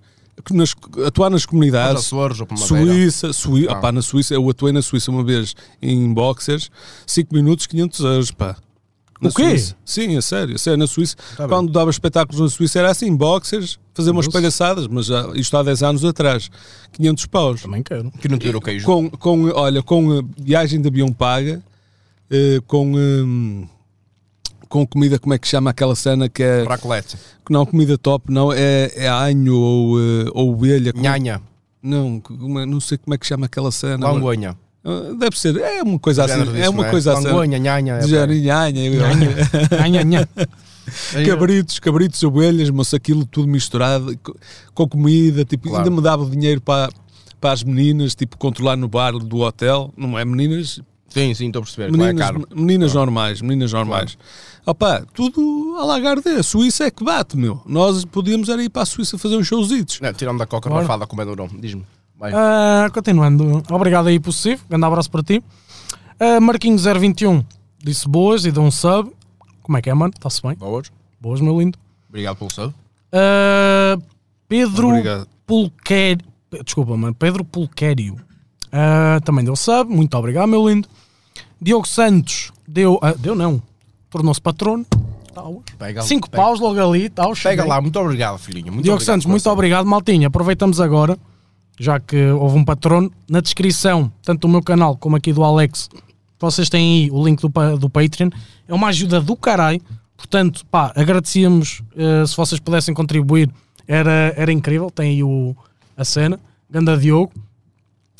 nas, atuar nas
Mas
comunidades.
Açores ou para Madeira.
Suíça, Suí
Ah.
opá, na Suíça, eu atuei na Suíça uma vez em boxers, 5 minutos, 500 euros, pá. Na
O quê?
Suíça. Sim, é sério, é sério, na Suíça.
Tá bem.
quando dava espetáculos na Suíça era assim, boxers, fazer umas
Nossa.
palhaçadas, mas já, isto há 10 anos atrás, 500 paus.
Também quero.
Que não te o queijo.
Com, com, olha, com eh, viagem de avião paga, eh, com, hum, com comida, como é que chama aquela cena que é.
Bracolete.
que Não, comida top, não, é, é anho ou, eh, ou ovelha. como-
Nhanha.
Não, como é- não sei como é que chama aquela cena. agora.
Langonha.
Ah, Deve ser, é uma coisa assim,
Género
é
disso,
uma
não
coisa assim.
Langonha, nhanha. é
De género, nhanha, eu-
Nhanha, nhanha.
bem.
Cabritos, cabritos, ovelhas, moço, aquilo tudo misturado co- com comida, tipo,
Claro.
ainda me dava dinheiro para, para as meninas, tipo, controlar no bar do hotel, não é meninas,
Sim, sim, estou a perceber. Claro, é
meninas,
caro.
meninas normais, meninas normais. Opa, tudo à lagarde, a Suíça é que bate, meu. Nós podíamos era ir para a Suíça fazer uns showzitos.
Não, tirando da coca
Claro.
rafada com medurão. Diz-me. Vai.
Ah, continuando, obrigado aí, possível. Grande abraço para ti. Ah, Marquinhos021 disse boas e deu um sub. Como é que é, mano? Está-se bem?
Boas.
Boas, meu lindo.
Obrigado pelo sub.
Ah, Pedro
Obrigado.
Pulquério. Desculpa, mano. Pedro Pulquério ah, também deu sub. Muito obrigado, meu lindo. Diogo Santos deu. ah, deu não. Tornou-se patrono. Tal.
Pega-
Cinco
pega-
paus logo ali. Tal,
Pega
cheguei.
lá, muito obrigado, filhinho. Muito
Diogo
obrigado
Santos,
pelo
muito
sub.
obrigado, Maltinha. Aproveitamos agora, já que houve um patrono, na descrição, tanto do meu canal como aqui do Alex, vocês têm aí o link do, pa- do Patreon. É uma ajuda do caralho. Portanto, pá, agradecíamos eh, se vocês pudessem contribuir, era, era incrível. Tem aí o, a cena. Ganda Diogo.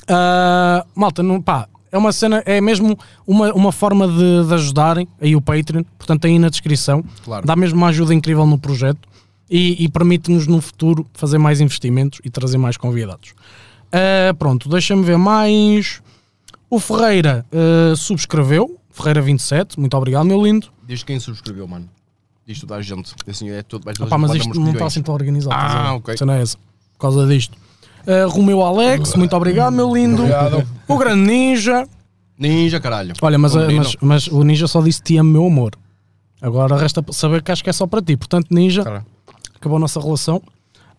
Ah, malta, não, pá, é uma cena, é mesmo uma, uma forma de, de ajudarem aí o Patreon, portanto aí na descrição.
Claro.
Dá mesmo uma ajuda incrível no projeto e, e permite-nos no futuro fazer mais investimentos e trazer mais convidados. Ah, pronto, deixa-me ver mais. O Ferreira ah, subscreveu, Ferreira27, muito obrigado, meu lindo.
Diz quem subscreveu, mano. Diz toda a gente. Assim, é tudo. Mas,
Opa, mas isto não está assim tão organizado.
Ah,
estás a ver?
ok.
A cena é essa, por causa disto. Ah, Romeu Alex, muito obrigado, meu lindo.
Obrigado.
O Grande Ninja.
Ninja, caralho.
Olha, mas, eh,
Menino.
mas, mas o Ninja só disse te amo, meu amor. Agora resta saber que acho que é só para ti. Portanto, Ninja,
Cara.
acabou a nossa relação.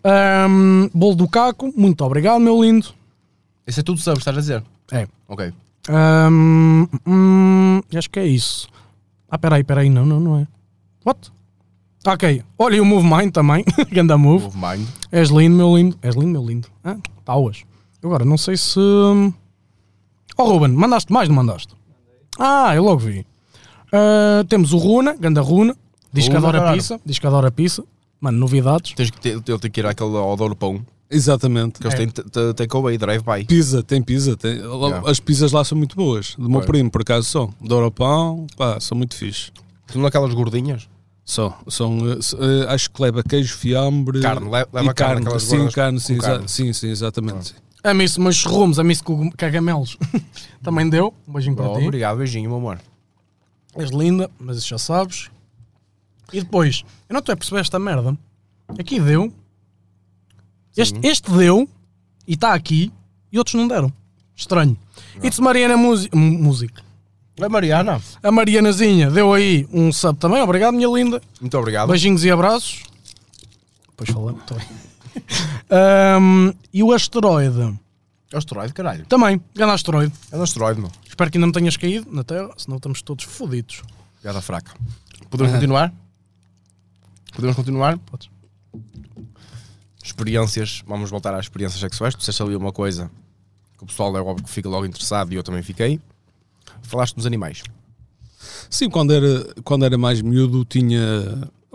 Ahm, Bolo do Caco, muito obrigado, meu lindo.
Isso é tudo sub, estás a dizer?
É.
Ok.
Ahm, hum, acho que é isso. Ah, peraí, peraí, não, não, não é. What? Ok, olha e o Move Mind também. Ganda Move.
Houve mine.
És lindo, meu lindo. És lindo, meu lindo. Hã? Tá hoje. Agora, não sei se. hum, Oh, Ruben, mandaste mais, não mandaste? Ah, eu logo vi. Ah, temos o Runa, ganda Runa. Diz que
Runa,
adora
caralho.
pizza. Diz que adora pizza. Mano, novidades.
Tens que ter, ele tem que ir àquele odor pão.
Exatamente.
É.
Que eles têm t- t- takeaway, drive-by.
Pizza, tem pizza. Tem, As pizzas lá são muito boas. Do meu
Pois.
primo, por acaso, são. Douro pão, pá, são muito fixe.
São aquelas gordinhas.
São, são eh, s- eh, acho que leva queijo, fiambre.
Carne, le- leva
e
carne,
carne.
aquelas
sim,
gordas
carne, sim,
com
exa-
carne.
sim, sim, exatamente.
Amo isso, mas rumos. Amo isso com cagamelos. Também deu. Um beijinho para
Oh,
ti.
obrigado, beijinho, meu amor.
És linda, mas isso já sabes. E depois, eu não estou a perceber esta merda. Aqui deu. Este, este deu e está aqui e outros não deram. Estranho. E de Mariana Musi- M- Música.
A Mariana.
A Marianazinha deu aí um sub também. Obrigado, minha linda.
Muito obrigado.
Beijinhos e abraços. Depois falamos. tá bem. Ahm, e o asteroide.
É um asteroide, caralho.
Também, grande asteroide.
É um asteroide, meu.
Espero que ainda não tenhas caído na Terra, senão estamos todos fodidos.
Piada fraca. Podemos continuar? Podemos continuar?
Podes.
Experiências, vamos voltar às experiências sexuais. Tu disseste ali uma coisa que o pessoal é óbvio que fica logo interessado e eu também fiquei. Falaste dos animais.
Sim, quando era, quando era mais miúdo tinha.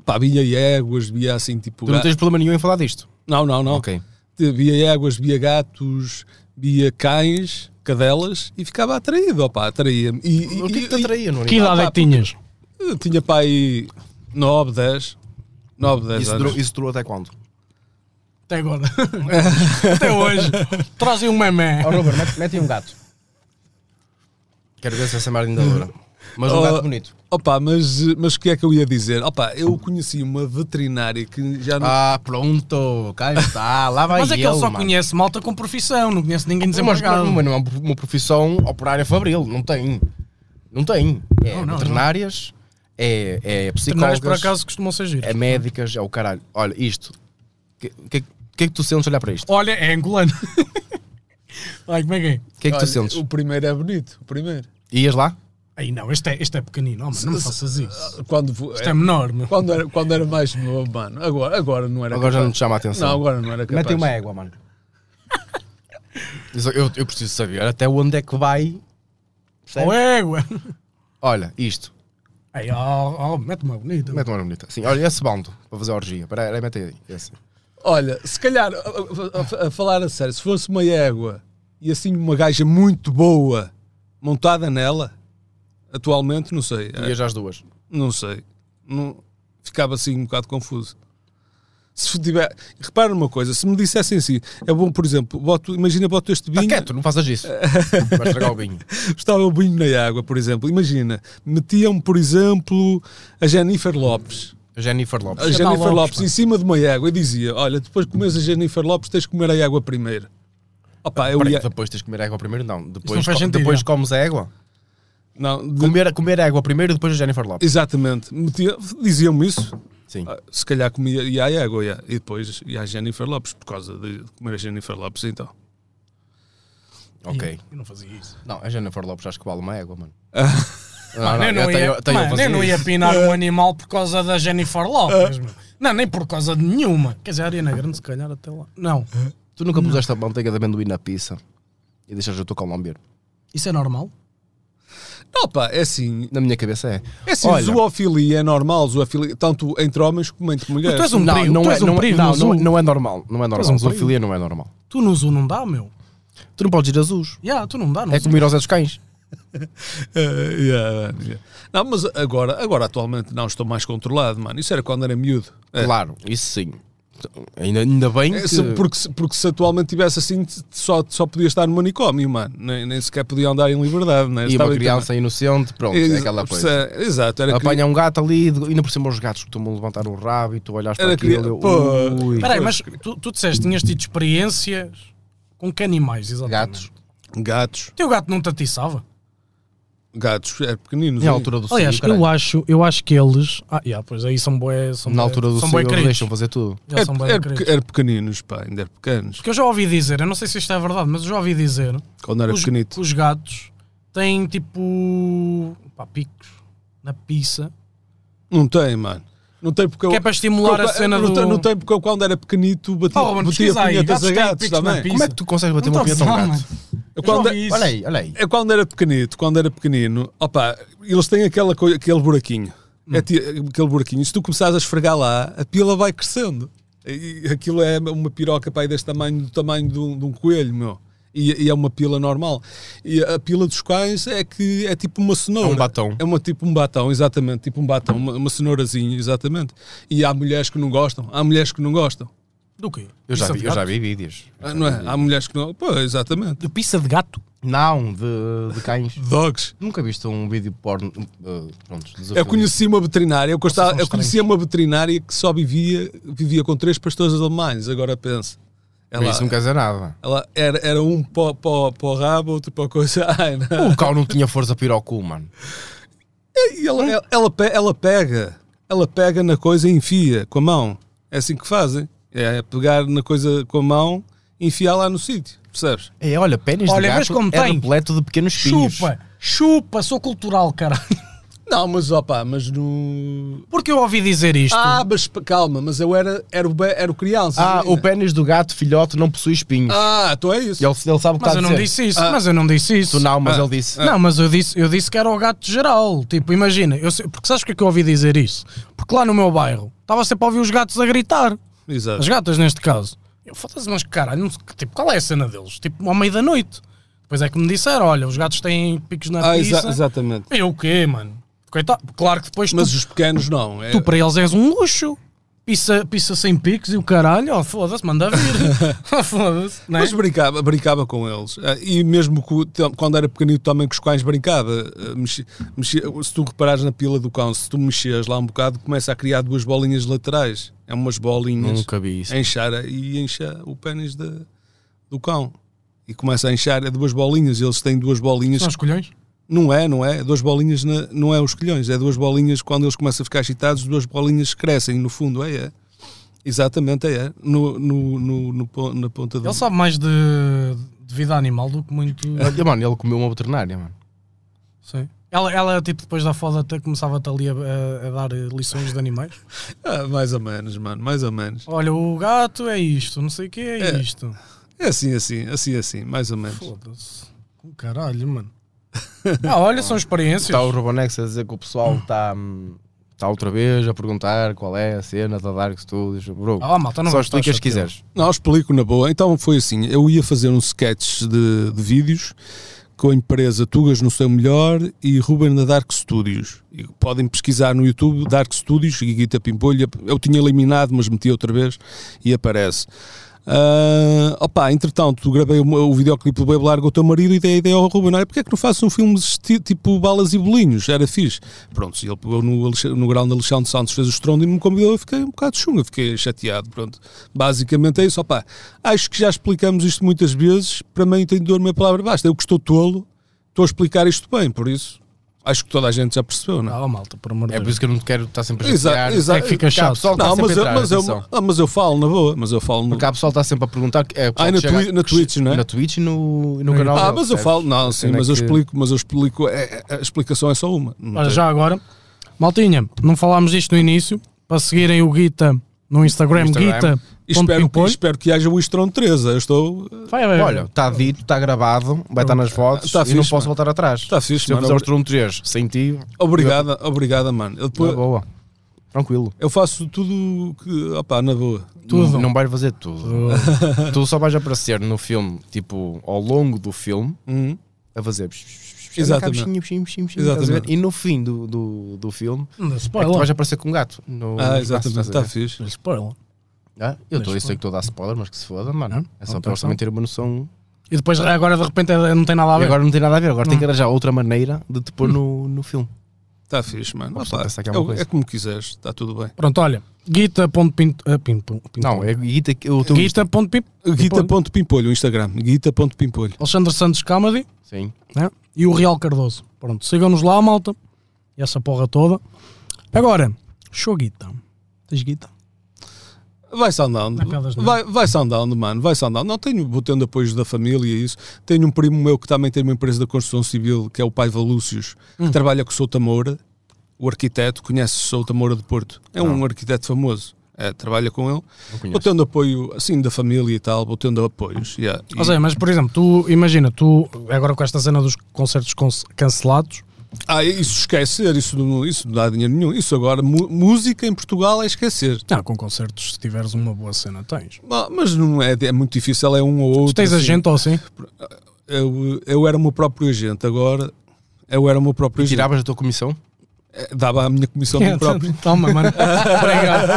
Pá, havia éguas, havia assim tipo.
Tu não
ga-
tens problema nenhum em falar disto.
Não, não, não.
Ok.
Havia éguas, havia gatos, via cães, cadelas e ficava atraído, opá, atraía-me. E, e-
O que é que te
e-
atraía, Nuno?
Que idade é que tinhas?
eu tinha pá aí 9, 10, 9, 10
Isso
anos.
durou, isso durou até quando?
Até agora. Até hoje. Trazem um meme.
Ó, Robert, mete, mete aí um gato. Quero ver se essa merda ainda dura. Mas um
Oh.
gato bonito.
Opa, mas mas o que é que eu ia dizer? Opa, eu conheci uma veterinária que já não...
Ah, pronto, cá está, lá vai
Mas é que
ele,
ele só
mano.
conhece malta com profissão, não conhece ninguém
mas,
desempregado.
mas não é uma uma profissão operária fabril, não tem. Não tem. É
Não, não,
veterinárias, É, é
Ternários,
psicólogas,
por acaso, costumam ser giros.
é médicas, é o caralho. Olha, isto. O que, que, que é que tu sentes olhar para isto?
Olha, é angolano. Ai, como é que é?
O que é que
Olha,
tu sentes?
O primeiro é bonito, o primeiro.
Ias lá?
Aí não, este é, este é pequenino, oh, mano, não me faças isso.
Ah, Quando, vo-
Isto é menor, meu.
quando, era, quando era mais novo, mano. Agora, agora não era
Agora já
capaz.
não te chama a atenção.
Não, agora não era capaz.
Metem uma égua, mano. Isso Eu, eu preciso saber até onde é que vai. É.
Ou é égua.
Olha, isto.
Aí, ó, ó, mete uma bonita.
Mete uma bonita. Sim, olha, esse bando para fazer a orgia. Espera aí, mete aí. Esse.
Olha, se calhar, a, a- a- a falar a sério, se fosse uma égua e assim uma gaja muito boa montada nela, atualmente, não sei. é,
Ias às duas.
não sei. Não, ficava assim um bocado confuso. Se tiver. Repara uma coisa, se me dissessem assim, é bom, por exemplo, boto, imagina, boto este
Está
vinho.
Tá quieto, não faças isso. Vai estragar o vinho.
Estava o vinho na água, por exemplo. Imagina, metiam, por exemplo, a Jennifer Lopes.
Jennifer Lopes.
A
Chantal
Jennifer
Lopes,
Lopes
pá.
em cima de uma água e dizia: Olha, depois de comeres a Jennifer Lopes, tens de comer a água primeiro. Opa, eu
Peraí,
então.
ia.
depois tens de comer égua primeiro? Não. Depois,
não faz
co-
sentido,
depois
não.
comes a égua?
Não, de-
Comer, comer égua primeiro e depois a Jennifer Lopes.
exatamente. Metia- Diziam-me isso.
Sim.
Ah, Se calhar comia ia à água ia, e depois ia à Jennifer Lopes, por causa de comer a Jennifer Lopes, então.
Ok.
Eu não fazia isso.
Não, a Jennifer Lopes acho que vale uma égua, mano.
Mano, eu não
até
ia,
eu- até eu
mano,
fazia
eu não ia
isso.
pinar um animal por causa da Jennifer Lopes. meu. Não, nem por causa de nenhuma. Quer dizer, a Ariana Grande, se calhar, até lá. Não,
Tu nunca puseste a manteiga de amendoim na pizza e deixas o teu cão lamber?
isso é normal.
Não, pá, é assim.
Na minha cabeça é.
É assim,
Olha.
zoofilia é normal, zoofilia, tanto entre homens como entre mulheres.
Mas tu és um perigo, tu
não é,
és um
não,
perigo
não,
no
não,
zoo.
não é normal. Não é normal.
um
Zoofilia não é normal.
Tu no zoo não dá, meu.
Tu não podes ir a zoos.
Ya, tu não dá, não
É como ir aos dos cães.
Ah, yeah, yeah. Não, mas agora, agora atualmente não estou mais controlado, mano. Isso era quando era miúdo. É.
Claro, isso sim. Ainda, ainda bem
É,
que...
se- porque, se- porque se atualmente tivesse assim, t- só, só podia estar no manicômio, mano. Nem, nem sequer podia andar em liberdade, né?
e
Estava
uma
em
criança inocente, pronto,
cama.
é aquela coisa.
Exa- Exato, era
Apanha um gato ali, de- ainda por cima os gatos que estão a levantar o rabo e tu olhas para
Era
aquilo.
cri-
eu, "Uh,
Pô.
ui.
Espera aí, mas tu, tu disseste que tinhas tido experiências com que animais, exatamente?
Gatos.
cri- gatos,
Teu gato não te atiçava?
gatos, é pequeninos.
Na
hein?
altura do
Aliás,
cio, caralho.
eu acho, eu acho que eles... Ah, ya, pois aí são bué... São
Na
bué-
altura do
são
cio,
bué
eles
queridos.
deixam fazer É, tudo.
Já
Era,
são bué
era,
queridos.
pequ- é era pequeninos, pá, ainda era pequenos.
Porque eu já ouvi dizer, eu não sei se isto é verdade, mas eu já ouvi dizer
Quando era
que os,
pequenito.
que os gatos têm tipo pá, picos na pizza.
Não tem, mano. Não tem porque eu.
Que é para estimular a
porque eu-
cena
não
do.
tem, não tem porque eu quando era pequenito batia,
Oh, mano,
batia
pesquisa aí,
punhetas a
gatos têm
gatos
picos na
também.
pizza.
Como é que tu consegues bater uma
Não
punheta
estou
a um
a
gato?
falar, mano.
Eu
Eu já
quando- é-
ouvi isso.
Olha aí, olha aí.
Eu quando era pequenito, quando era pequenino, opa, eles têm aquela coi- aquele buraquinho.
Hum.
É ti- aquele buraquinho. Se tu começares a esfregar lá, a pila vai crescendo. E aquilo é uma piroca pai, deste tamanho, do tamanho de um, de um coelho, meu. E, e é uma pila normal. E a pila dos cães é que é tipo uma cenoura.
É um batão.
É uma, tipo um batão, exatamente. Tipo um batão, uma, uma cenourazinha, exatamente. E há mulheres que não gostam. Há mulheres que não gostam.
Do quê?
Eu já,
Pizza
vi,
de
eu
gato?
já vi vídeos.
Ah, Não é? Há mulheres que não. Pô, exatamente.
De pizza de gato?
Não, de, de cães.
Dogs.
Nunca viste um vídeo porno. eh, pronto, desafio.
Eu conheci uma veterinária, eu, gostava-
Vocês
eu
são
conhecia uma veterinária que só vivia, vivia com três pastores alemães, agora penso. Ela,
Isso não quer dizer nada.
ela era, era um para o rabo, outro para a coisa. Ai, não.
O cão não tinha força para ir ao cu, mano.
E ela, ela, ela pe- ela pega, ela pega na coisa e enfia com a mão. É assim que fazem. É pegar na coisa com a mão e enfiar lá no sítio, percebes?
É, olha, pênis
Olha,
de
vês
gato
como
é
tem?
repleto de pequenos espinhos.
Chupa! Chupa! Sou cultural, caralho.
Não, mas opá, mas no.
Porque eu ouvi dizer isto.
Ah, mas calma, mas eu era, era, o be- era o criança.
Ah, o
menina.
pênis do gato filhote não possui espinhos.
Ah, então é isso.
Ele, ele sabe o que
mas
está
eu
a
não
dizer.
disse isso.
Ah.
Mas eu não disse isso.
Tu não, mas ele disse.
Não, mas eu disse, eu disse que era o gato geral. Tipo, imagina, eu sei- porque sabes porque é que eu ouvi dizer isso? Porque lá no meu bairro estava sempre a ouvir os gatos a gritar.
Exato.
As gatas, neste caso. Eu foda-se, mas caralho, não sei- tipo, qual é a cena deles? Tipo, ao meio da noite. Depois é que me disseram, olha, os gatos têm picos na
Ah,
pizza.
exa- exatamente.
Eu o quê, mano? Coitado. Claro que depois
Mas
tu,
os pequenos não. É,
tu para eles és um luxo. Pizza, pizza sem picos e o caralho, oh, foda-se, manda vir. foda-se. Não é?
Mas brincava, brincava com eles. Ah, E mesmo co- tam- quando era pequenito também com os cães brincava. Ah, mexi- mexi- se tu reparares na pila do cão, se tu mexeres lá um bocado, começa a criar duas bolinhas laterais. É umas bolinhas.
Nunca vi isso.
Enchar a- e encha o pênis de- do cão. E começa a enchar, é duas bolinhas, eles têm duas bolinhas.
São os colhões?
Não é, não é? Duas bolinhas na- não é os colhões, é duas bolinhas quando eles começam a ficar excitados, duas bolinhas crescem no fundo, é, é. Exatamente, é, é. No, no, no- no pon- na ponta do.
Ele sabe mais de, de vida animal do que muito.
Ele- é, Mano, ele comeu uma veterinária, mano.
Sim. Ela, ela, tipo, depois da foda, até começava-te ali a, a- a dar eh, lições de animais.
Ah, mais ou menos, mano, mais ou menos.
Olha, o gato é isto, não sei o que é,
É.
isto.
É assim, assim, assim, assim, mais ou menos.
Foda-se. Com caralho, mano. Ah, olha, são experiências.
Está Tá o Robonex a dizer que o pessoal está hum, está outra vez a perguntar qual é a cena da Dark Studios. Bro,
Ah, malta, não
só
vamos estar
explicas se
chateado.
quiseres.
Não, explico na boa. Então foi assim: eu ia fazer um sketch de, de vídeos com a empresa Tugas no Seu Melhor e Ruben da Dark Studios. E podem pesquisar no YouTube Dark Studios, Guiguita Pimpolho. Eu tinha eliminado, mas meti outra vez e aparece. Ah, opa, entretanto, gravei o, o videoclipe do Bebo Larga o teu marido e dei a ideia ao Ruben: olha, porque é que não faço um filme desse ti- tipo Balas e Bolinhos? Era fixe. Pronto, e ele pegou no, Alex- no grau de Alexandre Santos, fez o estrondo e me convidou. Eu fiquei um bocado chunga, fiquei chateado. Pronto, basicamente é isso. Opa, acho que já explicamos isto muitas vezes. Para mim, entendedor, minha palavra basta. Eu que estou tolo, estou a explicar isto bem, por isso acho que toda a gente já percebeu, não é?
Ah, malta, por amor de
É por
Deus.
isso que eu não quero estar sempre a
Exato,
chatear.
exato.
É que fica
Porque há
chato.
pessoal
Pessoal
que
Não, mas eu, mas, eu,
atenção.
ah, mas eu falo na boa, mas eu falo na
Porque há pessoal que está sempre a perguntar. que É, o pessoal
Ah, e na
que chega-
Twi- na
que-
Twitch, não é?
Na Twitch e no, e no canal.
Ah,
dele,
mas eu
percebes?
falo, não, sim,
cena
mas eu
que-
explico, mas eu explico, é- é- a explicação é só uma. Não
Olha,
tem-
já agora, maltinha, não falámos disto no início, para seguirem o Guita no Instagram,
No Instagram.
Guita.
espero, que, espero que haja o Istron 13. Eu estou.
Vai, vai, vai.
Olha, está dito, está gravado, vai estar nas fotos
É. Tá
e não
fixe,
posso
mano.
voltar atrás.
Tá fixe,
Se eu
mano.
fizer os turno 3 sem ti,
Obrigada, obrigada, mano. Eu,
na
depois,
boa. Tranquilo.
eu faço tudo que. Opá, na boa.
Tudo.
Não, não vais fazer tudo. tu só vais aparecer no filme, tipo, ao longo do filme,
Hum.
a fazer.
Exatamente.
Bichinho, bichinho, bichinho, bichinho, estás a ver?
Exatamente.
E no fim do, do, do filme,
Não dá
é que tu
spoiler.
vais aparecer com um gato. No,
Ah,
nos braços,
exatamente,
estás a
está
ver?
fixe.
Não, spoiler.
Ah, eu estou
Mas
isso aí que estou a dar spoiler, mas que se foda,
Não,
mano. É só
não
para eles
tem
também terem uma noção.
E depois, agora de repente, é- não tem nada a
E
ver.
agora Tá não Hum. tem nada a ver, agora tem
Não.
que arranjar outra maneira de te pôr no, no filme.
Está fixe, mano.
Uma
Opá,
pessoa pensa que é
é,
uma
o-
coisa.
é como quiseres, está tudo bem.
Pronto, olha, guita.pinto. ah, pinto- pinto-
Não, é Guita que o teu.
guita.pinto.
Guita.pimpolho, o Instagram. Guita.pimpolho.
Alexandre Santos Comedy
Sim.
né? e o Real Cardoso. Pronto, sigam-nos lá, malta. E essa porra toda. Agora, show guita. Tens guita?
Vai soundando.
Naquelas não. é
Vai, vai soundando, mano. Vai soundando. Não tenho, vou tendo apoio da família e isso. Tenho um primo meu que também tem uma empresa da construção civil, que é o pai Valúcios, que trabalha com o Souta Moura, o arquiteto. Conhece o Souta Moura de Porto? É um arquiteto famoso. É, trabalha com ele. Vou tendo apoio, assim, da família e tal. Vou tendo apoios. yeah. E-
Ou seja, mas por exemplo, tu imagina, tu agora com esta cena dos concertos cons- cancelados,
Ah, isso esquecer. Isso não, isso não dá dinheiro nenhum. Isso agora, mu- música em Portugal é esquecer.
não, com concertos, se tiveres uma boa cena, tens.
Ah, Mas não é, é muito difícil. É um ou outro.
Tu tens
assim.
agente ou assim?
eu, eu era o meu próprio agente, agora eu era o meu próprio agente.
Tiravas a tua comissão?
Eh, Dava a minha comissão
É,
a mim próprio.
toma, mano. Obrigado.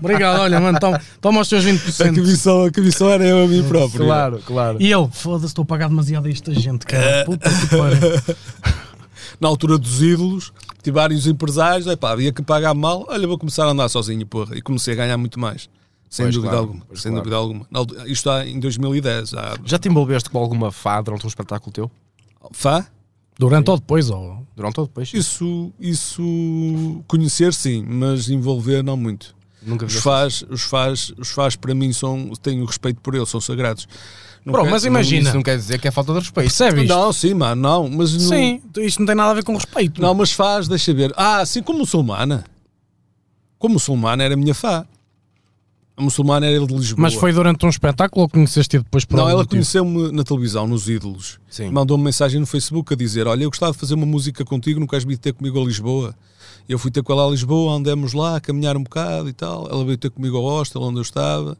Obrigado, olha, mano, toma, toma os teus
A
20%.
comissão, a comissão era eu a mim próprio.
claro.
E ele, foda-se, estou a pagar demasiado a esta gente,
É.
cara. Puta que pariu.
Na altura dos ídolos, tive vários empresários, epá, havia que pagar mal, olha, vou começar a andar sozinho, porra. E comecei a ganhar muito mais. Sem
Pois,
dúvida
claro,
alguma.
pois,
Sem
claro.
dúvida alguma. Na altu- Isto há em 2010. Há...
Já te envolveste com alguma fada durante um espetáculo teu?
Fá?
Durante ou depois, ou.
Durante ou depois?
Isso, isso conhecer sim, mas envolver não muito.
Nunca
Os
vi.
faz, os faz, os faz para mim são, tenho respeito por eles, são sagrados. Não
Bro,
quero-
mas
Não,
imagina.
Isso não quer dizer que é falta de respeito.
Percebes?
Não, sim, mano, não, mas não,
Sim, isto não tem nada a ver com respeito.
não, mas faz, deixa ver. Ah, sim, como muçulmana. Como muçulmana era a minha fá. A muçulmana era de Lisboa.
Mas foi durante um espetáculo ou conheceste depois por
Não,
algum
ela
motivo?
conheceu-me na televisão, nos Ídolos.
Sim.
Mandou-me mensagem no Facebook a dizer: Olha, eu gostava de fazer uma música contigo, não queres vir ter comigo a Lisboa? Eu fui ter com ela a Lisboa, andamos lá a caminhar um bocado e tal. Ela veio ter comigo ao hostel onde eu estava.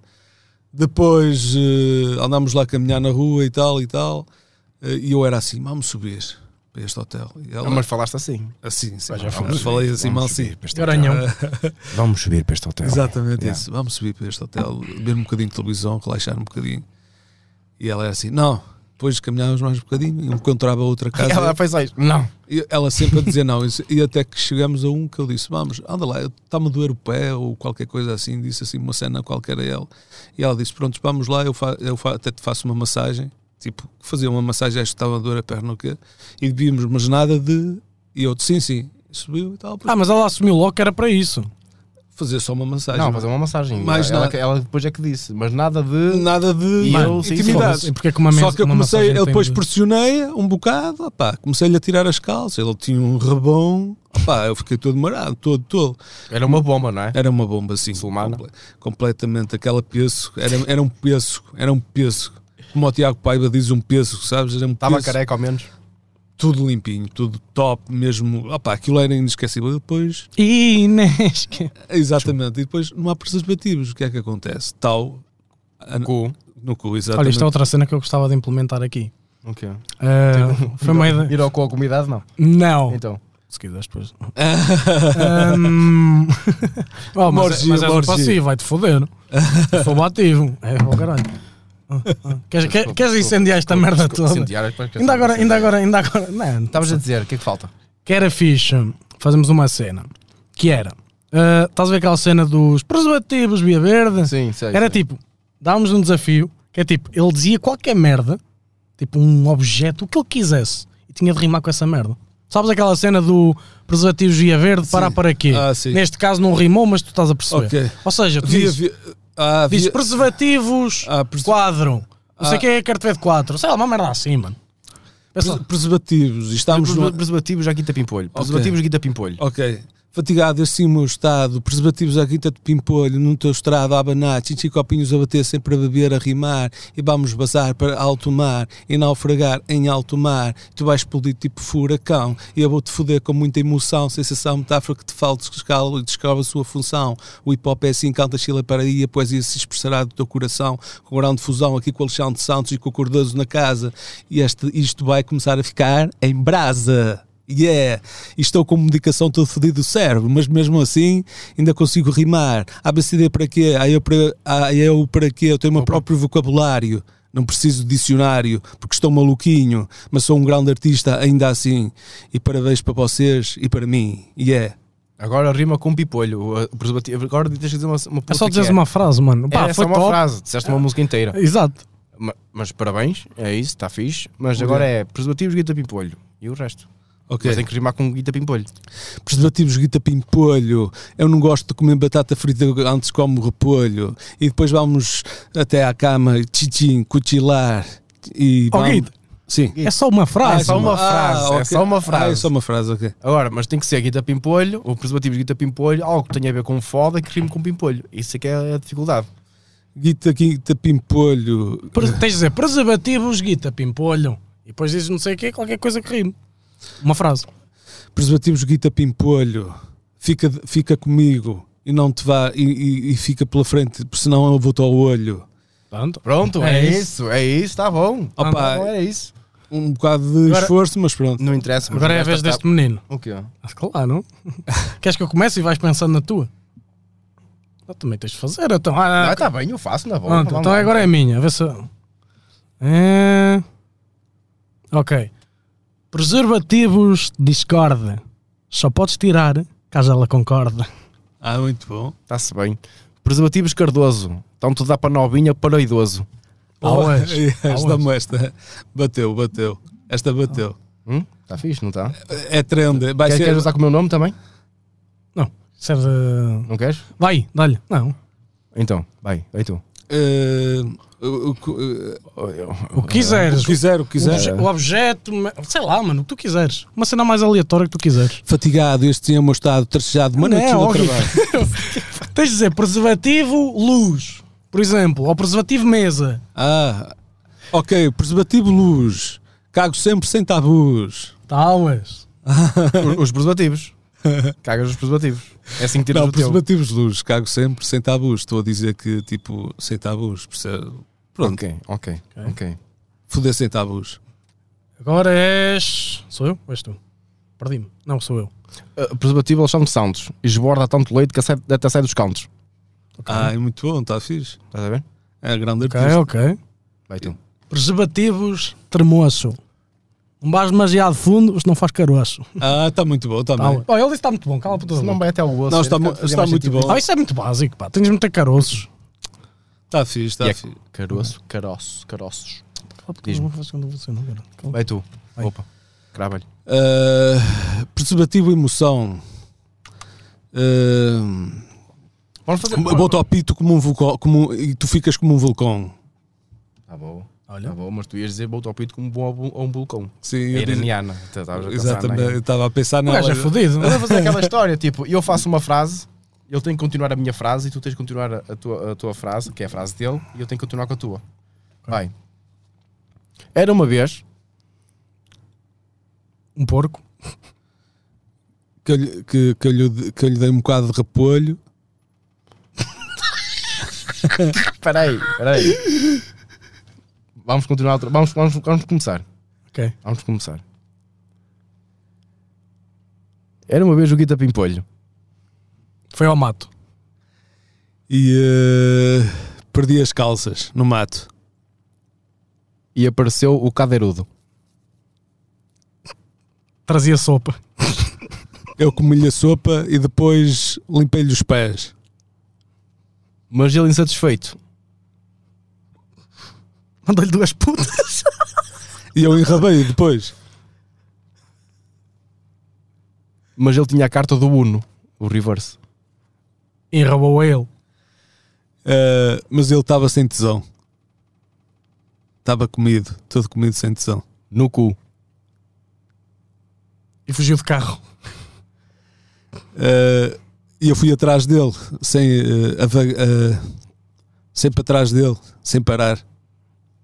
Depois eh, andámos lá a caminhar na rua e tal e tal. Eh, e eu era assim, vamos subir para este hotel. E ela,
Ah, mas falaste assim.
assim, sim,
Mas já
vamos,
fomos
falei
subir,
assim,
vamos
mal
subir
sim.
para este hotel.
Garanhão.
Vamos subir para este hotel.
Exatamente
Yeah.
isso. Vamos subir para este hotel, beber um bocadinho de televisão, relaxar um bocadinho. E ela era assim, não. Depois caminhávamos mais um bocadinho e encontrava outra casa.
Ela fez isso. Não.
E ela sempre a dizer não, e até que chegamos a um que eu disse: Vamos, anda lá, está-me a doer o pé ou qualquer coisa assim. Disse assim uma cena qualquer a ela. E ela disse: Pronto, vamos lá, eu, fa eu fa- até te faço uma massagem. Tipo, fazia uma massagem, acho que estava a doer a perna ou o quê. E bebíamos, mas nada de. E eu disse: Sim, sim. Subiu e tal,
Ah, mas ela assumiu logo que era para isso.
fazer só uma massagem. é?
Não, fazer uma massagem.
Mais
ela,
nada.
ela depois é que disse, mas nada de.
Nada de
E
Mano,
eu, sim,
intimidade.
foda-se.
Porque é que uma
Só
mens-
que eu
uma
comecei,
massagem
eu
tem
depois
de-
pressionei um bocado, opá, comecei-lhe a tirar as calças. Ele tinha um rebão, opá, eu fiquei todo marado, todo, todo.
Era uma bomba, não é?
Era uma bomba assim,
Muçulmana.
comple- completamente. Aquela peso, era, era um peso, era um peso. Como o Tiago Paiva diz, um peso, sabes? Era um
Estava
peso,
careca ao menos.
tudo limpinho, tudo top mesmo. Opá, aquilo era inesquecível. E depois
Ih, Inês, que-
Exatamente, e depois não há preservativos. O que é que acontece? Tal a-
Cu.
no cu,
Olha,
exatamente.
isto é outra cena que eu gostava de implementar aqui.
Ok.
Ah, foi uma ideia.
Ir ao com a comunidade, não.
Não.
Então.
Se quiseres, depois. Ahm. Oh, mas,
Morgia,
mas és um
morgia.
passivo, vai-te foder. Eu sou o ativo. É, oh, caralho. Ah, ah. Queres, quer- queres incendiar esta merda toda? Ainda agora, ainda agora, ainda agora. Não,
Estavas a dizer, o que é que falta?
que era fixe fazemos uma cena que era ah, estás a ver aquela cena dos preservativos Via Verde
Sim, sei.
era
sei.
tipo dávamos um desafio que é tipo ele dizia qualquer merda tipo um objeto o que ele quisesse e tinha de rimar com essa merda sabes aquela cena do preservativos Via Verde parar para quê
Ah, sim.
neste caso não rimou mas tu estás a perceber
Ok.
ou seja tu
Via,
dizes,
via, ah,
dizes
via-
preservativos
Ah, pres-
quadro não sei
Ah.
o que é cartão de quatro sei lá uma merda assim mano É Pensa lá.
pres- preservativos. E estávamos
Preserva-
numa,
Preservativos à Guita Pimpolho. Preservativos Guita Pimpolho.
Ok. Fatigado assim o meu estado, preservativos à guita de pimpolho, num teu estrado a abanar, chichi copinhos a bater sempre a beber, a rimar, e vamos bazar para alto mar, e naufragar em alto mar, tu vais explodir tipo furacão, e eu vou-te foder com muita emoção, sensação, metáfora que te falta, escala e descobre a sua função, o hip hop é assim, canta Chila para aí, a poesia se expressará do teu coração, com grande fusão, aqui com o Alexandre Santos e com o Cordoso na casa, e este, isto vai começar a ficar em brasa. Yeah, e é, estou com medicação todo fodido do cérebro, mas mesmo assim ainda consigo rimar. ABCD é para quê? A eu para, a eu para quê? Eu tenho o meu próprio vocabulário, não preciso de dicionário, porque estou maluquinho, mas sou um grande artista ainda assim. E parabéns para vocês e é, para mim. Yeah.
Agora rima com Pipolho. o- O preservativo. Agora tens que dizer uma, uma
é
puta
só
que
dizeres
é.
uma frase mano
É
Pá,
só
foi
uma
top
frase, disseste uma música inteira.
exato
Ma- Mas parabéns, é isso, está fixe. Mas agora é preservativos, guita pimpolho e o resto.
Ok.
Mas tem que rimar com guita pimpolho.
preservativos guita pimpolho, eu não gosto de comer batata frita antes como repolho, e depois vamos até à cama, tchim, cochilar e
Ó,
vamos-
Guido.
Sim.
é só
Ah,
uma frase
é só uma
mano.
frase, é
ok.
só uma
Ah, é
frase.
só uma frase, ok.
Agora, mas tem que ser guita pimpolho, ou preservativos guita pimpolho, algo que tenha a ver com foda que rime com pimpolho. Isso é que é a dificuldade.
Guita, guita, pimpolho.
Pre- Tens de dizer preservativos, guita, pimpolho. tá, E depois dizes não sei o quê, qualquer coisa que rime. Uma frase.
Preservativos Guita Pimpolho, fica, fica comigo e não te vá e, e- e fica pela frente, porque senão eu vou-te ao olho.
Pronto.
Pronto,
É
é,
isso.
isso, é isso, está bom.
Opa.
Tá bom, é isso.
Um bocado de
Agora-
esforço, mas pronto.
Não interessa. mas
Agora é a
esta
vez
tá-
deste menino.
O quê?
Ah, Claro. Queres que eu comece e vais pensando na tua? Ah, também tens de fazer. Então, ah,
Ah, está bem, eu faço, na boa. tá
pronto,
vamos
então
lá.
agora é a minha. A ver se... É... Ok. Preservativos, discorda. Só podes tirar caso ela concorde.
Ah, muito bom.
Está-se bem. Preservativos Cardoso, Então estão tudo a dar para novinha para o idoso.
Ah, hoje. Ah, hoje.
esta, esta bateu, bateu. Esta bateu.
Hum? Está fixe, não está?
É trend. Vai
Queres,
ser.
queres usar com o meu nome também?
Não. Serve...
Não queres?
Vai, dá-lhe. Não.
Então, vai, vai tu.
eh, o- o- o-
O que quiseres.
o que quiser, o que
O
quiser.
obje- O objeto, ma- sei lá, mano, o que tu quiseres. Uma cena mais aleatória que tu quiseres.
Fatigado, este é o meu estado, tracejado, mas não,
Não,
aquilo
ó, Guido.
trabalho.
Tens de dizer preservativo, luz, por exemplo, ou preservativo, mesa.
Ah, ok, preservativo luz. Cago sempre sem tabus.
Talvez.
Os, os preservativos. Cagas os preservativos. É assim que tiras
Não,
o teu.
preservativos luz, cago sempre sem tabus. Estou a dizer que, tipo, sem tabus. percebe? Pronto,
Ok, ok, ok.
foder sem tabus.
Agora és. Sou eu? Ou és tu? Perdi-me. Não, sou eu.
Uh, preservativo Alexandre Santos. Esborda tanto leite que até até sai dos cantos.
Ah, é muito bom, está fixe.
Estás a ver?
É a grande
Ok,
artista.
ok.
Vai tu.
Preservativos tremoço. Não vais demasiado fundo, isto não faz caroço.
Ah, está muito bom
Tá
também.
bom. oh, ele disse que está muito bom, cala por
Se
toda a
não
boca.
vai até ao osso.
Não, está
era
mu-
fazia
está
mais
muito
sentido.
bom.
Ah, isso é muito básico, pá. Tens muito caroços.
Está Tá fixe, está
E é
fixe.
Caroço, caroços, caroços. Diz-me.
Não faz quando você não quer.
Vai tu. Opa. Crava-lhe.
Ah, preservativo emoção. Ah,
Vamos fazer.
Bota ao pito como um vulcão como um- e tu ficas como um vulcão.
Tá bom.
Olha.
Tá bom, mas tu ias dizer botou ao pito como bom a um vulcão.
Sim,
É
eu disse-
iraniana. Tá- estavas a pensar na
Exatamente,
iraniana.
eu estava a pensar
O
nela.
gajo é fodido.
Mas é fazer aquela história, tipo, eu faço uma frase, eu tenho que continuar a minha frase e tu tens que continuar a a tua, a tua frase, que é a frase dele, e eu tenho que continuar com a tua. Vai. Era uma vez.
Um porco.
que, eu lhe- que, que, eu lhe, de- que eu lhe dei um bocado de repolho.
Peraí, peraí. Vamos continuar, outra- vamos, vamos, vamos começar.
Ok.
Vamos começar. Era uma vez o Guita Pimpolho.
Foi ao mato.
e eh, perdi as calças no mato.
E apareceu o Cadeirudo.
Trazia sopa.
Eu comi-lhe a sopa e depois limpei-lhe os pés.
Mas ele insatisfeito.
Mandou-lhe duas putas.
E eu enrabei depois.
Mas ele tinha a carta do Uno, o reverse.
Enrabou a ele.
Eh, mas ele estava sem tesão. Estava comido, todo comido sem tesão.
No cu.
E fugiu de carro.
Eh, E eu fui atrás dele, sem, eh, ava- eh, sempre atrás dele, sem parar.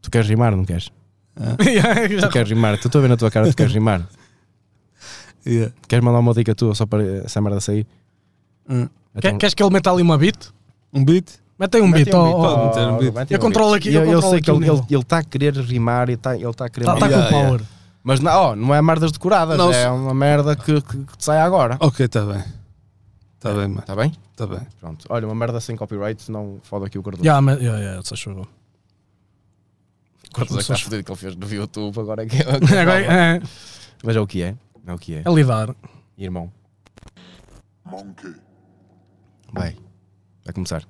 Tu queres rimar ou não queres?
Já-
Tu queres rimar, tu estou a ver na tua cara, tu queres rimar.
Yeah.
Queres mandar uma dica tua só para essa merda sair?
Hum.
Quer- Queres que ele meta ali uma beat?
Um beat?
um- Mete aí um beat. ó, ó.
ó. meter um beat.
Eu controlo aqui, eu
Eu,
controlo
sei
aqui
que
o
ele
nível.
está ele, tá a querer rimar e tá, ele está a querer.
Está
mandar.
tá com
Yeah,
power.
Mas não, ó, não é merdas decoradas,
Não, se-
é uma merda que, que, que te sai agora.
Ok, está bem. Está
Tá
bem, mano.
Está bem?
Está bem.
Pronto. Olha, uma merda sem copyright, senão foda aqui o cartão.
Já, mas. Já, já, se achou.
Cortes é que está fodido que ele fez no YouTube, agora é que
Agora é,
Mas é o que é, é o que é.
é lidar.
Irmão. Vai. Vai começar.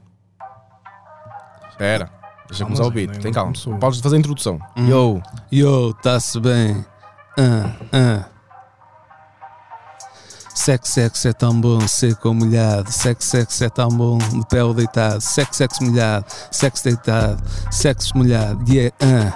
Espera. Deixa
Calma,
começar o
Zé,
beat.
nem-
Tem
não
calma.
começou.
Podes fazer a introdução. Yo.
Yo, tá-se bem. Ah, ah. Sexo, sexo é tão bom, seco ou molhado. Sexo, sexo é tão bom, de pé ou deitado. Sexo, sexo molhado, sexo deitado. Sexo molhado, yeah, ah.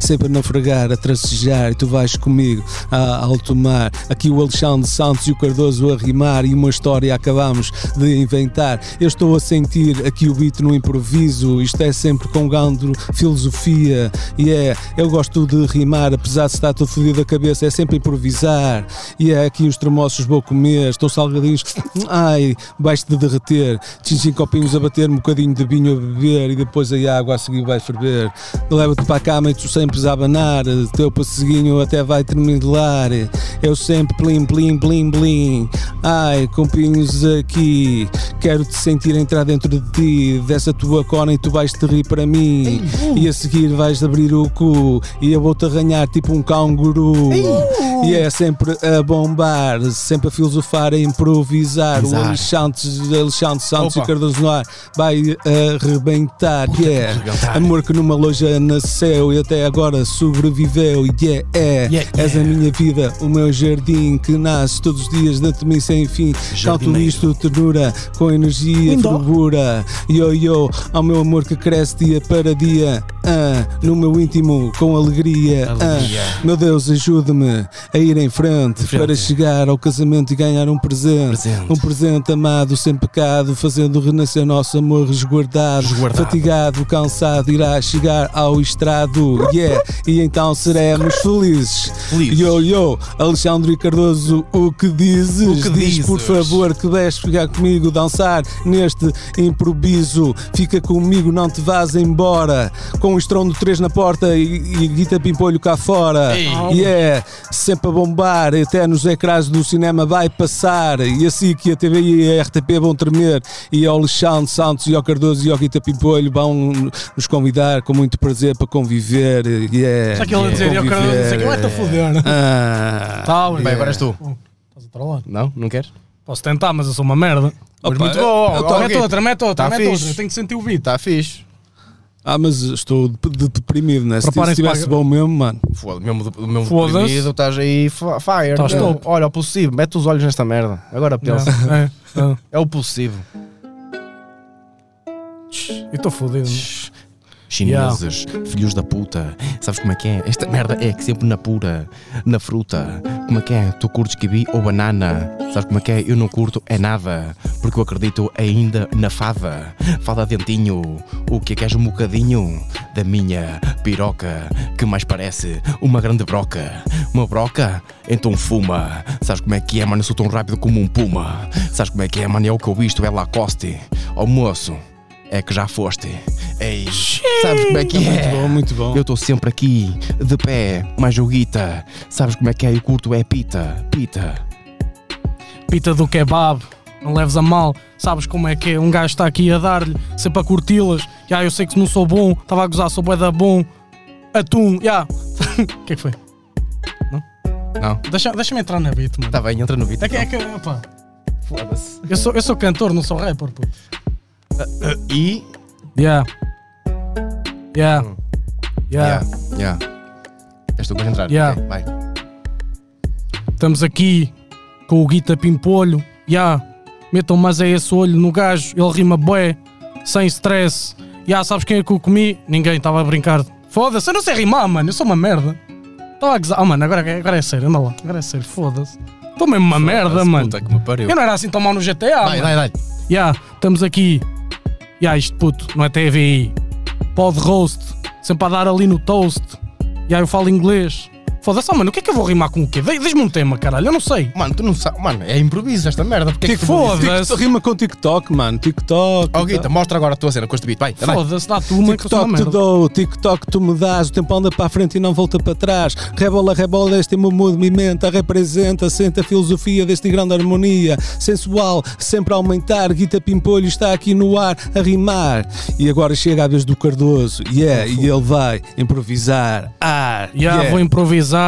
Sempre a naufragar, a tracejar, e tu vais comigo a alto mar. Aqui o Alexandre Santos e o Cardoso a rimar, e uma história acabamos de inventar. Eu estou a sentir aqui o beat no improviso, isto é sempre com gandro, filosofia. E yeah, eu gosto de rimar, apesar de estar todo fodido da cabeça, é sempre improvisar. E é aqui os tremoços vou comer, estão salgadinhos, ai, vais te derreter. Tinham copinhos a bater, um bocadinho de vinho a beber e depois a água a seguir vai ferver. Leva-te para a cama e tu sempre a abanar, teu passeguinho até vai terminar. Eu sempre plim, plim, plim, plim. Ai, compinhos aqui, quero te sentir entrar dentro de ti, dessa tua cona e tu vais te rir para mim. E a seguir vais abrir o cu e eu vou-te arranhar tipo um canguru. E é sempre a bombar, sempre a filosofar, a improvisar. O
Exato.
Alexandre, Alexandre Santos
Opa.
e Cardoso Noir vai arrebentar. Yeah. Amor que numa loja nasceu e até agora sobreviveu. Yeah, é.
Yeah,
És a minha vida, o meu jardim que nasce todos os dias dentro de mim sem fim. Canto
Jardineiro.
isto ternura, com energia e
Lindo.
fervura. Yo, yo, ao meu amor que cresce dia para dia. ah, no meu íntimo com alegria. ah,
Alegria.
meu Deus, ajude-me a ir em frente,
frente.
para chegar ao casamento e ganhar um presente.
Presente.
Um presente amado, sem pecado, fazendo renascer nosso amor resguardado.
Resguardado.
Fatigado, cansado, irá chegar ao estrado. Yeah, e então seremos felizes.
Felizes.
Yo, yo, Alexandre Cardoso, o que dizes?
O que
Diz, por
dizes?
favor, que vais ficar comigo dançar neste improviso. Fica comigo, não te vás embora. Com o estrondo 3 na porta e, e Guita Pimpolho cá fora.
Ei.
E é sempre a bombar, até nos ecrãs do cinema vai passar. E assim que a TV e a RTP vão tremer. E ao Alexandre Santos e ao Cardoso e ao Guita Pimpolho vão nos convidar com muito prazer para conviver. Yeah,
Está aquilo a dizer, eu quero não sei o que, vai-te a foder, né?
Ah.
Tal,
Bem, agora és tu.
Estás a trollar.
Não? Não queres?
Posso tentar, mas eu sou uma merda.
Mas
Opa,
muito bom.
eu
ok.
Mete outra, mete outra,
Tá
mete
fixe.
outra. Eu tenho que sentir o beat.
Está Tá fixe.
Ah, mas estou de- de- deprimido, né? Se
Preparem-se
estivesse
para-
bom mesmo, mano.
Foda-se, mesmo, de- mesmo
Foda-se.
deprimido, estás aí fa- fire.
Estás
É,
top.
Olha, o possível, mete os olhos nesta merda. Agora pensa.
Não, é, não.
É o possível.
Eu estou fodido.
Chineses, filhos da puta, sabes como é que é? Esta merda é que sempre na pura, na fruta. Como é que é? Tu curtes kiwi ou banana? Sabes como é que é? Eu não curto é nada, porque eu acredito ainda na fada. Fada dentinho, o que é que és um bocadinho da minha piroca, que mais parece uma grande broca. Uma broca? Então fuma. Sabes como é que é, mano? Eu sou tão rápido como um puma. Sabes como é que é, mano? É o que eu isto, é Lacoste. Ó moço é que já foste. Ei, sabes como é que
tá Muito bom,
é?
muito bom.
Eu estou sempre aqui, de pé, mais joguita. Sabes como é que é? Eu curto é pita, pita.
Pita do kebab, não leves a mal. Sabes como é que é? Um gajo está aqui a dar-lhe, sempre a curti-las. Já, eu sei que não sou bom, estava a gozar, sou bué da bom. Atum, já. O que é que foi?
Não?
Deixa- Deixa-me entrar na beat, mano.
Tá bem, entra no beat.
É que, é
então.
que, opa,
Foda-se.
eu, sou, eu sou cantor, não sou rapper, puto.
E.
Yeah. Yeah.
Hum. Yeah.
Yeah.
Yeah. És tu que vais entrar.
tá. Yeah.
ok, vai.
Estamos aqui com o Guita Pimpolho. Ya, metam mais é esse olho no gajo, ele rima bué, sem stress. Ya, sabes quem é que eu comi? Ninguém estava a brincar. Foda-se, eu não sei rimar, mano, eu sou uma merda. Estava a gozar. Ah, mano, agora, agora é sério, anda lá, agora é sério, foda-se. Estou mesmo uma merda,
Foda-se,
mano.
Puta que me pariu.
Eu não era assim tão mal no GTA,
Vai,
mano.
vai, vai.
Ya, estamos aqui. Ya, isto puto, não é TVI. Pod roast, sempre a dar ali no toast. Ya, eu falo inglês. Foda-se, ah, mano, o que é que eu vou rimar com o quê? Diz- Diz-me um tema, caralho, eu não sei.
Mano, tu não sabes. Mano, é improviso esta merda. Porque é que
Que
tu não dizes?
foda-se.
Tic- Rima com TikTok, mano. TikTok.
Ó, Guita, mostra agora a tua cena com este beat. Vai, vai.
Foda-se, dá tu uma é que eu sou
TikTok
uma
te
merda.
dou, TikTok tu me dás, o tempo anda para a frente e não volta para trás. Rebola, rebola, este é meu movimento representa, sente a filosofia deste grande harmonia. Sensual, sempre a aumentar, Guita Pimpolho está aqui no ar a rimar. E agora chega a vez do Cardoso, yeah, e ele vai improvisar. Ah,
Ya,
yeah.
vou improvisar.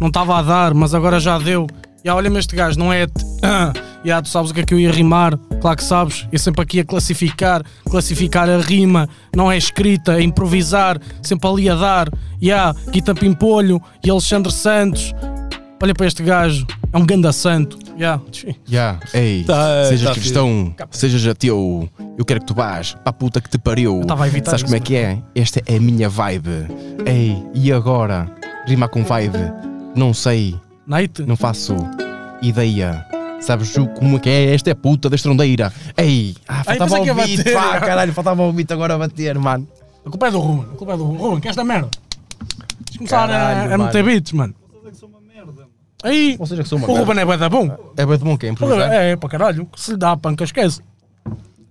Não estava a dar, mas agora já deu. Ya, olha-me este gajo, não é? T- Ya, tu sabes o que é que eu ia rimar? Claro que sabes. Eu sempre aqui a classificar. Classificar a rima. Não é escrita, é improvisar. Sempre ali a dar. Ya, Guita Pimpolho e Alexandre Santos. Olha para este gajo. É um ganda santo. Ya, tchim.
Ya, ei,
Tá,
sejas
tá
cristão, sejas ateu, eu quero que tu vás para a puta que te pariu.
tava a evitar
Sabes
isso,
como é que é? Esta é a minha vibe. Ei, e agora? Rima com vibe? Não sei,
Night?
não faço ideia. Sabes o- como é que é? Esta é a puta da estrondeira. Ei, ah, faltava
pensei que ia
o beat,
bater.
pá, caralho, faltava o beat agora a bater, mano.
A culpa é do Ruben. A culpa é do Ruben. Ruben, que esta merda. Tens de começar
Caralho,
a, a meter
mano.
beats, mano.
é
Aí,
Ou seja, que sou uma
o
merda.
Ruben é bué da bom.
É bem de bom que é
O Ruben
improvisar.
É, é para caralho. Se lhe dá a panca, esquece.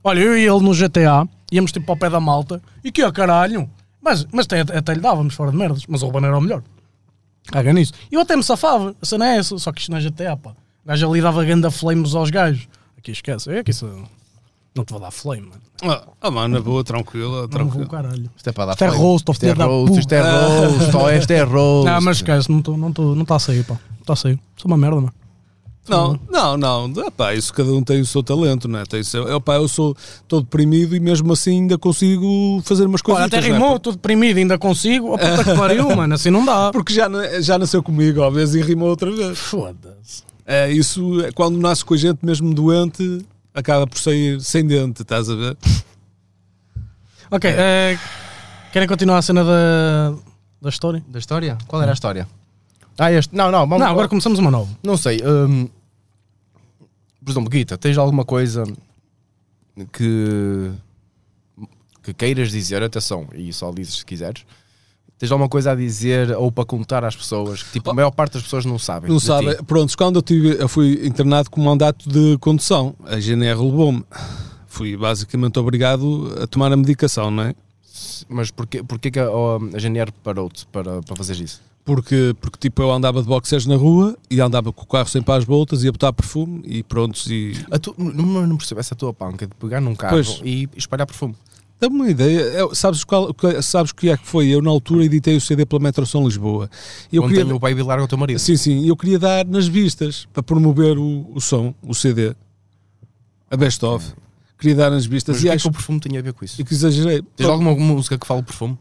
Olha, eu e ele no GTA íamos tipo para o pé da malta e que ó caralho. Mas, mas até, até lhe dávamos fora de merdas. Mas o Ruben era o melhor. Caga nisso. E eu até me safava. A cena é essa. Só que isto não é GTA, pá. O gajo ali dava ganda flames aos gajos. Aqui esquece. É que isso. Não te vou dar flame, mano.
Ah, ah, mano, na boa, tranquila,
Não vou,
tranquila.
caralho.
Isto é para dar
Isto é
flame.
roast,
isto é
filho da
roast, isto é roast, ó, este é roast.
Não, mas esquece, não estou não tô- não tá a sair, pá. Não está a sair. Sou uma merda, mano.
Não, não, não. Epá, isso cada um tem o seu talento, não é? Tem o seu, epá, eu sou todo deprimido e mesmo assim ainda consigo fazer umas é? coisas.
Olha, até rimou, estou deprimido, ainda consigo. Oh, puta que pariu, mano, assim não dá.
Porque já, na- já nasceu comigo, ó, vez e rimou outra vez.
Foda-se.
É, isso, é, quando nasce com a gente mesmo doente, acaba por sair sem dente, estás a ver?
Ok, eh, Querem continuar a cena da, da história?
Da história? Qual era a história? Ah, este. Não, não, vamos.
Não, agora começamos uma nova.
Não sei. hum, por exemplo, Guita, tens alguma coisa que. que queiras dizer? Atenção, e só dizes se quiseres. Tens alguma coisa a dizer ou para contar às pessoas que, tipo, a maior parte das pessoas não sabem.
Não
de ti?
sabe. Pronto, quando eu, tive, eu fui internado com mandato de condução, a GNR levou-me. Fui basicamente obrigado a tomar a medicação, não é?
Mas porquê, porquê que a, a GNR parou-te para, para fazer isso?
Porque, porque tipo, eu andava de boxers na rua e andava com o carro sempre às voltas, ia botar perfume e pronto. E...
A tu, não, não percebo essa tua panca de pegar num carro
Pois.
e espalhar perfume.
Dá-me uma ideia. Eu- sabes, qual, o que- sabes o que é que foi? Eu, na altura, editei o CD pela Metro São Lisboa. E eu
Ontem
queria, Assim,
o baby larga o teu marido.
sim, sim, eu queria dar nas vistas para promover o, o som, o CD, a best of. Queria dar nas vistas
Mas o que
e
é que
acho
o perfume tinha a ver com isso?
que exagerei.
Tens alguma música que fale perfume?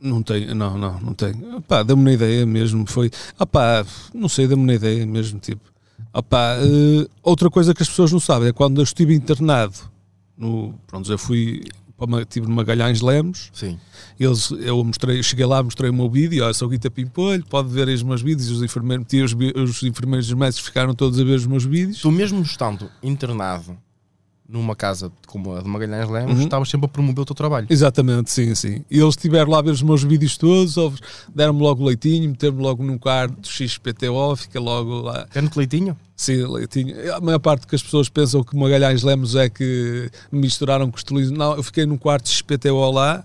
Não tenho, não, não, não tenho. Pá, dá-me uma ideia mesmo. Foi, ah pá, não sei, dá-me uma ideia mesmo. Tipo, ah pá, eh, outra coisa que as pessoas não sabem é quando eu estive internado, no, pronto, eu fui, para Ma- estive no Magalhães Lemos,
Sim.
eles, eu mostrei, cheguei lá, mostrei o meu vídeo, olha, sou Guita Pimpolho, pode ver aí os meus vídeos, os enfermeiros, meti os, vi- os enfermeiros e os médicos ficaram todos a ver os meus vídeos.
Tu mesmo estando internado numa casa como a de Magalhães Lemos,
Uhum.
estavas sempre a promover o teu trabalho.
Exatamente, sim, sim. E eles estiveram lá a ver os meus vídeos todos, ou- deram-me logo leitinho, meteram-me logo num quarto do XPTO, fica logo lá.
Quer-me que leitinho?
Sim, leitinho. A maior parte que as pessoas pensam que o Magalhães Lemos é que me misturaram com os tulismos. Não, eu fiquei num quarto de XPTO lá,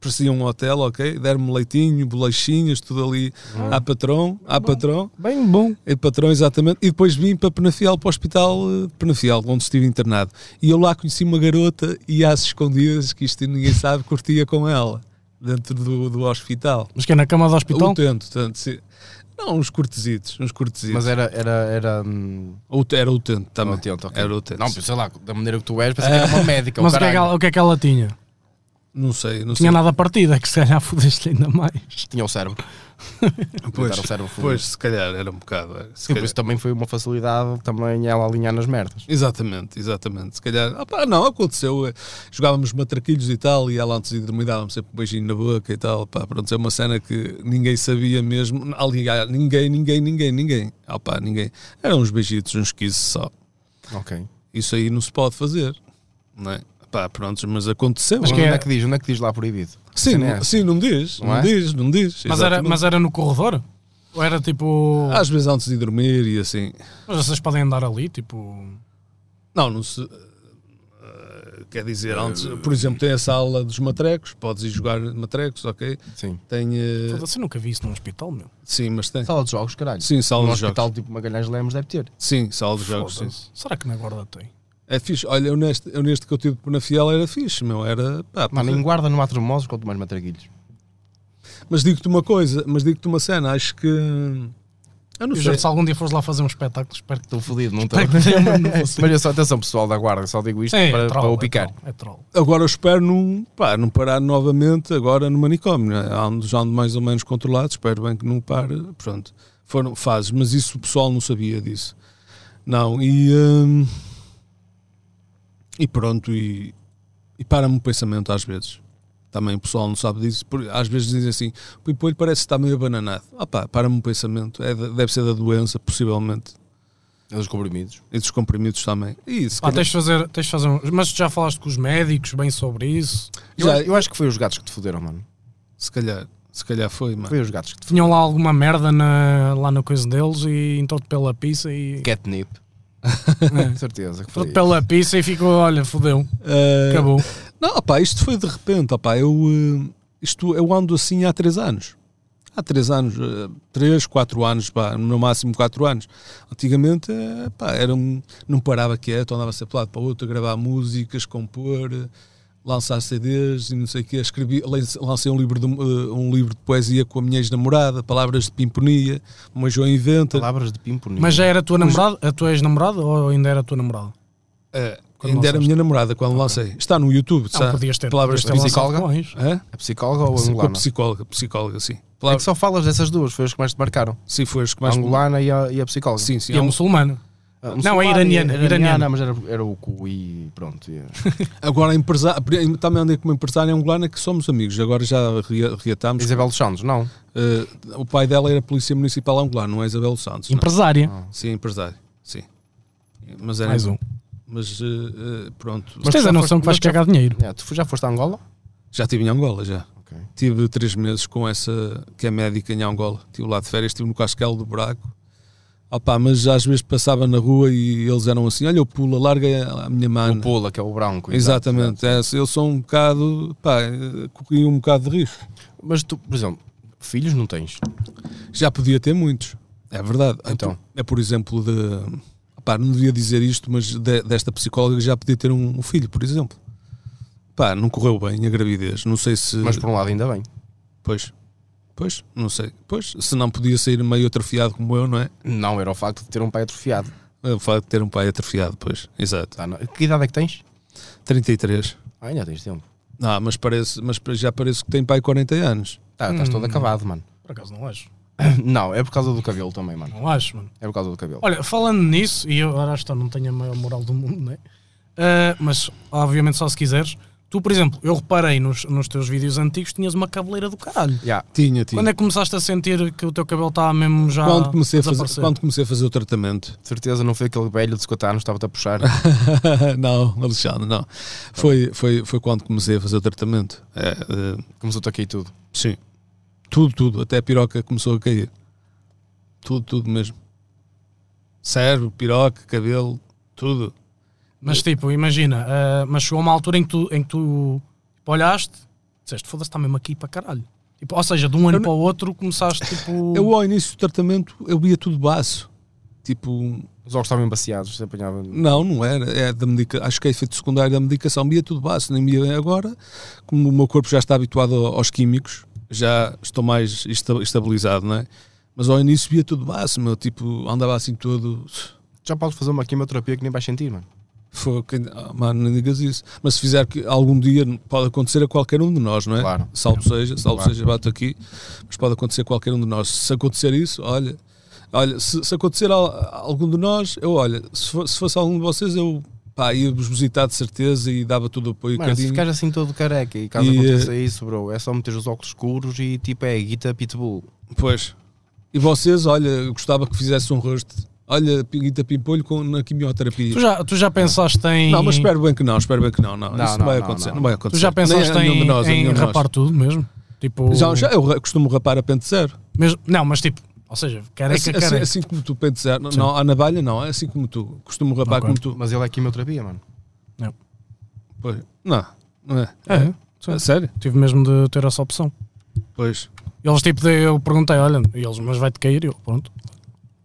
parecia um hotel, ok? Deram-me leitinho, bolachinhas, tudo ali à patrão, à patrão,
Bem bom.
e patrão exatamente. E depois vim para Penafiel, para o hospital eh, Penafiel, onde estive internado. E eu lá conheci uma garota e às escondidas, que isto ninguém sabe, curtia com ela, dentro do, do hospital.
Mas que é na cama do hospital?
Ou tento, tanto, sim. Não, uns cortesitos, uns cortesitos.
Mas era. era, era hum,
Ou Era o tento também.
utente, ok.
Era utente.
Não, sei lá, da maneira que tu és, pensei que era uma médica. o
Mas o que, é que
caralho.
ela, o que é que ela tinha?
Não sei, não sei.
Tinha nada partida, que se calhar fudeste ainda mais.
Tinha o cérebro.
Pois,
Era o cérebro full.
pois, se calhar era um bocado. é, se
Sim, por
calhar.
isso também foi uma facilidade também ela alinhar nas merdas.
Exatamente, exatamente. Se calhar. Ah, pá, não, aconteceu. eh, Jogávamos matraquilhos e tal, e ela antes de dormir dava-me sempre um beijinho na boca e tal. Pá, pronto, é uma cena que ninguém sabia mesmo. Aliás, ninguém, ninguém, ninguém, ninguém. Ah, pá, ninguém. Eram uns beijitos, uns quizzes só.
Ok.
Isso aí não se pode fazer, não é? Pá, pronto, mas aconteceu.
Mas
Mas
não
que
onde
é?
é... que diz? Onde é que diz lá proibido?
Sim,
Sim,
não-
é.
sim, não me diz, não,
Não é?
diz, não me diz.
Mas era,
exatamente.
mas era no corredor? Ou era tipo.
Às vezes antes de dormir e assim.
Mas vocês podem andar ali, tipo.
Não, não se. eh, Quer dizer, antes, por exemplo, tem a sala dos matrecos, podes ir jogar matrecos, ok?
Sim.
Tem. eh,
Você nunca vi isso num hospital, meu.
sim, mas tem.
Sala de jogos, caralho.
Sim, sala
Um
dos
hospital
jogos.
tipo Magalhães Lemos deve ter.
Sim, sala
Ah,
dos jogos. sim.
Foda-se. Será que na guarda tem?
É fixe. Olha, eu neste, eu neste que eu tive na Fiel era fixe, meu. Era. Pá,
Mano,
porque-
em guarda não há tremosos quanto mais matraguilhos.
Mas digo-te uma coisa, mas digo-te uma cena, acho que. Eu não
Eu
sei.
juro, se algum dia fores lá fazer um espetáculo, espero que.
Estou fodido, não estou.
espero que tenha uma- não fosse-
Mas eu só, atenção pessoal da guarda, só digo isto
É,
para,
é troll,
para o
é
picar.
troll, É troll.
Agora eu espero não, pá, não parar novamente agora no manicômio. né? Já ando, já ando mais ou menos controlado, espero bem que não pare. Pronto, foram fases, mas isso o pessoal não sabia disso. Não, e. hum, e pronto, e, e para-me o pensamento às vezes. Também o pessoal não sabe disso. por- às vezes dizem assim: o pimpolho parece que está meio abananado. Ah pá, para-me o pensamento. É, da- deve ser da doença, possivelmente.
Eles comprimidos.
E dos comprimidos também. E se
Pá,
calhar-
Ah, tens de fazer. Tens de fazer um... Mas tu já falaste com os médicos bem sobre isso.
Eu,
Já-
acho- eu acho que foi os gatos que te fuderam, mano.
se calhar, se calhar foi, mano.
Foi os gatos que te
Tinham lá alguma merda na- lá na coisa deles e entrou pela pizza e.
Catnip. É, Certeza que foi.
Entrou pela pizza e ficou, olha, fodeu,
Ah,
acabou.
Não, opá, isto foi de repente, opá, eu, eh, isto, eu ando assim há três anos. Há três anos, eh, três, quatro anos, pá, no máximo quatro anos. Antigamente, eh, pá, era um, não parava quieto, andava sempre de um lado para o outro, a gravar músicas, compor, eh, lançar CDs e não sei o quê. Escrevi, lance- lancei um livro, de, eh, um livro de poesia com a minha ex-namorada, Palavras de Pimponia, uma João Inventa.
Palavras de pimponinho.
Mas já era a tua namorada, a tua ex-namorada ou ainda era a tua namorada?
Eh,
Quando
ainda era a
lançaste?
minha namorada quando lancei. Está no YouTube,
Não,
está?
podias ter.
Palavras
podias ter
de
lançado
psicóloga?
com ex.
Hã?
A psicóloga ou a
Com a
é?
angolana?
psicóloga, psicóloga, sim.
É
Então,
Palavras-
que só falas dessas duas, foi as que mais te marcaram.
Sim, foi as que
A
mais.
angolana e a, e a psicóloga.
Sim, sim.
E
há
é
um-
muçulmano.
Ah,
Não, é
muçulmana e-
iraniana, iraniana.
mas era, era o cu e pronto. e- é.
Agora, empresa- também andei com uma empresária angolana que somos amigos, agora já rea- reatámos.
Isabel dos Santos, não.
Eh, o pai dela era polícia municipal angolana, não é Isabel dos Santos. não.
Empresária.
Sim, empresário. Sim. Mas era.
Mais um.
Mas eh, eh, pronto.
Mas tens a noção que vais cagar dinheiro.
É, tu já foste a Angola?
Já estive em Angola, já.
Ok.
Tive três meses com essa que é médica em Angola. Estive lá de férias, estive no Cascalo do Buraco. Opa, mas às vezes passava na rua e eles eram assim: olha, eu pulo, larga a minha mano.
O Pula, que é o branco.
Exatamente, é, eu sou um bocado, pá, eh, corri um bocado de risco.
Mas tu, por exemplo, filhos não tens.
Já podia ter muitos, é verdade. É
Então.
por- É, por exemplo, de. Pá, não devia dizer isto, mas de- desta psicóloga já podia ter um, um filho, por exemplo. Pá, não correu bem a gravidez, não sei se.
Mas por um lado, ainda bem.
Pois, pois, não sei. Pois, se não podia sair meio atrofiado como eu, não é?
Não era o facto de ter um pai atrofiado.
É O facto de ter um pai atrofiado, pois, exato.
Tá, não- Que idade é que tens?
Tá.
33.
Ah, ainda tens tempo.
Ah, mas parece, mas já parece que tem pai 40 anos.
Tá, estás todo acabado, mano.
Por acaso não acho.
Não, é por causa do cabelo também, mano.
Não acho, mano.
É por causa do cabelo.
Olha, falando nisso, e eu agora estou, não tenho a maior moral do mundo, né? Ah, mas obviamente só se quiseres. Tu, por exemplo, eu reparei nos, nos teus vídeos antigos tinhas uma cabeleira do caralho.
Já.
Tinha, tinha.
Quando é que começaste a sentir que o teu cabelo estava mesmo já
quando comecei, a fazer,
desaparecer?
quando comecei a fazer o tratamento.
De certeza não foi aquele velho de 50 anos que estava-te a puxar.
não, Alexandre, não. Foi, foi, foi quando comecei a fazer o tratamento. É, eh,
Começou-te aqui tudo.
sim. Tudo, tudo. Até a piroca começou a cair. Tudo, tudo mesmo. Cérebro, piroca, cabelo, tudo.
Mas tipo, imagina, ah, mas chegou uma altura em que tu, em que tu tipo, olhaste, disseste, foda-se, está mesmo aqui para caralho. Tipo, ou seja, de um ano para o outro começaste tipo.
Eu ao início do tratamento eu ia tudo baço. Tipo,
Os olhos estavam embaciados, se apanhava.
não, não era. É da medica... Acho que é efeito secundário da medicação. Ia tudo baço, nem ia agora. Como o meu corpo já está habituado ao- aos químicos, já estou mais esta- estabilizado, não é? Mas ao início via tudo baço, meu. Tipo, andava assim todo.
Já podes fazer uma quimioterapia que nem vais sentir, mano.
Foi, que- ah, mano, nem digas isso. Mas se fizer que algum dia pode acontecer a qualquer um de nós, não é?
Claro.
Salvo seja, salvo
Claro.
seja, bato aqui. Mas pode acontecer a qualquer um de nós. Se acontecer isso, olha. Olha, se, se acontecer al- algum de nós, eu olha, se, for- se fosse algum de vocês, eu pá, ia-vos visitar de certeza e dava todo o apoio
Mano, se
cadinho.
ficares assim todo careca e caso
E,
eh,
aconteça isso, bro, é só meter os óculos escuros e tipo é a guita pitbull.
Pois. E vocês, olha, eu gostava que fizesse um rosto. Olha, Pinguita Pimpolho com, na quimioterapia.
Tu já, tu já pensaste em.
Não, mas espero bem que não, espero bem que não. Não,
Não,
isso
não,
não vai
não,
acontecer. Não,
não.
vai acontecer.
Tu já pensaste
Nem a nenhum de
em,
nós, a
em
nenhum de nós.
rapar tudo mesmo? Tipo,
Já, já, eu ra- costumo rapar a pente zero.
mesmo- não, mas tipo, ou seja, careca,
Assim, assim,
careca.
assim como tu pente zero. Não, Não, a navalha não, é assim como tu. Costumo rapar
Ok.
como tu.
Mas ele é quimioterapia, mano.
Pois. Não, não é.
É,
É
sim.
sério?
tive mesmo de ter essa opção.
Pois.
Eles tipo, de- eu perguntei, olha, e eles, mas vai-te cair? Eu, pronto.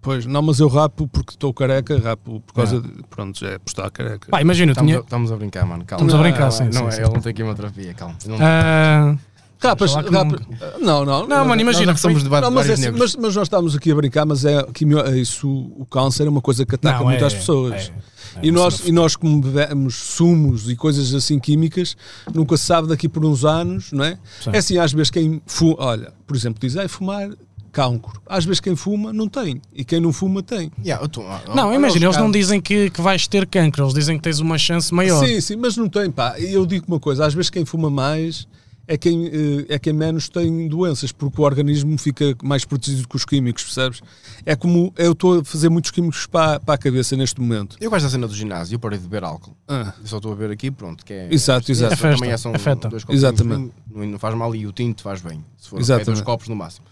Pois. Não, mas eu rapo porque estou careca, rapo por causa
É.
de. Pronto, já é por estar careca.
Pá, imagina, eu
Estamos,
tinha.
a, estamos a brincar, mano. Calma.
Estamos a brincar,
não,
sim,
Não,
sim,
é,
sim.
ele não tem quimioterapia, calma. Ele não-
Ah,
Rapas,
Sei lá que
rapas. Não, não.
Não, mano, imagina,
nós é que somos de
Não, mas, é
vários
assim,
negros.
mas, mas nós estamos aqui a brincar, mas é quimio, é isso, o câncer é uma coisa que ataca
Não,
muito
é,
as pessoas.
é,
e, nós, e nós, como bebemos sumos e coisas assim químicas, nunca se sabe daqui por uns anos, não é?
Sim.
É assim, às vezes quem fuma, olha, por exemplo, diz, ah, fumar cancro. Às vezes quem fuma não tem, e quem não fuma tem.
Yeah, eu tô- ah,
Não,
olha
imagina,
os
eles não
caras.
dizem que, que vais ter cancro, eles dizem que tens uma chance maior.
Sim, sim, mas não tem, pá. E Eu digo uma coisa, às vezes quem fuma mais é quem, eh, é quem menos tem doenças, porque o organismo fica mais protegido com os químicos, percebes? É como eu estou a fazer muitos químicos para, para a cabeça neste momento.
Eu gosto da cena do ginásio, eu parei de beber álcool.
Ah,
Eu só estou a ver aqui, pronto, que é.
Exato, exato.
Também
Afeta,
é- são
afeta.
dois copos de
Exatamente.
vinho, Não, não faz mal e o tinto faz bem. Se for
Exatamente.
é dois copos no máximo.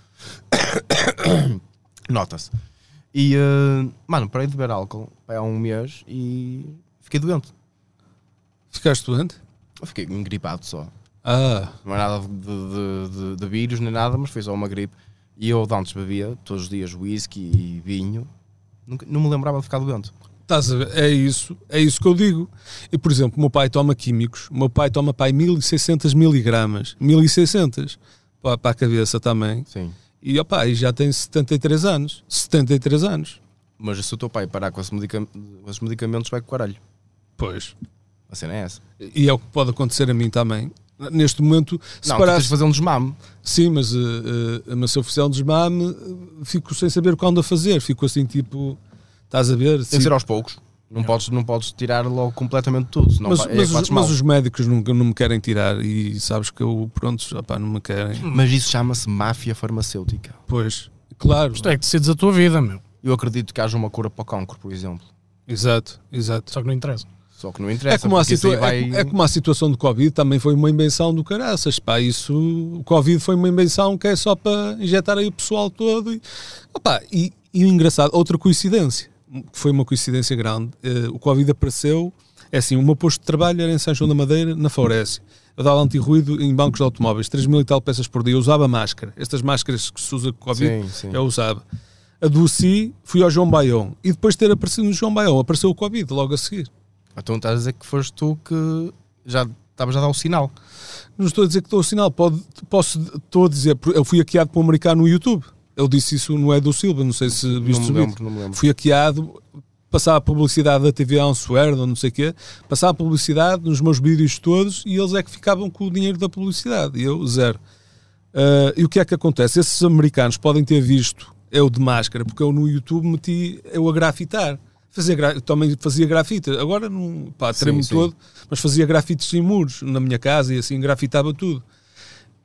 Nota-se. E, eh, mano, parei de beber álcool há um mês e fiquei doente.
ficaste doente?
Eu fiquei gripado só.
Ah,
Não é nada de, de- de- de vírus nem nada, mas foi só uma gripe. E eu de antes bebia todos os dias whisky e vinho. Nunca- não me lembrava de ficar doente.
estás a ver? É isso, é isso que eu digo. E, por exemplo, o meu pai toma químicos, o meu pai toma pai 1600 miligramas, 1600 para para a cabeça também.
Sim.
E, opá, e já tem 73 anos, 73 anos.
Mas se o teu pai parar com esses, medicam- com esses medicamentos, vai com o caralho.
Pois,
A cena é essa.
e é o que pode acontecer a mim também. Neste momento, se
não, tu tens
parares,
de fazer um desmame.
sim, mas, eh, eh, mas se eu fizer um desmame, eh, fico sem saber o que ando a fazer, fico assim tipo, Estás a ver?
Tem que ser aos poucos. Não, podes, não podes tirar logo completamente tudo. Senão
mas,
vai- é
mas
quase
os,
mal.
mas os médicos nunca não me querem tirar e sabes que eu, pronto, opá, não me querem.
Mas isso chama-se máfia farmacêutica.
Pois, claro.
Tu é que decides a tua vida, meu.
Eu acredito que haja uma cura para o cancro, por exemplo.
Exato, exato.
Só que não interessa.
Só que não interessa.
É como, a
porque isso aí
situa- é
vai...
co- é como a situação do Covid também foi uma invenção do caraças. Pá, isso, o Covid foi uma invenção que é só para injetar aí o pessoal todo. E, opá, e, e o engraçado, outra coincidência, que foi uma coincidência grande. eh, o Covid apareceu, é assim, o meu posto de trabalho era em São João da Madeira, na Faurece. Eu dava antirruído em bancos de automóveis, 3 mil e tal peças por dia. Eu usava máscara. Estas máscaras que se usa com Covid,
Sim, sim.
eu usava. Adoeci, fui ao João Baião. E depois de ter aparecido no João Baião, apareceu o Covid logo a seguir.
Então estás a dizer que foste tu que já estavas a dar o sinal.
Não estou a dizer que dou o sinal, pode, posso, estou a dizer, porque eu fui hackeado por um americano no YouTube. Ele disse isso no Edu Silva, não sei se
Não
viste
me
o vídeo.
lembro, não me lembro.
Fui hackeado, passava a publicidade da TV Answer, um ou não sei o quê, passava a publicidade nos meus vídeos todos e eles é que ficavam com o dinheiro da publicidade, e eu zero. Ah, e o que é que acontece? Esses americanos podem ter visto eu de máscara, porque eu no YouTube meti eu a grafitar. Fazia gra- eu também fazia grafite, agora não, pá, tremo
sim.
todo, mas fazia grafites em muros na minha casa e assim grafitava tudo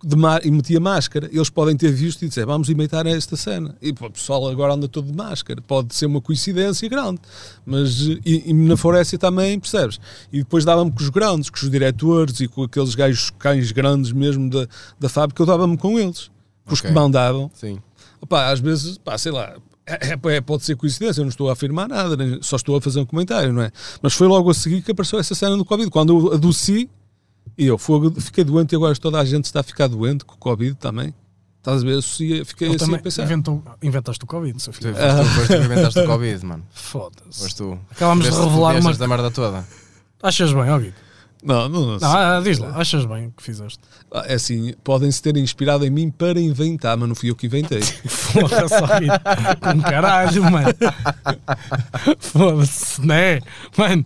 de ma- e metia máscara, eles podem ter visto e dizer vamos imitar esta cena. E pô, o pessoal agora anda todo de máscara. Pode ser uma coincidência grande. Mas eh, e, e na Florécia também, percebes? E depois dava-me com os grandes, com os diretores e com aqueles gajos cães grandes mesmo da, da fábrica, eu dava-me com eles. Com Os
Ok.
que mandavam.
Sim.
Opá, às vezes, pá, sei lá, é- é- é- pode ser coincidência, eu não estou a afirmar nada, nem- só estou a fazer um comentário, não é? Mas foi logo a seguir que apareceu essa cena do Covid. Quando eu adoeci, e eu fogo, fiquei doente e agora toda a gente está a ficar doente com o Covid também. Estás a ver? Associa, fiquei
Ele
assim
também
a pensar.
inventou, inventaste o Covid, seu
Tu,
filho.
foste tu, foste tu que inventaste o Covid, mano.
Foda-se.
Foste tu.
Acabámos de
Fizeste-
revelar
fizeste
uma.
esta merda toda.
Achas bem, ó Guido?
Não, não, não.
Não, ah, diz lá, achas bem o que fizeste.
Ah, É assim, podem-se ter inspirado em mim para inventar, mas não fui eu que inventei.
Foda-se, ó Guido. Com caralho, mano. Foda-se, né? Mano,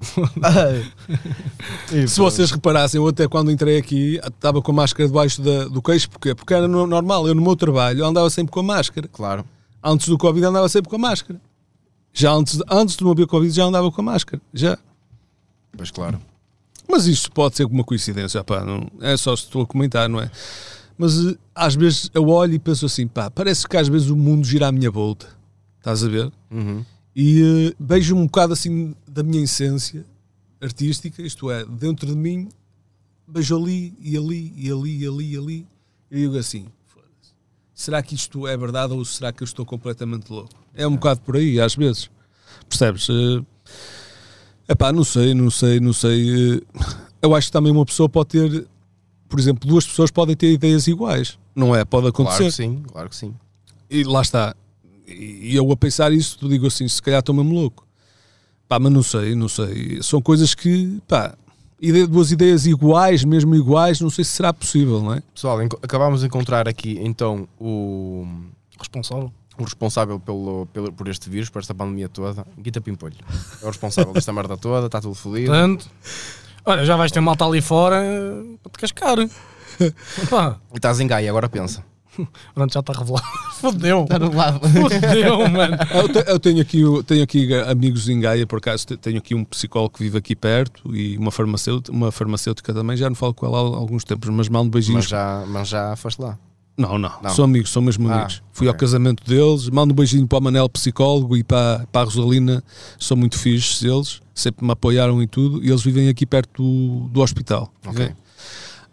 Se vocês reparassem, eu até quando entrei aqui estava com a máscara debaixo da- do queixo, porquê? Porque era no- normal, eu no meu trabalho andava sempre com a máscara.
Claro.
antes do Covid andava sempre com a máscara. Já antes, antes do meu haver Covid já andava com a máscara. Já.
Pois claro.
Mas isto pode ser uma coincidência, pá, não, é só se estou a comentar, não é? Mas eh, às vezes eu olho e penso assim, pá, parece que às vezes o mundo gira à minha volta. Estás a ver?
Uhum.
E eh, vejo um bocado assim da minha essência artística, isto é, dentro de mim, vejo ali e ali e ali e ali e ali. E digo assim: "Foda-se, será que isto é verdade ou será que eu estou completamente louco? É um bocado por aí, às vezes. Percebes? É epá, não sei, não sei, não sei. eh, eu acho que também uma pessoa pode ter, por exemplo, duas pessoas podem ter ideias iguais, não é? Pode acontecer.
Claro que sim, claro que sim.
E lá está. E eu a pensar isso, tu digo assim, se calhar estou mesmo louco. Pá, mas não sei, não sei. São coisas que, pá, ide- duas ideias iguais, mesmo iguais, não sei se será possível, não é?
Pessoal, enco- acabámos de encontrar aqui então o,
responsável.
o responsável pelo, pelo- por este vírus, por esta pandemia toda, Guita Pimpolho. É o responsável desta merda toda, está tudo fodido.
Portanto, olha, já vais ter malta ali fora eh, para te cascar. Opa,
E estás em Gaia, agora pensa.
pronto, já está revelado. Fodeu.
no lado.
Fodeu, mano.
Eu, te- eu tenho, aqui, o- tenho aqui ga- amigos em Gaia, por acaso, te- tenho aqui um psicólogo que vive aqui perto e uma farmacêutica, uma farmacêutica também, já não falo com ela há alguns tempos, mas mando
Mas
beijinhos.
já, mas já foste lá.
Não, não,
Não.
são amigos, são mesmo
Ah,
amigos. Fui ao
ok.
casamento deles, mando um beijinho para o Manel, psicólogo, e para, para a Rosalina, são muito fixes eles, sempre me apoiaram em tudo, e eles vivem aqui perto do, do hospital.
Ok.
ok?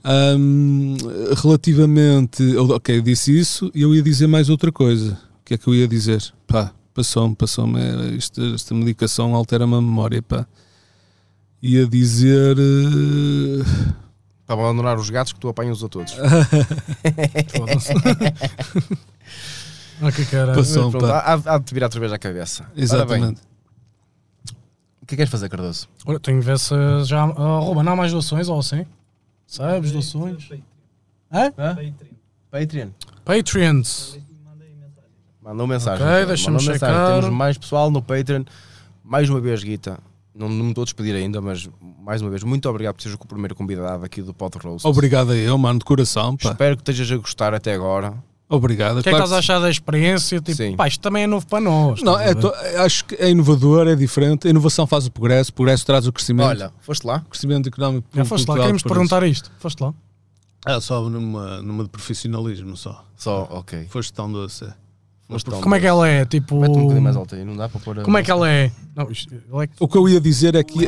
Ahm, relativamente, eu- ok, eu disse isso, e eu ia dizer mais outra coisa. O que é que eu ia dizer? Pá, passou-me, passou-me, é, esta, esta medicação altera-me a memória, pá. Ia dizer... eh,
Para Tá abandonar os gatos que tu apanhas a todos.
Foda-se. Ah, que caralho.
Passou.
Pronto,
pá.
há, há de te vir outra vez à cabeça. Ora bem,
Exatamente.
o que é que queres fazer, Cardoso?
Olha, tenho que ver se já. Oh, Ruben, não há mais doações ou assim? Sabes, doações? Hã?
Patreon.
Patreons.
Mandou mensagem.
Ok,
Pedro,
deixa-me
mandou mensagem.
checar.
Temos mais pessoal no Patreon. Mais uma vez, Guita. Não, não me estou a despedir ainda, mas mais uma vez, muito obrigado por seres o primeiro convidado aqui do Pod Roast.
Obrigado a eu, mano, é um de coração, pá.
Espero que estejas a gostar até agora.
Obrigado.
O que é que
claro
estás a achar da experiência? Tipo,
Sim.
pá, isto também é novo para nós.
Não,
estás
é
a ver?
to- acho que é inovador, é diferente. A inovação faz o progresso, o progresso traz o crescimento.
Olha, foste lá?
O crescimento económico.
Já foste lá,
cultural,
queremos
por isso.
perguntar isto. Foste lá.
Ah, só numa, numa de profissionalismo, só.
Só, ok.
Foste tão doce.
Mas pronto.
Como é que ela é? Tipo.
Mete-me um bocadinho mais alto aí, não dá para pôr. a-
Como é que ela é? Não, isto, ele é que-
O que eu ia dizer é que.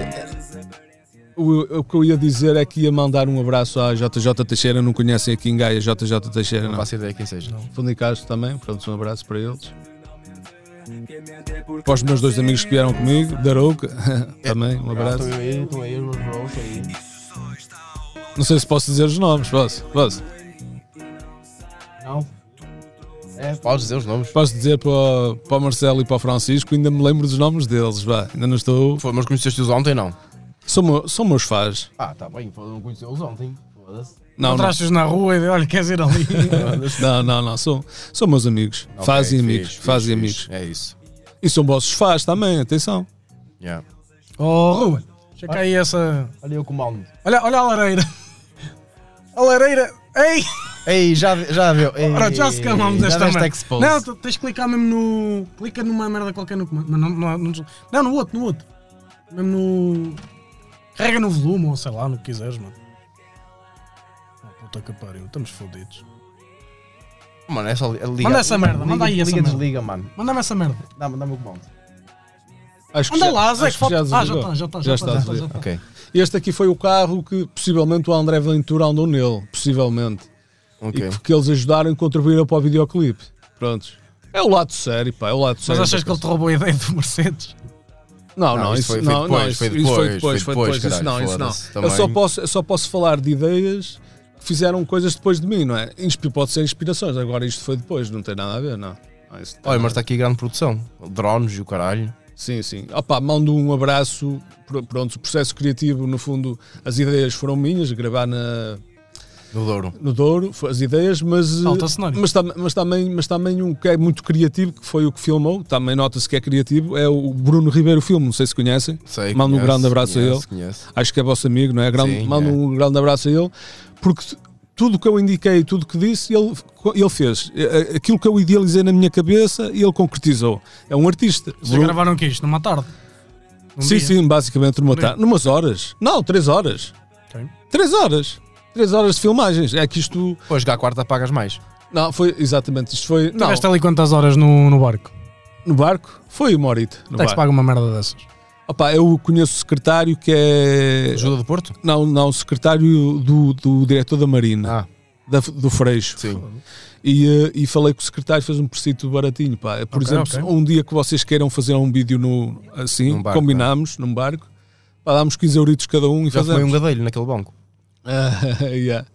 O, o que eu ia dizer é que ia mandar um abraço à JJ Teixeira. Não conhecem aqui em Gaia JJ Teixeira,
Não
não.
faço ideia quem seja.
Fundi Castro também, pronto, um abraço para eles. Para os meus dois amigos que vieram comigo, Darouca, também, um abraço.
é
Não sei se posso dizer os nomes, posso? Posso,
Não. É, podes dizer os nomes.
posso dizer para o, para o Marcelo e para o Francisco, ainda me lembro dos nomes deles, vá, ainda não estou.
Foi, mas conheceste-os ontem, não?
São, meu- são meus fãs.
Ah, tá bem, não conheceu-os ontem. Foda-se.
Não, não,
Encontraste-os na rua e de- olha, queres ir ali?
não, não, não, são, são meus amigos.
Ok,
fazem
fixe,
amigos,
fixe,
fazem
fixe.
amigos.
É isso.
E são vossos fãs também, atenção.
Yeah.
oh, Ruben, checa aí essa.
Olha eu com o Malmo.
Olha, olha a lareira. A lareira. Ei!
Ei, já, já viu. Ei,
Pronto, já se calmamos
já
esta
deste
merda.
expose.
Não, tu tens que clicar mesmo no. Clica numa merda qualquer no comando. Mas não, não, não, desliga. não, no outro, no outro. Mesmo no. Carrega no volume ou sei lá, no que quiseres, mano. Oh, puta que pariu, estamos fodidos.
Mano, é só li- é liga.
Manda essa merda, manda aí
liga,
essa
liga,
merda.
desliga, mano.
Manda-me essa merda.
Dá-me dá o comando.
Acho que
Anda
já-
lá, Zé,
acho
que
que
falta. Ah, já
desligou.
está, já está,
Já
já
está
está, já
a
tá. está.
Ok.
Este aqui foi o carro que possivelmente o André Ventura andou nele, possivelmente.
Ok.
E porque eles ajudaram e contribuíram para o videoclipe. Prontos. É o lado sério, pá, é o lado
Mas
sério.
achas que ele te roubou a ideia do Mercedes?
Não, não,
Não,
isso
isso foi- foi
não, não,
depois,
isso-
foi
isso foi
depois,
depois,
foi
foi depois,
depois,
isso não,
caralho,
isso não.
foda-se,
Eu só
também.
posso, eu só posso falar de ideias que fizeram coisas depois de mim, não é? Inspi- Pode ser inspirações, agora isto foi depois, não tem nada a ver, não. Não, isso não
Olha,
tem nada a
mas está aqui grande produção. Drones e o caralho.
Sim, sim. Opa, mando um abraço. Pr- Pronto, o processo criativo, no fundo, as ideias foram minhas, gravar na,
No Douro.
no Douro, foi as ideias, mas, eh,
Falta cenário.
mas, tam- mas também, mas também um que é muito criativo, que foi o que filmou, também nota-se que é criativo, é o Bruno Ribeiro Filme, não sei se conhecem.
Sei,
mando um
conheço,
grande abraço a
conheço,
ele.
Conheço.
Acho que é vosso amigo, não é? Grande,
Sim,
mando
é.
um grande abraço a ele, porque t- tudo que eu indiquei, tudo que disse, ele, ele fez. Eh, eh, Aquilo que eu idealizei na minha cabeça, ele concretizou. É um artista.
Vocês
Bruno-
gravaram aqui isto numa tarde. Num
sim,
um dia? Um
sim, basicamente numa
dia.
tarde. Numas horas. Não, três horas.
Ok.
Três horas. Três horas de filmagens. É que isto.
Pois, jogar à quarta pagas mais.
Não, foi exatamente isto. Foi. Não,
Tiveste ali quantas horas no, no barco?
no barco. Foi uma horita. No
Até que
barco.
se paga uma merda dessas.
Opa, eu conheço o secretário que é.
Ajuda do Porto?
Não, não, o secretário do, do diretor da Marina.
Ah,
da- do Freixo.
sim.
E, eh, e falei com o secretário, fez um precito baratinho. Pá. Por
Ok,
exemplo,
ok.
se um dia que vocês queiram fazer um vídeo no, assim,
Num barco, né?
combinámos num barco, pá, dámos 15 euritos cada um e
Já
fazemos.
foi um gadelho naquele banco.
Ah, yeah.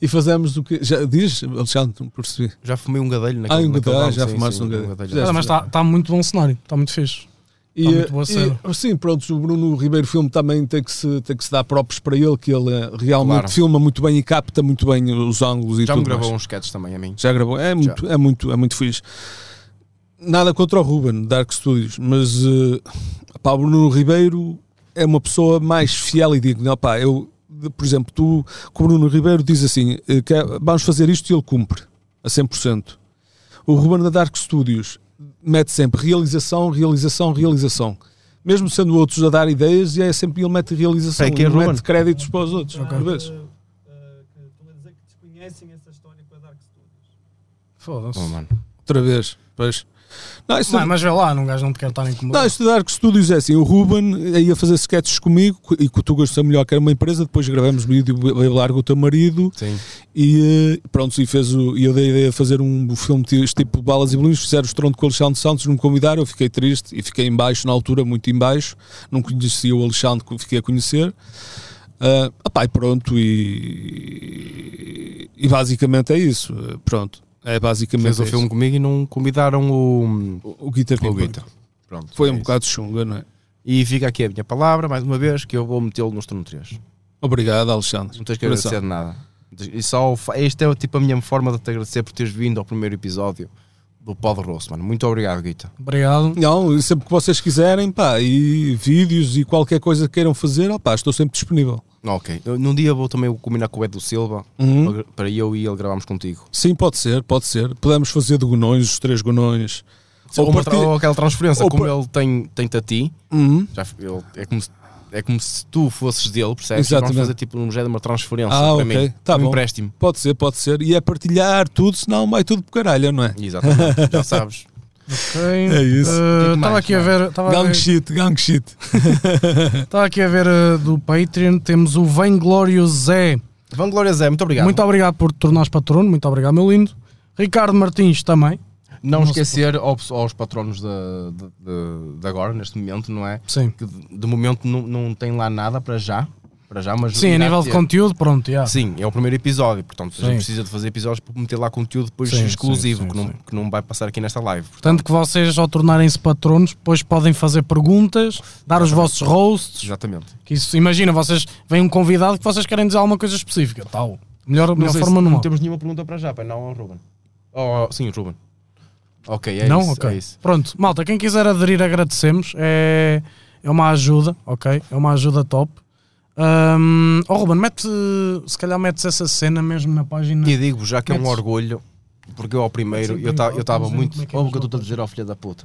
E fazemos o que. Já diz, Alexandre, não percebi.
Já fumei um gadelho naquele,
Ah, um
naquele
gadelho,
banco.
já
sim,
fumaste
sim,
um gadelho.
já.
Deste-
Ah, mas está tá muito bom cenário, está muito fixe.
Tá
E,
muito boa cena.
e, sim, pronto, o Bruno Ribeiro Filme também tem que se, tem que se dar próprios para ele, que ele eh, realmente
Claro.
filma muito bem e capta muito bem os ângulos e
Já me
tudo.
gravou
mais.
uns sketches também a mim.
Já gravou, é muito, é muito, é muito fixe. Nada contra o Ruben, Dark Studios, mas eh, pá, o Bruno Ribeiro é uma pessoa mais fiel e digna. Opá, eu, de- por exemplo, tu com o Bruno Ribeiro diz assim: eh, que é, vamos fazer isto e ele cumpre a 100%. O Ruben da Dark Studios mete sempre realização, realização, realização. Mesmo sendo outros a dar ideias, e é sempre ele mete realização,
É que é
ele não
Ruben.
mete créditos para os outros.
Ok.
por vezes.
Eh, que estão a dizer que desconhecem essa história com a Dark Studios.
Foda-se.
Oh, mano.
Outra vez, pois. Não, isso
Mas, mas vê lá, não gajo não te quer estar
Não,
incomodado.
estudar que estúdios é assim. O Ruben eh, ia fazer sketches comigo co- e com o Tugas Samuel, que era uma empresa. Depois gravamos vídeo bem largo o teu marido
Sim.
e eh, pronto. E, fez o, e eu dei a ideia de fazer um filme ti- tipo Balas e Bolinhos. Fizeram o Estrondo com o Alexandre Santos. Não me convidaram, eu fiquei triste e fiquei em baixo na altura, muito em baixo. Não conhecia o Alexandre, que fiquei a conhecer. Ah, opá, e pronto. E, e basicamente é isso. eh, Pronto, é basicamente
Fez o
é
filme comigo e não convidaram o.
isso. O, o Guitar
O
Pimpão.
Guita. Pronto.
Foi
é
um
isso.
bocado chunga, não é?
E fica aqui a minha palavra, mais uma vez, que eu vou metê-lo no Estorno 3.
Obrigado, Alexandre.
Não tens que
Coração.
agradecer de nada. E só o fa- esta é tipo a minha forma de te agradecer por teres vindo ao primeiro episódio do Pod Rosso, mano. Muito obrigado, Guita.
Obrigado.
Não, sempre que vocês quiserem, pá, e vídeos e qualquer coisa que queiram fazer, ó pá, estou sempre disponível.
Ok. Eu- Num dia vou também combinar com o Edu Silva
Uhum.
para- para eu e ele gravarmos contigo.
Sim, pode ser, pode ser. Podemos fazer de gonões, os três gonões.
Ou, uma
parti-
tra- ou aquela transferência,
ou
como
par-
ele tem, tem-te a ti,
Uhum.
já, f- ele, é, como se, é como se tu fosses dele, percebes? E
Exatamente.
Vamos fazer tipo um género de uma transferência
Ah,
para
ok.
mim,
Tá
um
bom.
empréstimo.
Pode ser, pode ser. E é partilhar tudo, senão vai tudo por caralho, não é?
Exatamente, já sabes.
É isso.
O que é que
Estava
mais,
aqui a
João?
ver. Estava a
é.
Gang
ver,
shit, gang shit.
tava aqui a ver eh, do Patreon. Temos o Vainglório Zé.
Vanglória Zé, muito obrigado.
Muito obrigado por te tornares patrono. Muito obrigado, meu lindo. Ricardo Martins também.
Não
Nossa,
esquecer aos, aos patronos de, de, de- de agora, neste momento, não é?
Sim.
Que de, de momento não, não tem lá nada para já. Para já mas
Sim, a
irá
nível de
ter.
conteúdo, pronto. já.
Sim, é o primeiro episódio, portanto a
Sim.
gente precisa de fazer episódios para meter lá conteúdo depois
Sim, sim,
exclusivo,
sim,
que, não,
sim.
que não vai passar aqui nesta live. Portanto,
Tanto que vocês, ao tornarem-se patronos, depois podem fazer perguntas, dar os vossos roasts.
Exatamente.
Que isso, imagina, vocês vem um convidado que vocês querem dizer alguma coisa específica. Tal. Melhor, melhor
sei se
forma não.
não
há.
temos nenhuma pergunta para já, pai, não, Ruben. Oh, sim, Ruben. Ok, é
não?
isso.
ok.
É isso.
Pronto, malta, quem quiser aderir, agradecemos. É, é uma ajuda, ok? É uma ajuda top. Hum, oh, Ruben, mete, se calhar metes essa cena mesmo na página.
E digo já que é um
Metes-
orgulho, porque eu ao primeiro,
Metes
eu
em
ta-
privado,
eu estava
vamos ver
muito.
como é que é
Ouve o que eu
que eles
estou a dizer ao filho da puta.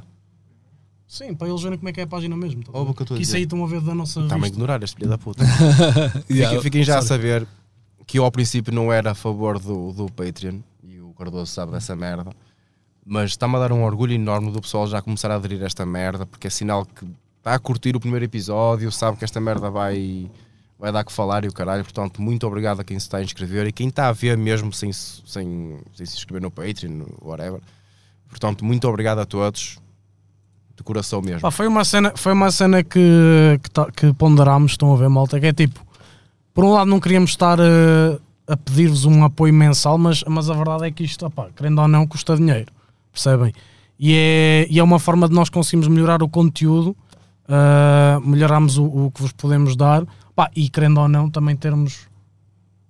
Sim, para eles verem como é que é a página mesmo. tá
Ouve o que eu estou a
que isso
dizer.
aí estão a ver da nossa
Está-me a
revista.
ignorar este filho da puta.
Yeah,
Fiquem- Fiquem já a saber que eu ao princípio não era a favor do, do Patreon e o Cardoso sabe dessa merda, mas está-me a dar um orgulho enorme do pessoal já começar a aderir a esta merda, porque é sinal que está a curtir o primeiro episódio, sabe que esta merda vai, vai dar que falar e o caralho. Portanto, muito obrigado a quem se está a inscrever e quem está a ver mesmo sem, se- sem, sem se inscrever no Patreon, whatever. Portanto, muito obrigado a todos, de coração mesmo.
Pá, foi uma cena, foi uma cena que, que, ta- que ponderámos, estão a ver, malta, que é tipo, por um lado não queríamos estar eh, a, pedir-vos um apoio mensal, mas, mas a verdade é que isto, opá, querendo ou não, custa dinheiro, percebem? E é, e é uma forma de nós conseguirmos melhorar o conteúdo, eh, melhorarmos o, o que vos podemos dar, pá, e querendo ou não, também termos,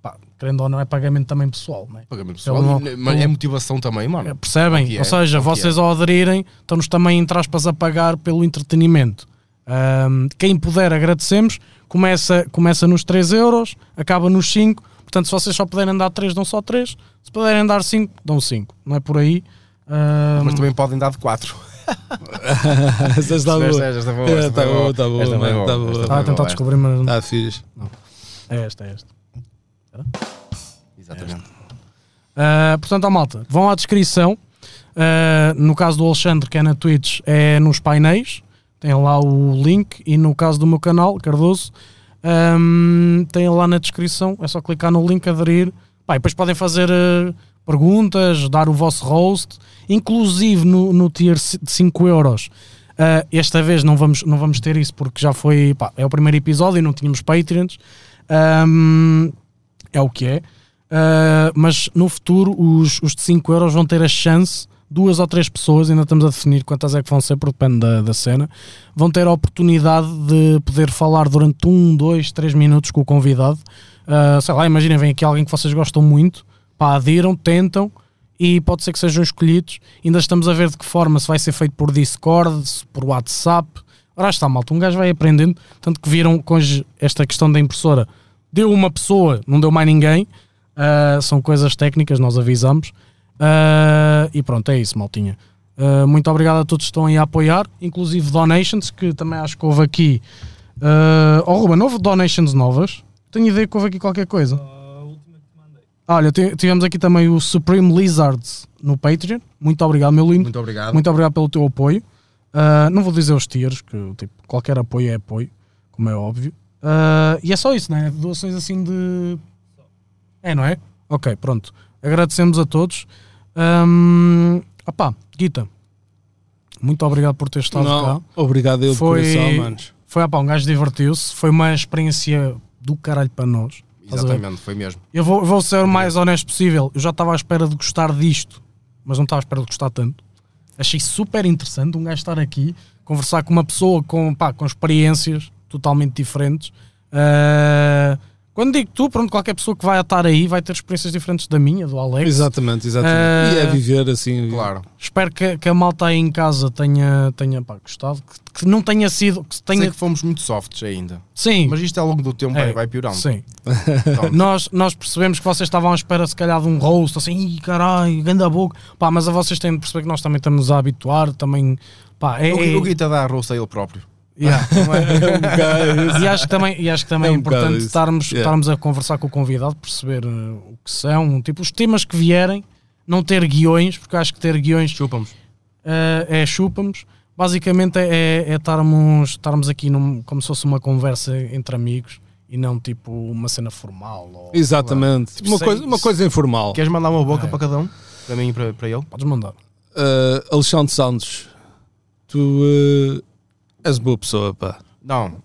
pá, querendo ou não, é pagamento também pessoal, não é?
Pagamento pessoal,
não-
mas é motivação também, mano.
É, Percebem?
O que é,
Ou seja,
o que
vocês ao aderirem, estão-nos também, entre aspas, a pagar pelo entretenimento. Ahm, quem puder, agradecemos. Começa, começa nos 3 euros, acaba nos 5. Portanto, se vocês só puderem dar 3, dão só 3. Se puderem dar 5, dão 5. Não é por aí. Ahm,
Mas também podem dar de 4.
Essa está
Esta-
boa.
esta- esta foi boa,
É,
esta
tá
foi
boa,
boa.
tá boa,
Esta foi
mano,
boa,
tá boa.
esta foi
Estava a ah, tentar
boa.
descobrir, mas
Ah.
não.
Está Ah, fixe.
é esta, é esta.
Exatamente.
Ah, portanto, à malta, vão à descrição. Ah, no caso do Alexandre, que é na Twitch, é nos painéis. Tem lá o link. E no caso do meu canal, Cardoso, ahm, tem lá na descrição. É só clicar no link, aderir. Pá, e depois podem fazer ah, perguntas, dar o vosso host. Inclusive no, no tier ci- de 5 euros. ah, esta vez não vamos, não vamos ter isso porque já foi. pá, é o primeiro episódio e não tínhamos Patreons. Ahm, é o que é. Uh, mas no futuro os, os de 5 euros vão ter a chance, duas ou três pessoas, ainda estamos a definir quantas é que vão ser, porque depende da, da cena, vão ter a oportunidade de poder falar durante um, dois, três minutos com o convidado. Uh, sei lá, imaginem, vem aqui alguém que vocês gostam muito, pá, adiram, tentam e pode ser que sejam escolhidos. Ainda estamos a ver de que forma, se vai ser feito por Discord, se por WhatsApp. Ora está, malta, um gajo vai aprendendo. Tanto que viram que hoje esta questão da impressora deu uma pessoa, não deu mais ninguém. Ah, são coisas técnicas, nós avisamos. Ah, e pronto, é isso, maltinha. Ah, muito obrigado a todos que estão aí a apoiar, inclusive donations, que também acho que houve aqui. Ah, oh, Ruben, houve donations novas? Tenho ideia que houve aqui qualquer coisa.
Ah, A última que te mandei.
Olha, ti- tivemos aqui também o Supreme Lizards no Patreon. Muito obrigado, meu lindo. Muito,
Muito obrigado.
obrigado pelo teu apoio. Ah, não vou dizer os tiers, que tipo, qualquer apoio é apoio, como é óbvio. Ah, e é só isso, né? Doações assim de. É, não é? Ok, pronto. Agradecemos a todos. Ahm, opá, Guita, muito obrigado por ter
Tá
estado cá.
Não, obrigado eu de
Foi-
coração, manos.
Foi, opá, um gajo divertiu-se. Foi uma experiência do caralho para nós. Estás a ver?
Exatamente, foi mesmo.
Eu vou, vou ser o mais honesto possível. Eu já estava à espera de gostar disto, mas não estava à espera de gostar tanto. Achei super interessante um gajo estar aqui, conversar com uma pessoa com, pá, com experiências totalmente diferentes, ah, Quando digo tu, pronto, qualquer pessoa que vai estar aí vai ter experiências diferentes da minha, do Alex.
Exatamente,
exatamente.
exatamente.
Eh,
E é viver assim.
Ah. Claro.
Espero que, que a malta aí em casa tenha, tenha pá, gostado, que, que não tenha sido, que
Sei
tenha...
que fomos muito softs ainda.
Sim,
Mas isto ao longo do tempo vai,
É,
vai piorando.
sim.
Pronto.
nós, nós percebemos que vocês estavam à espera, se calhar, de um roast, assim, "Ih, caralho, ganda boca. Pá, mas a vocês têm de perceber que nós também estamos a habituar, também, pá, é...
O,
é-
Gui- o Guita dá a roça a ele próprio.
yeah.
É um bocado isso.
e acho que também, e acho que também
É
é,
um bocado
importante
isso.
estarmos,
Yeah.
estarmos a conversar com o convidado, perceber eh, o que são, tipo, os temas que vierem, não ter guiões, porque acho que ter guiões
Chupamos.
eh, é chupa-nos. Basicamente é é estarmos, estarmos aqui num, como se fosse uma conversa entre amigos e não tipo uma cena formal. Ou,
Exatamente.
Tipo,
uma,
sem-
coisa, uma coisa informal.
Queres mandar uma boca
É.
para cada um? Para mim e para, para ele?
Podes mandar.
Eh, Alexandre Santos, tu eh, és boa pessoa, pá.
Não.
de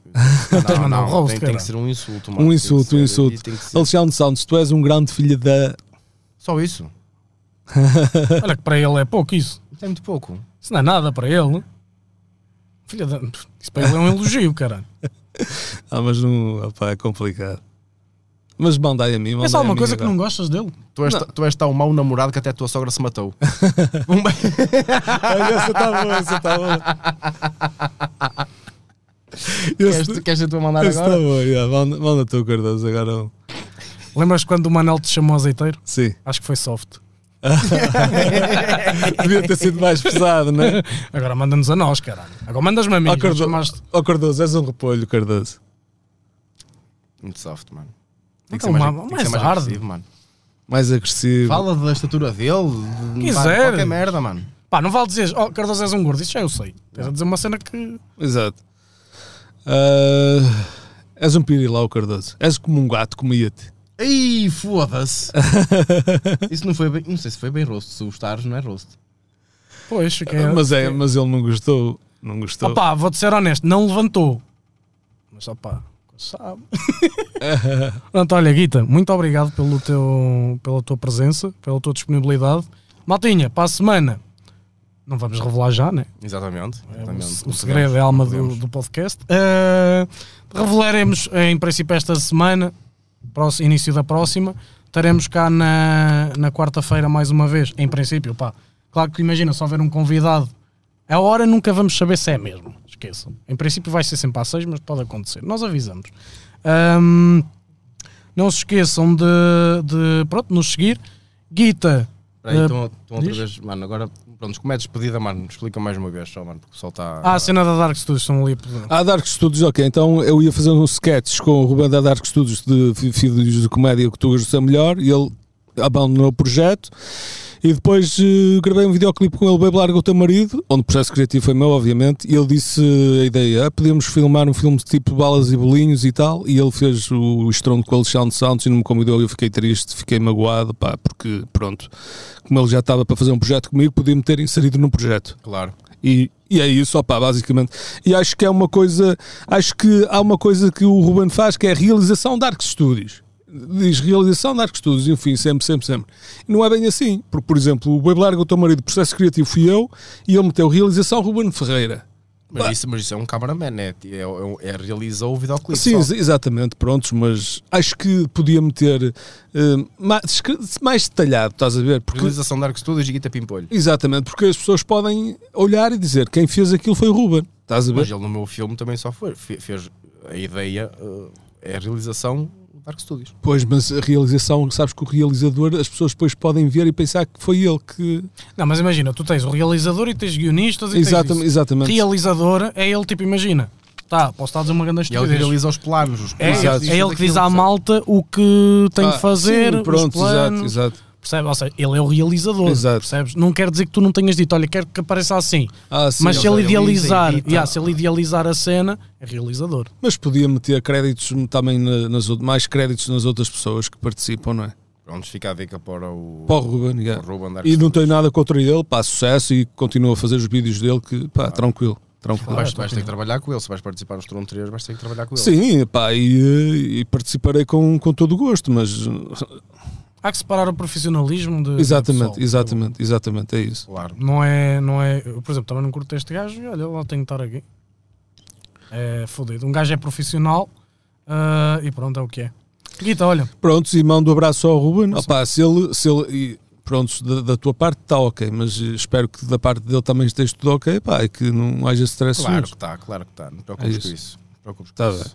Não,
mandar um
não.
roast,
Tem, tem
cara.
que ser um insulto.
Um
mano. Tem que
insulto,
ser-
um insulto.
tem que ser-
Alexandre Santos, tu és um grande filho da.
Só isso.
Olha que para ele é pouco isso.
Isso é muito pouco.
Isso não é nada para ele. Filha da... Isso para ele é um elogio, caralho.
Ah, mas não. Opá, é complicado. Mas mandai a mim.
É
mandai
só
a
uma
mim
coisa que
agora.
não gostas dele.
Tu és,
Não.
tu és tão mau namorado que até a tua sogra se matou. Um be-
Ah, essa está boa, essa está boa. Esse
queres, tu- queres tu a mandar
esse está
agora?
boa, yeah. manda, manda tu, Cardoso, agora. um.
Lembras quando o Manel te chamou azeiteiro?
Sim.
Acho que foi soft.
Devia ter sido mais pesado, não é?
Agora manda-nos a nós, caralho. Agora mandas-me a mim.
Ó
mas
Cardoso,
chamaste-
ó, Cardoso, és um repolho, Cardoso.
Muito soft, mano.
Então,
Tem que ser mais,
ma-
tem que
mais
ser mais
hard.
agressivo, mano.
Mais agressivo.
Fala da estatura dele. de-
Quiser.
Qualquer merda, mano.
Pá, não vale dizer, oh Cardoso és um gordo, isso já eu sei. Estás a dizer uma cena que.
Exato. Ah, és um pirilau, Cardoso. És como um gato, comia-te.
Ei, foda-se. Isso não foi bem. Não sei se foi bem rosto. Se gostares, não é rosto.
Pois, que é.
mas, é, mas ele não gostou. Não gostou.
Opá, vou-te ser honesto, não levantou. Mas opá, sabe. Pronto, olha, Guita, muito obrigado pelo teu, pela tua presença, pela tua disponibilidade. Maltinha, para a semana, não vamos revelar já, né?
Exatamente.
É,
exatamente.
o,
Não
o segredo é a alma do,
podemos.
do podcast. Ah, revelaremos em princípio esta semana, próximo- início da próxima. Estaremos cá na, na quarta-feira mais uma vez. Em princípio, pá. Claro que imagina, só haver um convidado. A hora nunca vamos saber se é mesmo. Esqueçam. Em princípio vai ser sempre às seis, mas pode acontecer. Nós avisamos. Ahm, não se esqueçam de, de pronto, nos seguir. Guita.
Peraí,
eh,
estão, estão outra
diz?
vez. Mano, agora. Pronto, como é despedida, mano. Explica mais uma vez só, mano. Porque o pessoal tá está.
Ah, a cena da Dark Studios estão ali. a pedir.
Há Dark Studios, ok. Então eu ia fazer um sketch com o Ruben da Dark Studios de fi- vídeos de comédia que tu gostas melhor e ele abandonou o projeto. E depois eh, gravei um videoclipe com ele, Baby Larga o Teu Marido, onde o processo criativo foi meu, obviamente. E ele disse eh, a ideia: ah, podíamos filmar um filme de tipo balas e bolinhos e tal. E ele fez o estrondo com o Alexandre Santos e não me convidou. Eu fiquei triste, fiquei magoado, pá, porque pronto, como ele já estava para fazer um projeto comigo, podia-me ter inserido no projeto.
Claro.
E, e é isso, opá, basicamente. E acho que é uma coisa, acho que há uma coisa que o Ruben faz que é a realização Dark Studios. Diz realização Dark Studios, enfim, sempre, sempre, sempre. E não é bem assim, porque, por exemplo, o Bebo Larga, o teu marido, processo criativo fui eu, e ele meteu realização Ruben Ferreira.
Mas isso, mas isso é um cameraman, é, é, é, é realizou o videoclipe.
Sim,
só.
ex- exatamente, prontos, mas acho que podia meter eh, mais, mais detalhado, estás a ver? Porque
Realização Dark Studios e Guita Pimpolho.
Exatamente, porque as pessoas podem olhar e dizer quem fez aquilo foi o Ruben, estás a ver?
Mas ele no meu filme também só foi. fe- Fez a ideia, eh, é a realização Dark Studios.
Pois, mas a realização, sabes que o realizador, as pessoas depois podem ver e pensar que foi ele que.
Não, mas imagina, tu tens o realizador e tens guionistas e tens
Exatamente,
isso.
exatamente.
Realizador é ele, tipo, imagina, tá, posso estar a dizer uma
E
grande
ele que
estupidez.
realiza os planos, os
É,
planos,
Exato.
isto,
é ele que diz
daquilo,
à malta o que tem
Ah,
que fazer,
sim,
os
pronto,
planos,
exato, exato.
percebe? Ou seja, ele é o realizador,
Exato.
percebes? Não quer dizer que tu não tenhas dito, olha, quero que apareça assim.
Ah, sim,
mas se ele
ele realiza e
idealizar,
edita.
yeah, se ele idealizar a cena, é realizador.
Mas podia meter créditos também na- nas outras, mais créditos nas outras pessoas que participam, não é?
sabe? Pronto, fica a dica para o,
Para o Ruben,
para
yeah.
o Ruben Dark
E não tenho nada contra ele, pá, sucesso e continuo a fazer os vídeos dele, que pá, tranquilo, tranquilo.
Vais, vais ter que trabalhar com ele, se vais participar nos turnos anteriores, vais ter que trabalhar com ele.
Sim, pá, e, e participarei com, com todo o gosto, mas.
Há que separar o profissionalismo de. do
Exatamente,
é, pessoal.
exatamente, exatamente, é isso.
Claro.
Não é, não é. Eu, por exemplo, também não curto este gajo e olha, lá tenho que estar aqui. É fodido. Um gajo é profissional ah, e pronto, é o que é. Guita, olha,
Prontos, e mando um abraço ao Ruben. Opa, se ele. Se ele e, pronto, da, da tua parte está ok, mas eh, espero que da parte dele também esteja tudo ok, pá, e que não haja stress.
Claro
nenhum.
que está, claro que está. Não te preocupes
É isso.
com isso. Não te preocupes com
Tá
isso.
bem.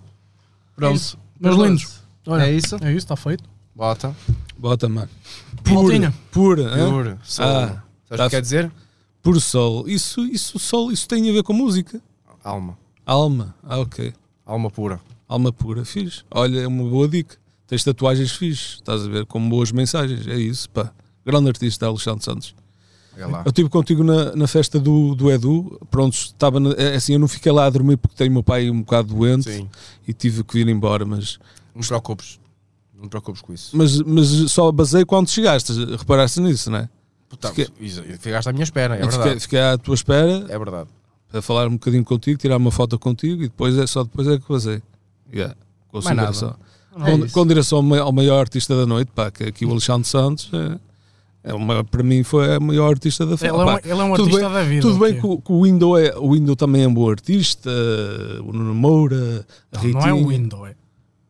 Pronto.
É isso. Meus
Pronto.
lindos. olha,
É isso?
É isso, está feito.
Bota.
Bota, mano.
Maltinha.
Pura. hã?
Pure. Soul.
Ah,
Sabes o
tá
que quer
f-
dizer?
Puro sol. Isso, isso, sol. Isso tem a ver com música.
Alma.
Alma. Ah, ok.
Alma pura.
Alma pura, fixe. Olha, é uma boa dica. Tens tatuagens fixe, estás a ver, com boas mensagens. É isso, pá. Grande artista, Alexandre Santos.
Olha lá.
Eu estive contigo na, na festa do, do Edu. Pronto, estava na- é assim, eu não fiquei lá a dormir porque tenho o meu pai um bocado doente
Sim.
e tive que vir embora, mas,
Não te preocupes. Não te preocupes com isso.
mas, mas só basei quando chegaste. Reparaste nisso, não é?
Portanto,
Fiquei-
isso- ficaste à minha espera, é
E fiquei,
verdade.
fiquei à tua espera
É verdade.
para falar um bocadinho contigo, tirar uma foto contigo e depois é só depois é que basei. Yeah. Com,
Mais nada.
consideração.
Não é
com,
isso.
com direção ao mai- ao maior artista da noite, pá, que é aqui o Alexandre Santos é, é o maior- para mim foi o maior artista da
Ele é
festa.
um,
pá.
ele é um
tudo
artista
bem-
da vida.
Tudo bem
tio.
que o, que o Window é, o Window também é um bom artista, o Nuno Moura, a
Não é
Ritinha.
o Window, é.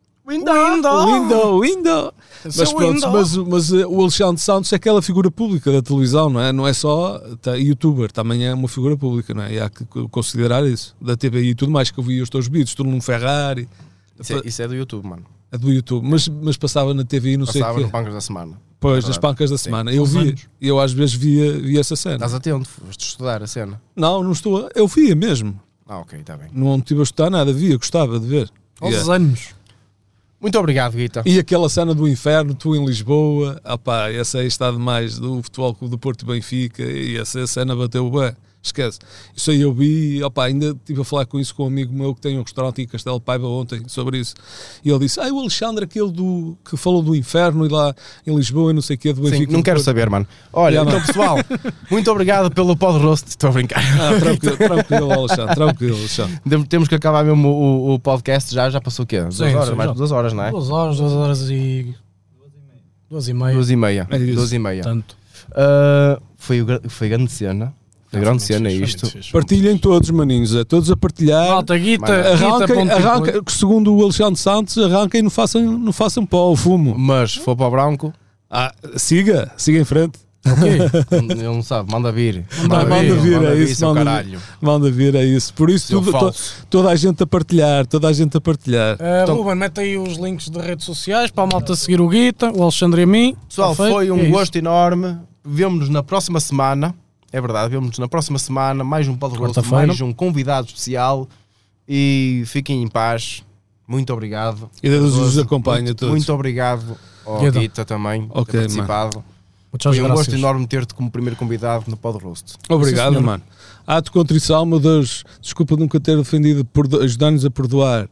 Oh!
O Window, Window. Mas
é
Seu
pronto,
é Window.
mas, mas, eh, o Alexandre Santos é aquela figura pública da televisão, não é? Não é só tá, youtuber, também é uma figura pública, não é? E há que co- considerar isso. Da TVI e tudo mais, que eu vi os teus vídeos, tu num Ferrari,
Isso é, isso é do YouTube, mano.
a do YouTube, mas, mas passava na TVI, não sei é. o
Passava
quê.
no Pancas da Semana.
Pois,
Verdade.
nas pancas da
Sim.
semana. Eu
Aos
vi,
anos.
eu às vezes via, via essa cena.
Estás atento, foste estudar a cena.
Não, não estou. a- Eu via mesmo.
Ah, ok, está bem.
Não estive a estudar nada, via, gostava de ver.
Aos
Yeah.
anos.
Muito obrigado, Guita.
E aquela cena do inferno, tu em Lisboa, ah pá, essa aí está demais, do Futebol Clube do Porto e Benfica, e essa cena bateu bem, esquece. Isso aí eu vi, opá, ainda estive a falar com isso com um amigo meu que tem um restaurante em Castelo de Paiva ontem, sobre isso, e ele disse, ah, o Alexandre, aquele do, que falou do inferno, e lá em Lisboa, e não sei o que, do
Sim,
Benfica.
não
do
quero
Porto."
saber, mano. Olha,
Yeah,
então
mano.
pessoal, muito obrigado pelo pod roast. Estou a brincar.
Ah, tranquilo, tranquilo, Alexandre, tranquilo, Alexandre.
Deve- Temos que acabar mesmo o, o- o podcast já. Já passou o quê? Duas
Sim,
horas,
sim,
mais
já.
de duas horas, não é?
Duas horas, duas horas e. Duas e meia. Duas
Duas e meia.
É isso.
Duas e meia.
e meia. Tanto.
Ah, foi, o gra- foi grande cena. Foi grande cena
é
isto.
Partilhem todos, maninhos, é todos a partilhar.
Malta, guita, guita,
Arranquem,
ponto
arranquem, segundo o Alexandre Santos, arranquem e não façam, não façam pó ao fumo.
Mas se for para o Branco,
Ah, siga, siga em frente.
Ok.
ele não sabe, manda vir.
Manda vir,
manda
é
vir,
isso,
seu
manda vir.
caralho.
Manda vir, é isso. Por isso,
Seu
tudo, to-
falso.
toda a gente a partilhar, toda a gente a partilhar.
Eh,
Então-
Ruben, mete aí os links de redes sociais para a malta seguir o Guita, o Alexandre e a mim.
Pessoal,
Está feito.
foi
É
um
isso.
gosto enorme. Vemo-nos na próxima semana. É verdade, vemo-nos na próxima semana. Mais um Paulo Rosto,
Quarta-feira.
mais um convidado especial. E fiquem em paz. Muito obrigado.
E Deus os acompanhe
muito,
a todos.
Muito obrigado ao
Guido.
Guita também por
Ok,
ter participado.
Muchas
Foi um
gracias.
gosto enorme ter-te como primeiro convidado no Pod Roast.
Obrigado,
Sim, senhor.
mano. Ato de contrição, meu Deus, desculpa nunca ter ofendido, perdo- ajudar-nos a perdoar.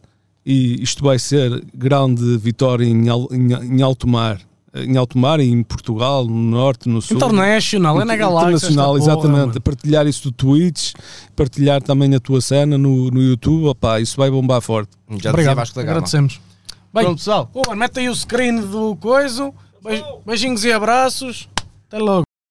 E isto vai ser grande vitória em, al- em- em alto mar. Em alto mar, em Portugal, no norte, no sul.
International, é na galáxia.
Internacional,
esta porra,
exatamente.
mano.
partilhar isso do Twitch, partilhar também a tua cena no, no YouTube, opá, isso vai bombar forte.
Já dizia
Obrigado,
Vasco da Gama.
agradecemos. Bem,
Pronto, pessoal.
Ruben, mete aí o screen do coiso. Beij- Beijinhos e abraços. Até logo.